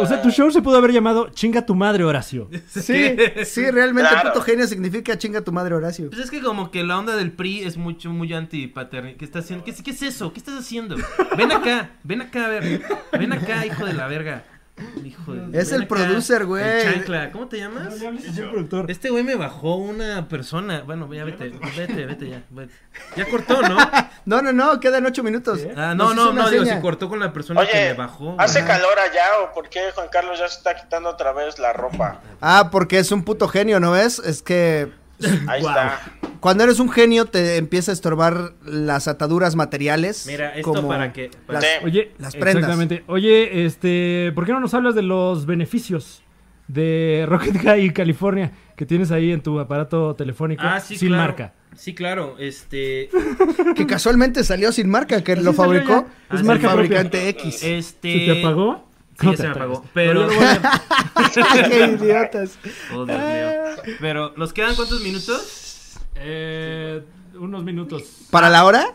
[SPEAKER 4] o sea, tu show se pudo haber llamado Chinga tu madre, Horacio.
[SPEAKER 1] Sí, sí, realmente
[SPEAKER 2] Claro.
[SPEAKER 1] puto genio significa chinga tu madre, Horacio.
[SPEAKER 3] Pues es que como que la onda del PRI es mucho, muy antipaternista. ¿Qué estás haciendo? ¿Qué, es- qué es eso? ¿Qué estás haciendo? Ven acá, ven acá, a ver. Ven acá, hijo de la verga. Hijo de,
[SPEAKER 1] Es
[SPEAKER 3] ven
[SPEAKER 1] el producer, güey.
[SPEAKER 3] El chancla. ¿Cómo te llamas?
[SPEAKER 4] productor.
[SPEAKER 3] Este güey me bajó una persona. Bueno, ya vete, vete, vete ya. vete. Ya cortó, ¿no?
[SPEAKER 1] No, no, no, quedan ocho minutos.
[SPEAKER 3] Ah,
[SPEAKER 1] Nos
[SPEAKER 3] no,
[SPEAKER 1] hizo
[SPEAKER 3] no,
[SPEAKER 1] una
[SPEAKER 3] no, digo,
[SPEAKER 1] seña.
[SPEAKER 3] si cortó con la persona que me
[SPEAKER 2] Oye,
[SPEAKER 3] bajó.
[SPEAKER 2] ¿hace
[SPEAKER 3] Ajá.
[SPEAKER 2] calor allá o por qué Juan Carlos ya se está quitando otra vez la ropa?
[SPEAKER 1] Ah, porque es un puto genio, ¿no ves? Es que
[SPEAKER 2] Ahí está.
[SPEAKER 1] cuando eres un genio te empieza a estorbar las ataduras materiales.
[SPEAKER 3] Mira, esto
[SPEAKER 1] como
[SPEAKER 3] para que- para-
[SPEAKER 1] las-
[SPEAKER 2] Sí.
[SPEAKER 4] Oye,
[SPEAKER 1] Las prendas.
[SPEAKER 4] Exactamente. Oye, este. ¿Por qué no nos hablas de los beneficios de Rocket High California? que tienes ahí en tu aparato telefónico
[SPEAKER 6] Ah, sí,
[SPEAKER 4] sin
[SPEAKER 6] claro.
[SPEAKER 4] marca.
[SPEAKER 6] Sí, claro. Este.
[SPEAKER 1] Que casualmente salió sin marca, que lo
[SPEAKER 4] Así salió
[SPEAKER 1] fabricó
[SPEAKER 4] ya.
[SPEAKER 1] el
[SPEAKER 4] Es marca
[SPEAKER 1] fabricante X.
[SPEAKER 6] Este.
[SPEAKER 4] ¿Se te apagó?
[SPEAKER 6] Sí,
[SPEAKER 4] No
[SPEAKER 6] ya se
[SPEAKER 4] te
[SPEAKER 6] me
[SPEAKER 4] apagas.
[SPEAKER 6] apagó. Pero.
[SPEAKER 4] Pero luego-
[SPEAKER 1] ¡Qué idiotas!
[SPEAKER 6] Oh, Dios mío. Pero, ¿nos quedan cuántos minutos?
[SPEAKER 4] Eh, unos minutos.
[SPEAKER 1] ¿Para la hora?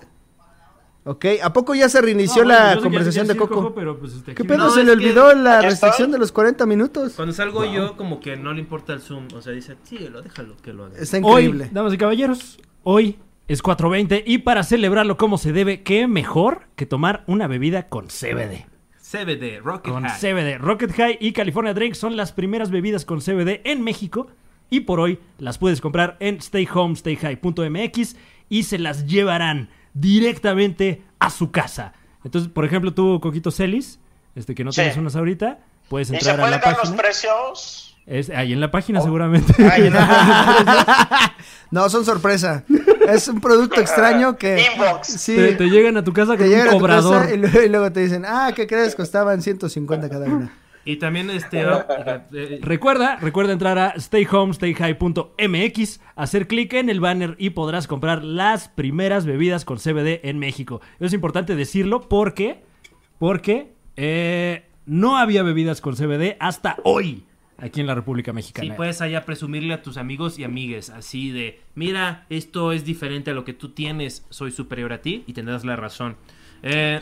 [SPEAKER 1] Ok, ¿a poco ya se reinició
[SPEAKER 4] No, bueno,
[SPEAKER 1] la
[SPEAKER 4] yo sé que-
[SPEAKER 1] conversación de
[SPEAKER 4] ya sí,
[SPEAKER 1] Coco?
[SPEAKER 4] pero, pues, este,
[SPEAKER 1] ¿Qué
[SPEAKER 4] aquí-
[SPEAKER 1] pedo?
[SPEAKER 6] No,
[SPEAKER 1] se
[SPEAKER 6] es
[SPEAKER 1] le
[SPEAKER 6] que-
[SPEAKER 1] olvidó la
[SPEAKER 2] aquí estoy.
[SPEAKER 1] restricción de los 40 minutos.
[SPEAKER 6] Cuando salgo yo, como que no le importa el Zoom. O sea, dice, síguelo, déjalo que lo haga.
[SPEAKER 1] Está
[SPEAKER 4] Hoy,
[SPEAKER 1] increíble.
[SPEAKER 4] damas y caballeros, hoy es 4.20 y para celebrarlo como se debe, qué mejor que tomar una bebida con CBD.
[SPEAKER 3] CBD, eh, Rocket
[SPEAKER 4] Con
[SPEAKER 3] High.
[SPEAKER 4] CBD. Rocket High y California Drink son las primeras bebidas con CBD en México y por hoy las puedes comprar en stayhomestayhigh.mx y se las llevarán directamente a su casa. Entonces, por ejemplo, tú, Coquito Celis, este que no
[SPEAKER 2] Sí.
[SPEAKER 4] tienes unas ahorita, puedes
[SPEAKER 2] ¿Y se
[SPEAKER 4] entrar a la
[SPEAKER 2] pueden dar los
[SPEAKER 4] página.
[SPEAKER 2] precios?
[SPEAKER 4] Es- ahí en la página seguramente.
[SPEAKER 2] Ay, no.
[SPEAKER 1] No, son sorpresa. Es un producto extraño que.
[SPEAKER 2] Inbox.
[SPEAKER 1] Sí,
[SPEAKER 4] te, te llegan a tu casa
[SPEAKER 1] te
[SPEAKER 4] con
[SPEAKER 1] llegan a
[SPEAKER 4] un
[SPEAKER 1] tu
[SPEAKER 4] cobrador.
[SPEAKER 1] casa y luego, y luego te dicen, ah, ¿qué crees? Costaban 150 cada una.
[SPEAKER 3] Y también este. ah, eh,
[SPEAKER 4] Recuerda, recuerda entrar a stayhomestayhigh.mx, hacer clic en el banner y podrás comprar las primeras bebidas con CBD en México. Es importante decirlo porque, porque eh, no había bebidas con CBD hasta hoy aquí en la República
[SPEAKER 3] Sí, pues,
[SPEAKER 4] Mexicana.
[SPEAKER 3] puedes allá presumirle a tus amigos y amigues, así de, mira, esto es diferente a lo que tú tienes, soy superior a ti y tendrás la razón. Eh,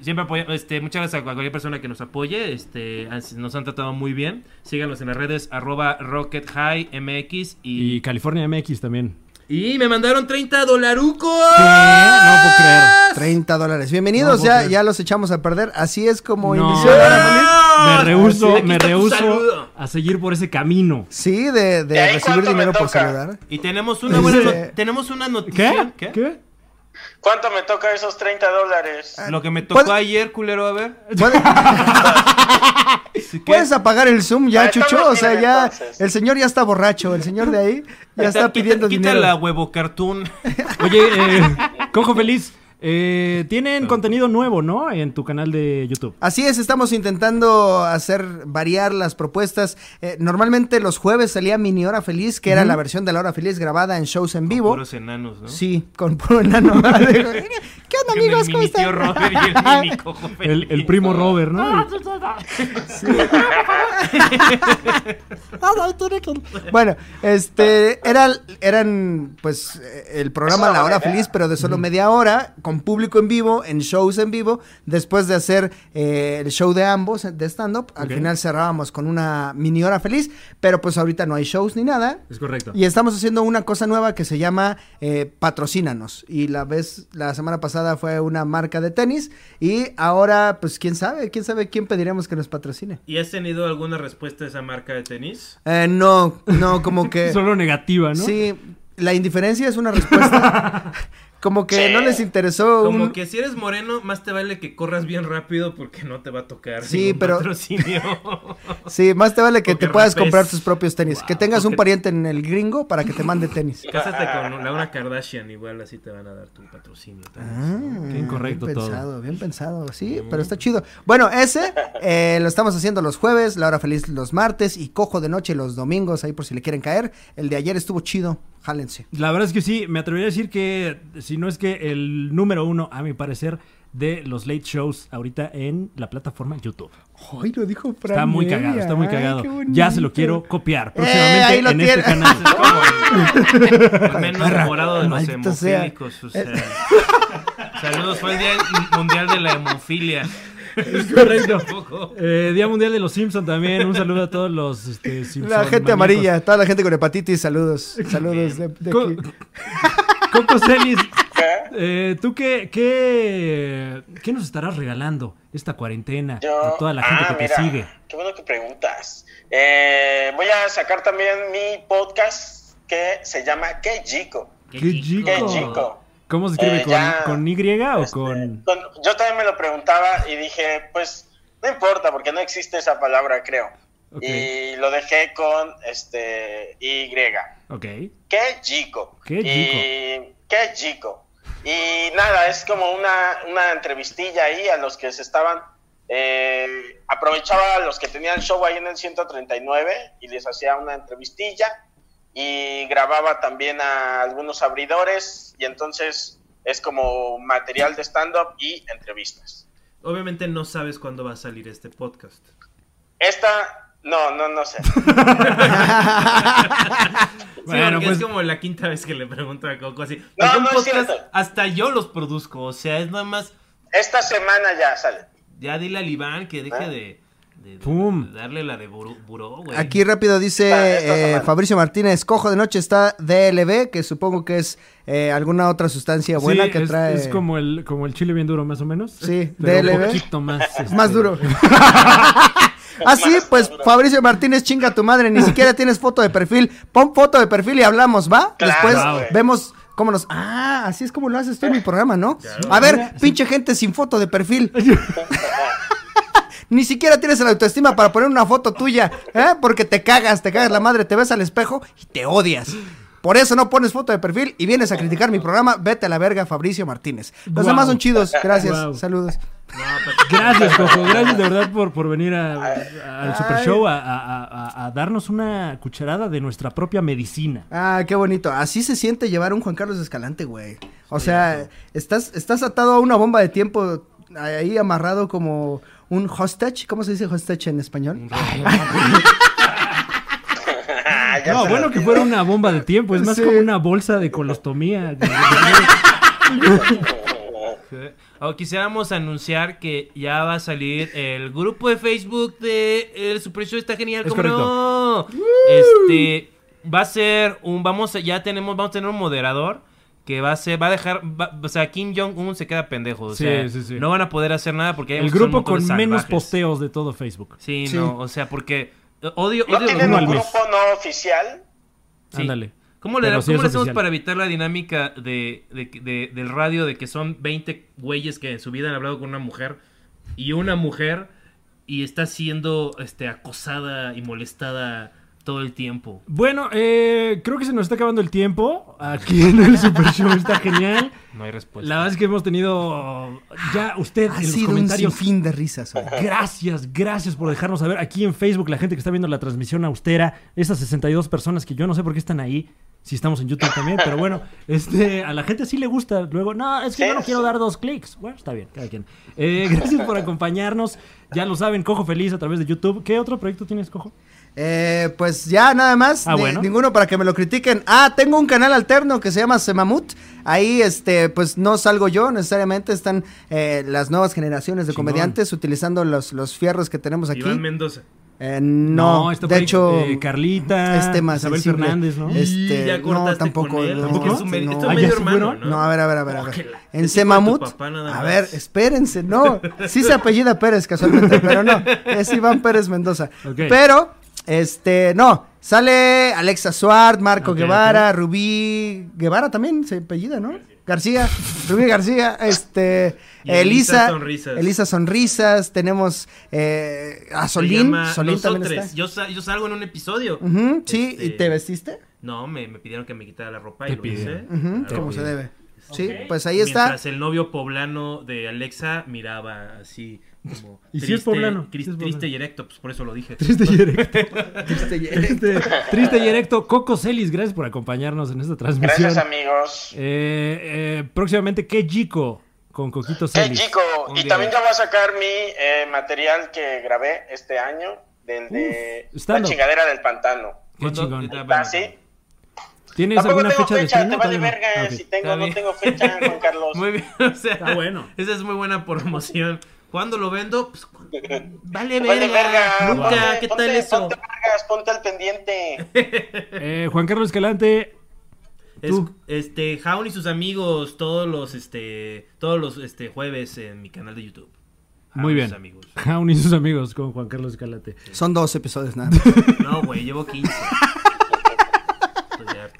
[SPEAKER 3] siempre apoya, este, muchas gracias a cualquier persona que nos apoye, este, han- nos han tratado muy bien. Síganos en las redes arroba Rocket High MX
[SPEAKER 4] Y
[SPEAKER 3] y,
[SPEAKER 4] California MX también.
[SPEAKER 6] Y me mandaron 30 dolarucos.
[SPEAKER 4] ¿Qué? No puedo creer.
[SPEAKER 1] 30 dólares. Bienvenidos,
[SPEAKER 4] No,
[SPEAKER 1] ya,
[SPEAKER 4] porque-
[SPEAKER 1] ya los echamos a perder. Así es como
[SPEAKER 4] No.
[SPEAKER 1] inició. la-
[SPEAKER 4] Me
[SPEAKER 6] Así,
[SPEAKER 4] rehuso,
[SPEAKER 6] aquí
[SPEAKER 4] me
[SPEAKER 6] está tu
[SPEAKER 4] rehuso
[SPEAKER 6] saludo.
[SPEAKER 4] a seguir por ese camino.
[SPEAKER 1] Sí, de, de
[SPEAKER 2] ¿Y ahí
[SPEAKER 1] recibir
[SPEAKER 2] cuánto me
[SPEAKER 1] dinero por
[SPEAKER 2] toca?
[SPEAKER 1] saludar.
[SPEAKER 3] y tenemos una buena
[SPEAKER 1] Este-
[SPEAKER 3] no- tenemos una noticia.
[SPEAKER 4] ¿Qué? ¿Qué?
[SPEAKER 2] ¿Cuánto me toca esos 30 dólares?
[SPEAKER 4] Ah,
[SPEAKER 3] Lo que me tocó
[SPEAKER 1] ¿Puedo-
[SPEAKER 3] ayer, culero, a ver.
[SPEAKER 1] ¿Puedes,
[SPEAKER 3] ¿Qué?
[SPEAKER 1] puedes apagar el Zoom ya,
[SPEAKER 2] Ah, estamos
[SPEAKER 1] Chucho? O sea,
[SPEAKER 2] bien,
[SPEAKER 1] ya
[SPEAKER 2] entonces.
[SPEAKER 1] el señor ya está borracho. El señor de ahí ya está
[SPEAKER 3] Quita-
[SPEAKER 1] pidiendo
[SPEAKER 3] quita
[SPEAKER 1] dinero.
[SPEAKER 3] la huevo cartoon.
[SPEAKER 4] Oye, eh, Cojo Feliz, eh, tienen contenido nuevo, ¿no? En tu canal de YouTube.
[SPEAKER 1] Así es, estamos intentando hacer variar las propuestas. Eh, normalmente los jueves salía Mini Hora Feliz, que era la versión de la Hora Feliz grabada en shows en vivo.
[SPEAKER 3] Puros enanos, ¿no?
[SPEAKER 1] Sí, con puro enano. ¿Qué onda,
[SPEAKER 3] Que
[SPEAKER 1] amigos?
[SPEAKER 3] mi,
[SPEAKER 1] ¿Cómo
[SPEAKER 3] mi tío
[SPEAKER 1] están?
[SPEAKER 3] Robert y el mini cojo
[SPEAKER 4] El, el
[SPEAKER 3] feliz.
[SPEAKER 4] primo Robert,
[SPEAKER 1] Ah,
[SPEAKER 4] ¿no?
[SPEAKER 1] Ah, Bueno, este, era, eran, pues, eh, el programa
[SPEAKER 2] Eso
[SPEAKER 1] La Hora
[SPEAKER 2] era.
[SPEAKER 1] Feliz, pero de solo media hora, con público en vivo, en shows en vivo. Después de hacer eh, el show de ambos, de stand-up, al
[SPEAKER 4] Ok.
[SPEAKER 1] final cerrábamos con una Mini Hora Feliz, pero pues ahorita no hay shows ni nada.
[SPEAKER 4] Es correcto.
[SPEAKER 1] Y estamos haciendo una cosa nueva que se llama eh, Patrocínanos. Y la vez, la semana pasada fue una marca de tenis. Y ahora, pues quién sabe, quién sabe quién pediremos que nos patrocine.
[SPEAKER 3] ¿Y has tenido alguna respuesta a esa marca de tenis?
[SPEAKER 1] Eh, no, no, como que.
[SPEAKER 4] Solo negativa, ¿no?
[SPEAKER 1] Sí, la indiferencia es una respuesta. como que
[SPEAKER 2] Sí.
[SPEAKER 1] no les interesó
[SPEAKER 3] Como
[SPEAKER 1] un-
[SPEAKER 3] que si eres moreno, más te vale que corras bien rápido porque no te va a tocar.
[SPEAKER 1] Sí,
[SPEAKER 3] ningún
[SPEAKER 1] pero-
[SPEAKER 3] patrocinio.
[SPEAKER 1] Sí, más te vale que
[SPEAKER 3] o
[SPEAKER 1] te
[SPEAKER 3] que
[SPEAKER 1] puedas
[SPEAKER 3] rapes.
[SPEAKER 1] comprar tus propios tenis.
[SPEAKER 3] Wow,
[SPEAKER 1] que tengas
[SPEAKER 3] o
[SPEAKER 1] un
[SPEAKER 3] que-
[SPEAKER 1] pariente en el gringo para que te mande tenis.
[SPEAKER 3] Cásate con Laura Kardashian, igual así te van a dar tu patrocinio. también.
[SPEAKER 1] Ah,
[SPEAKER 4] Qué incorrecto
[SPEAKER 1] bien
[SPEAKER 4] todo.
[SPEAKER 1] pensado, bien pensado, sí, pero está chido. Bueno, ese eh, lo estamos haciendo los jueves, La Hora Feliz los martes y Cojo de Noche los domingos, ahí por si le quieren caer. El de ayer estuvo chido, jálense.
[SPEAKER 4] La verdad es que sí, me atrevería a decir que, si no es que el número uno, a mi parecer, de los late shows ahorita en la plataforma YouTube.
[SPEAKER 1] Ay, lo dijo Fran ¿eh?
[SPEAKER 4] Está muy
[SPEAKER 1] Evia,
[SPEAKER 4] cagado, está muy
[SPEAKER 1] ay,
[SPEAKER 4] cagado.
[SPEAKER 1] qué
[SPEAKER 4] Ya se
[SPEAKER 1] bonito.
[SPEAKER 4] lo quiero copiar
[SPEAKER 1] Eh,
[SPEAKER 4] próximamente
[SPEAKER 1] ahí lo
[SPEAKER 4] en este
[SPEAKER 1] tiene.
[SPEAKER 4] canal.
[SPEAKER 3] Es como el, el menos
[SPEAKER 1] Perra,
[SPEAKER 3] morado de los
[SPEAKER 1] maldito sea.
[SPEAKER 3] hemofílicos. o sea.
[SPEAKER 2] Eh.
[SPEAKER 3] saludos, fue el Día Mundial de la Hemofilia.
[SPEAKER 4] Es correcto.
[SPEAKER 3] Ojo.
[SPEAKER 4] Eh, Día Mundial de los Simpson también. Un saludo a todos los este,
[SPEAKER 1] La gente
[SPEAKER 4] Simpson maníacos.
[SPEAKER 1] amarilla, toda la gente con hepatitis, saludos, saludos de, de
[SPEAKER 4] Co-
[SPEAKER 1] aquí.
[SPEAKER 4] Coco Celis,
[SPEAKER 2] ¿Qué?
[SPEAKER 4] eh, ¿tú qué, qué, qué nos estarás regalando esta cuarentena
[SPEAKER 2] Yo-
[SPEAKER 4] a toda la gente
[SPEAKER 2] Ah,
[SPEAKER 4] que
[SPEAKER 2] mira,
[SPEAKER 4] te sigue?
[SPEAKER 2] Qué bueno que preguntas. Eh, voy a sacar también mi podcast que se llama Qué chico.
[SPEAKER 4] ¡Qué chico!
[SPEAKER 2] Qué chico.
[SPEAKER 4] ¿Cómo se escribe?
[SPEAKER 2] Eh,
[SPEAKER 4] ¿Con,
[SPEAKER 2] ya,
[SPEAKER 4] con Y o
[SPEAKER 2] Este,
[SPEAKER 4] con...?
[SPEAKER 2] con- yo también me lo preguntaba y dije, pues no importa porque no existe esa palabra, creo.
[SPEAKER 4] Ok.
[SPEAKER 2] Y lo dejé con este Y.
[SPEAKER 4] Ok.
[SPEAKER 2] Qué chico.
[SPEAKER 4] Qué
[SPEAKER 2] Y, qué chico. Y nada, es como una, una entrevistilla ahí a los que se estaban. eh, aprovechaba a los que tenían show ahí en el 139 y les hacía una entrevistilla. y grababa también a algunos abridores y entonces es como material de stand-up y entrevistas.
[SPEAKER 3] Obviamente no sabes cuándo va a salir este podcast.
[SPEAKER 2] Esta, no, no, no sé.
[SPEAKER 3] Sí,
[SPEAKER 4] Bueno,
[SPEAKER 3] porque
[SPEAKER 4] pues-
[SPEAKER 3] es como la quinta vez que le pregunto a Coco así.
[SPEAKER 2] No,
[SPEAKER 3] "Oye, un
[SPEAKER 2] no es
[SPEAKER 3] podcast,
[SPEAKER 2] cierto.
[SPEAKER 3] hasta yo los produzco, o sea, es nada más,
[SPEAKER 2] Esta semana ya sale.
[SPEAKER 3] ya dile al Iván que deje
[SPEAKER 2] ¿Ah?
[SPEAKER 3] de, de- de-
[SPEAKER 4] Pum.
[SPEAKER 3] de darle la de buró, buró, güey.
[SPEAKER 1] Aquí rápido dice
[SPEAKER 2] Ah, esto está
[SPEAKER 1] eh,
[SPEAKER 2] mal.
[SPEAKER 1] Fabricio Martínez, cojo de noche está DLB, que supongo que es eh, alguna otra sustancia buena
[SPEAKER 4] Sí,
[SPEAKER 1] que
[SPEAKER 4] es,
[SPEAKER 1] trae.
[SPEAKER 4] es como el, como el chile bien duro, más o menos.
[SPEAKER 1] Sí,
[SPEAKER 4] pero un
[SPEAKER 1] DLB.
[SPEAKER 4] poquito más. este,
[SPEAKER 1] Más duro. Ah, sí, pues Fabricio Martínez, chinga tu madre, ni siquiera tienes foto de perfil. Pon foto de perfil y hablamos, ¿va?
[SPEAKER 2] Claro,
[SPEAKER 1] Después
[SPEAKER 2] güey.
[SPEAKER 1] vemos cómo nos... Ah, así es como lo haces tú en mi programa, ¿no? A ver, pinche gente sin foto de perfil. Ni siquiera tienes la autoestima para poner una foto tuya, ¿eh? Porque te cagas, te cagas la madre, te ves al espejo y te odias. Por eso no pones foto de perfil y vienes a criticar mi programa. Vete a la verga, Fabricio Martínez. Los
[SPEAKER 4] Guau.
[SPEAKER 1] demás son chidos. Gracias.
[SPEAKER 4] Guau.
[SPEAKER 1] Saludos.
[SPEAKER 4] Gracias, Coco. Gracias de verdad por, por venir a- a- al Super
[SPEAKER 1] Ay.
[SPEAKER 4] Show a, a- a- a darnos una cucharada de nuestra propia medicina.
[SPEAKER 1] Ah, qué bonito. Así se siente llevar un Juan Carlos Escalante, güey. O sea, estás, estás atado a una bomba de tiempo ahí amarrado como un hostage. ¿Cómo se dice hostage en
[SPEAKER 4] Mm,
[SPEAKER 1] español?
[SPEAKER 2] Ah, ya
[SPEAKER 4] No,
[SPEAKER 2] se
[SPEAKER 4] bueno
[SPEAKER 2] me
[SPEAKER 4] que
[SPEAKER 2] olvidó.
[SPEAKER 4] fuera una bomba de tiempo, es más
[SPEAKER 1] Sí.
[SPEAKER 4] como una bolsa de colostomía.
[SPEAKER 3] O oh, quisiéramos anunciar que ya va a salir el grupo de Facebook de El Super Show está genial,
[SPEAKER 4] Es
[SPEAKER 3] ¿cómo no? Este va a ser un vamos a- ya tenemos vamos a tener un moderador que va a ser va a dejar va- o sea Kim Jong Un se queda pendejo, o
[SPEAKER 4] Sí,
[SPEAKER 3] sea,
[SPEAKER 4] sí, sí.
[SPEAKER 3] no van a poder hacer nada porque hay
[SPEAKER 4] El
[SPEAKER 3] un
[SPEAKER 4] grupo
[SPEAKER 3] montón
[SPEAKER 4] con
[SPEAKER 3] de
[SPEAKER 4] menos
[SPEAKER 3] salvajes.
[SPEAKER 4] posteos de todo Facebook.
[SPEAKER 3] Sí,
[SPEAKER 1] Sí.
[SPEAKER 3] no, o sea, porque eh, odio
[SPEAKER 2] ¿No
[SPEAKER 3] odio
[SPEAKER 2] tienen
[SPEAKER 4] uno
[SPEAKER 2] un
[SPEAKER 4] al mes.
[SPEAKER 2] grupo no oficial?
[SPEAKER 3] Sí.
[SPEAKER 4] Ándale.
[SPEAKER 3] ¿Cómo le,
[SPEAKER 4] Pero sí
[SPEAKER 3] cómo
[SPEAKER 4] es
[SPEAKER 3] le hacemos
[SPEAKER 4] oficial.
[SPEAKER 3] para evitar la dinámica de, de- de- del radio de que son 20 güeyes que en su vida han hablado con una mujer y una mujer y está siendo este, acosada y molestada todo el tiempo?
[SPEAKER 4] Bueno, eh, creo que se nos está acabando el tiempo. Aquí en el Super Show está genial.
[SPEAKER 3] No hay respuesta.
[SPEAKER 4] La verdad es que hemos tenido ya usted
[SPEAKER 1] Pues Ha
[SPEAKER 4] en los
[SPEAKER 1] sido Ah, un
[SPEAKER 4] comentarios
[SPEAKER 1] sinfín de risas, güey.
[SPEAKER 4] Gracias, gracias por dejarnos saber aquí en Facebook, la gente que está viendo la transmisión austera, esas 62 personas que yo no sé por qué están ahí, si estamos en YouTube también, pero bueno, este, a la gente sí le gusta. Luego, no, es que yo no
[SPEAKER 2] Sí,
[SPEAKER 4] quiero
[SPEAKER 2] sí.
[SPEAKER 4] dar dos clics. Bueno, está bien, cada quien. Eh, gracias por acompañarnos. Ya lo saben, Cojo Feliz a través de YouTube. ¿Qué otro proyecto tienes, Cojo?
[SPEAKER 1] Eh, pues ya nada más,
[SPEAKER 4] Ah,
[SPEAKER 1] ni-
[SPEAKER 4] bueno.
[SPEAKER 1] ninguno para que me lo critiquen. Ah, tengo un canal alterno que se llama Semamut. Ahí, este, pues no salgo yo necesariamente, están eh, las nuevas generaciones de
[SPEAKER 4] Chingón.
[SPEAKER 1] comediantes utilizando los, los fierros que tenemos aquí.
[SPEAKER 3] Iván Mendoza.
[SPEAKER 1] Eh, no,
[SPEAKER 4] está por
[SPEAKER 1] de
[SPEAKER 4] ahí,
[SPEAKER 1] hecho,
[SPEAKER 4] eh, Carlita,
[SPEAKER 1] es tema
[SPEAKER 4] Isabel
[SPEAKER 1] sensible.
[SPEAKER 4] Fernández, ¿no?
[SPEAKER 1] Este,
[SPEAKER 3] Y ya
[SPEAKER 1] no,
[SPEAKER 3] cortaste
[SPEAKER 1] tampoco.
[SPEAKER 3] con él,
[SPEAKER 1] no,
[SPEAKER 3] porque es su medi-
[SPEAKER 1] no.
[SPEAKER 3] es tu
[SPEAKER 4] Ah,
[SPEAKER 3] medio
[SPEAKER 4] ya se
[SPEAKER 3] hermano,
[SPEAKER 4] fueron.
[SPEAKER 3] ¿no?
[SPEAKER 1] No, a ver, a ver, a ver. a ver.
[SPEAKER 3] Ójala, es hijo de
[SPEAKER 1] En
[SPEAKER 3] tu
[SPEAKER 1] Semamut.
[SPEAKER 3] papá nada
[SPEAKER 1] A
[SPEAKER 3] más.
[SPEAKER 1] ver, espérense, no. Sí se apellida Pérez casualmente, pero no. Es Iván Pérez Mendoza.
[SPEAKER 4] Ok.
[SPEAKER 1] Pero, este, no. Sale Alexa Suart, Marco
[SPEAKER 4] Ok,
[SPEAKER 1] Guevara, Rubí Guevara también se apellida, ¿no? García, Rubí García, este,
[SPEAKER 3] Y Elisa
[SPEAKER 1] Elisa,
[SPEAKER 3] Sonrisas.
[SPEAKER 1] Elisa Sonrisas, tenemos eh, a
[SPEAKER 3] Se
[SPEAKER 1] Solín,
[SPEAKER 3] llama
[SPEAKER 1] Solín también
[SPEAKER 3] Nosotres.
[SPEAKER 1] está.
[SPEAKER 3] Yo, sa- yo salgo en un episodio.
[SPEAKER 1] Ujú, sí, ¿y
[SPEAKER 3] Este,
[SPEAKER 1] te vestiste?
[SPEAKER 3] No, me, me pidieron que me quitara la ropa
[SPEAKER 4] Te
[SPEAKER 3] y lo hice.
[SPEAKER 4] pidieron.
[SPEAKER 1] Ujú,
[SPEAKER 3] Claro.
[SPEAKER 1] como se debe. Sí,
[SPEAKER 4] Ok.
[SPEAKER 1] pues ahí está.
[SPEAKER 3] Mientras el novio poblano de Alexa miraba así como
[SPEAKER 4] Y sí es poblano,
[SPEAKER 3] cris-
[SPEAKER 4] sí es
[SPEAKER 3] triste
[SPEAKER 4] poblano.
[SPEAKER 3] y erecto, pues por eso lo dije.
[SPEAKER 4] Triste y erecto.
[SPEAKER 1] Este,
[SPEAKER 4] Este, triste y erecto. Coco Celis, gracias por acompañarnos en esta transmisión.
[SPEAKER 2] Gracias, amigos.
[SPEAKER 4] Eh, eh, próximamente, ¿qué chico con Coquito
[SPEAKER 2] Qué
[SPEAKER 4] Celis?
[SPEAKER 2] chico.
[SPEAKER 3] Un
[SPEAKER 2] Y
[SPEAKER 3] día
[SPEAKER 2] también
[SPEAKER 3] de-
[SPEAKER 2] ya voy a sacar mi eh, material que grabé este año, del de
[SPEAKER 4] Uf,
[SPEAKER 2] La
[SPEAKER 4] stand-up.
[SPEAKER 2] chingadera del pantano.
[SPEAKER 4] Qué
[SPEAKER 3] ¿Cuándo?
[SPEAKER 4] chingón.
[SPEAKER 3] Ah, bueno.
[SPEAKER 2] ¿Está así?
[SPEAKER 4] ¿Tienes
[SPEAKER 2] Tampoco
[SPEAKER 4] alguna
[SPEAKER 2] tengo
[SPEAKER 4] fecha de
[SPEAKER 2] fecha,
[SPEAKER 4] estreno?
[SPEAKER 2] te vale
[SPEAKER 4] Todavía no.
[SPEAKER 2] verga
[SPEAKER 4] Ah, ok.
[SPEAKER 2] si tengo
[SPEAKER 3] Está
[SPEAKER 2] o
[SPEAKER 3] bien.
[SPEAKER 2] no tengo fecha, Juan Carlos.
[SPEAKER 3] Muy bien, o sea,
[SPEAKER 4] Está bueno.
[SPEAKER 3] Esa es muy buena promoción. ¿Cuándo lo vendo? Pues, cu-
[SPEAKER 2] Te
[SPEAKER 3] vale verga.
[SPEAKER 2] vale verga.
[SPEAKER 3] Nunca,
[SPEAKER 2] ponte-
[SPEAKER 3] ¿qué
[SPEAKER 2] ponte-
[SPEAKER 3] tal eso?
[SPEAKER 2] Ponte vergas, ponte al pendiente.
[SPEAKER 4] Eh, Juan Carlos Escalante,
[SPEAKER 3] Es-
[SPEAKER 4] tú.
[SPEAKER 3] este, Jaun y sus amigos todos los este todos los este jueves en mi canal de YouTube. Jaun
[SPEAKER 4] muy
[SPEAKER 3] y
[SPEAKER 4] bien.
[SPEAKER 3] sus amigos.
[SPEAKER 4] Jaun y sus amigos con Juan Carlos Escalante.
[SPEAKER 1] Son dos episodios nada más.
[SPEAKER 3] No, güey, llevo Pues 15. Estoy harto.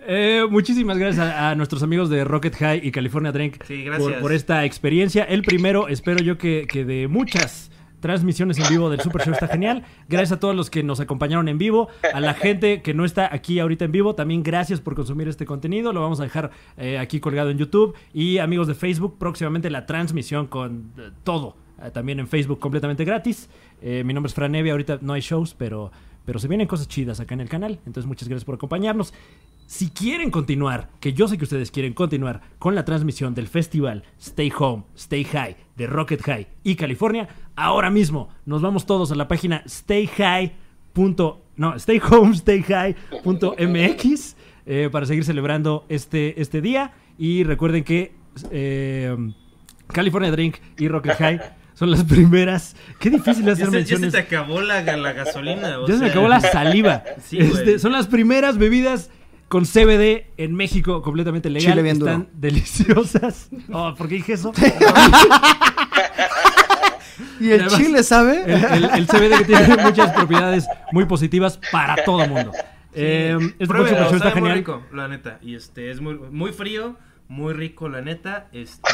[SPEAKER 4] Eh, muchísimas gracias a, a nuestros amigos de Rocket High y California Drink
[SPEAKER 3] Sí, gracias.
[SPEAKER 4] por, por esta experiencia. El primero, espero yo que, que de muchas transmisiones en vivo del Super Show está genial. Gracias a todos los que nos acompañaron en vivo, a la gente que no está aquí ahorita en vivo, también gracias por consumir este contenido. Lo vamos a dejar eh, aquí colgado en YouTube y amigos de Facebook, próximamente la transmisión con eh, todo. eh, También en Facebook completamente gratis. Eh, mi nombre es Fran Evia, ahorita no hay shows, pero Pero se vienen cosas chidas acá en el canal. Entonces, muchas gracias por acompañarnos. Si quieren continuar, que yo sé que ustedes quieren continuar con la transmisión del festival Stay Home, Stay High de Rocket High y California, ahora mismo nos vamos todos a la página Stay High. no, Stay Home, Stay High punto MX, eh, para seguir celebrando este, este día. Y recuerden que eh, California Drink y Rocket High son las primeras. Qué difícil
[SPEAKER 3] Ya
[SPEAKER 4] hacer
[SPEAKER 3] se, ya se
[SPEAKER 4] menciones.
[SPEAKER 3] te acabó la, la gasolina. o
[SPEAKER 4] Ya se me
[SPEAKER 3] sea.
[SPEAKER 4] acabó la saliva.
[SPEAKER 3] Sí, güey.
[SPEAKER 4] Este, son las primeras bebidas con CBD en México completamente legal.
[SPEAKER 1] Chile bien
[SPEAKER 4] Están
[SPEAKER 1] duro.
[SPEAKER 4] deliciosas. Oh, ¿por qué dije eso?
[SPEAKER 1] Y el
[SPEAKER 4] Además,
[SPEAKER 1] chile, ¿sabe?
[SPEAKER 4] El, el- el CBD que tiene muchas propiedades muy positivas para todo mundo. Eh, este próximo
[SPEAKER 3] Pruébelo,
[SPEAKER 4] show está
[SPEAKER 3] sabe muy
[SPEAKER 4] genial.
[SPEAKER 3] rico, la neta. Y este es muy, muy frío, muy rico, la neta. Este,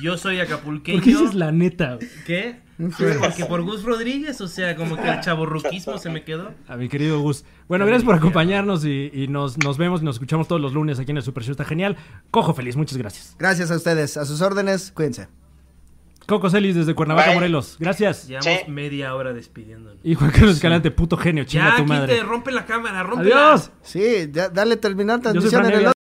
[SPEAKER 3] yo soy acapulqueño.
[SPEAKER 4] ¿Por qué dices la neta?
[SPEAKER 3] ¿Qué? Pues porque por Gus Rodríguez, o sea, como que el chaborruquismo se me quedó.
[SPEAKER 4] A mi querido Gus. Bueno, gracias por acompañarnos y, y nos, nos vemos y nos escuchamos todos los lunes aquí en el Super Show. Está genial. Cojo Feliz, muchas gracias.
[SPEAKER 1] Gracias a ustedes. A sus órdenes, cuídense.
[SPEAKER 4] Coco Celis desde Cuernavaca,
[SPEAKER 2] Bye.
[SPEAKER 4] Morelos. Gracias.
[SPEAKER 3] Llevamos
[SPEAKER 2] Sí.
[SPEAKER 3] media hora despidiéndonos.
[SPEAKER 4] Y Juan Carlos Escalante, puto genio, chinga
[SPEAKER 3] Ya,
[SPEAKER 4] tu
[SPEAKER 3] aquí
[SPEAKER 4] madre.
[SPEAKER 3] te rompe la cámara, rompe
[SPEAKER 4] Adiós.
[SPEAKER 1] Sí, ya- dale terminar
[SPEAKER 4] Yo soy
[SPEAKER 1] transmisión
[SPEAKER 4] Fran
[SPEAKER 1] en el
[SPEAKER 4] Evia.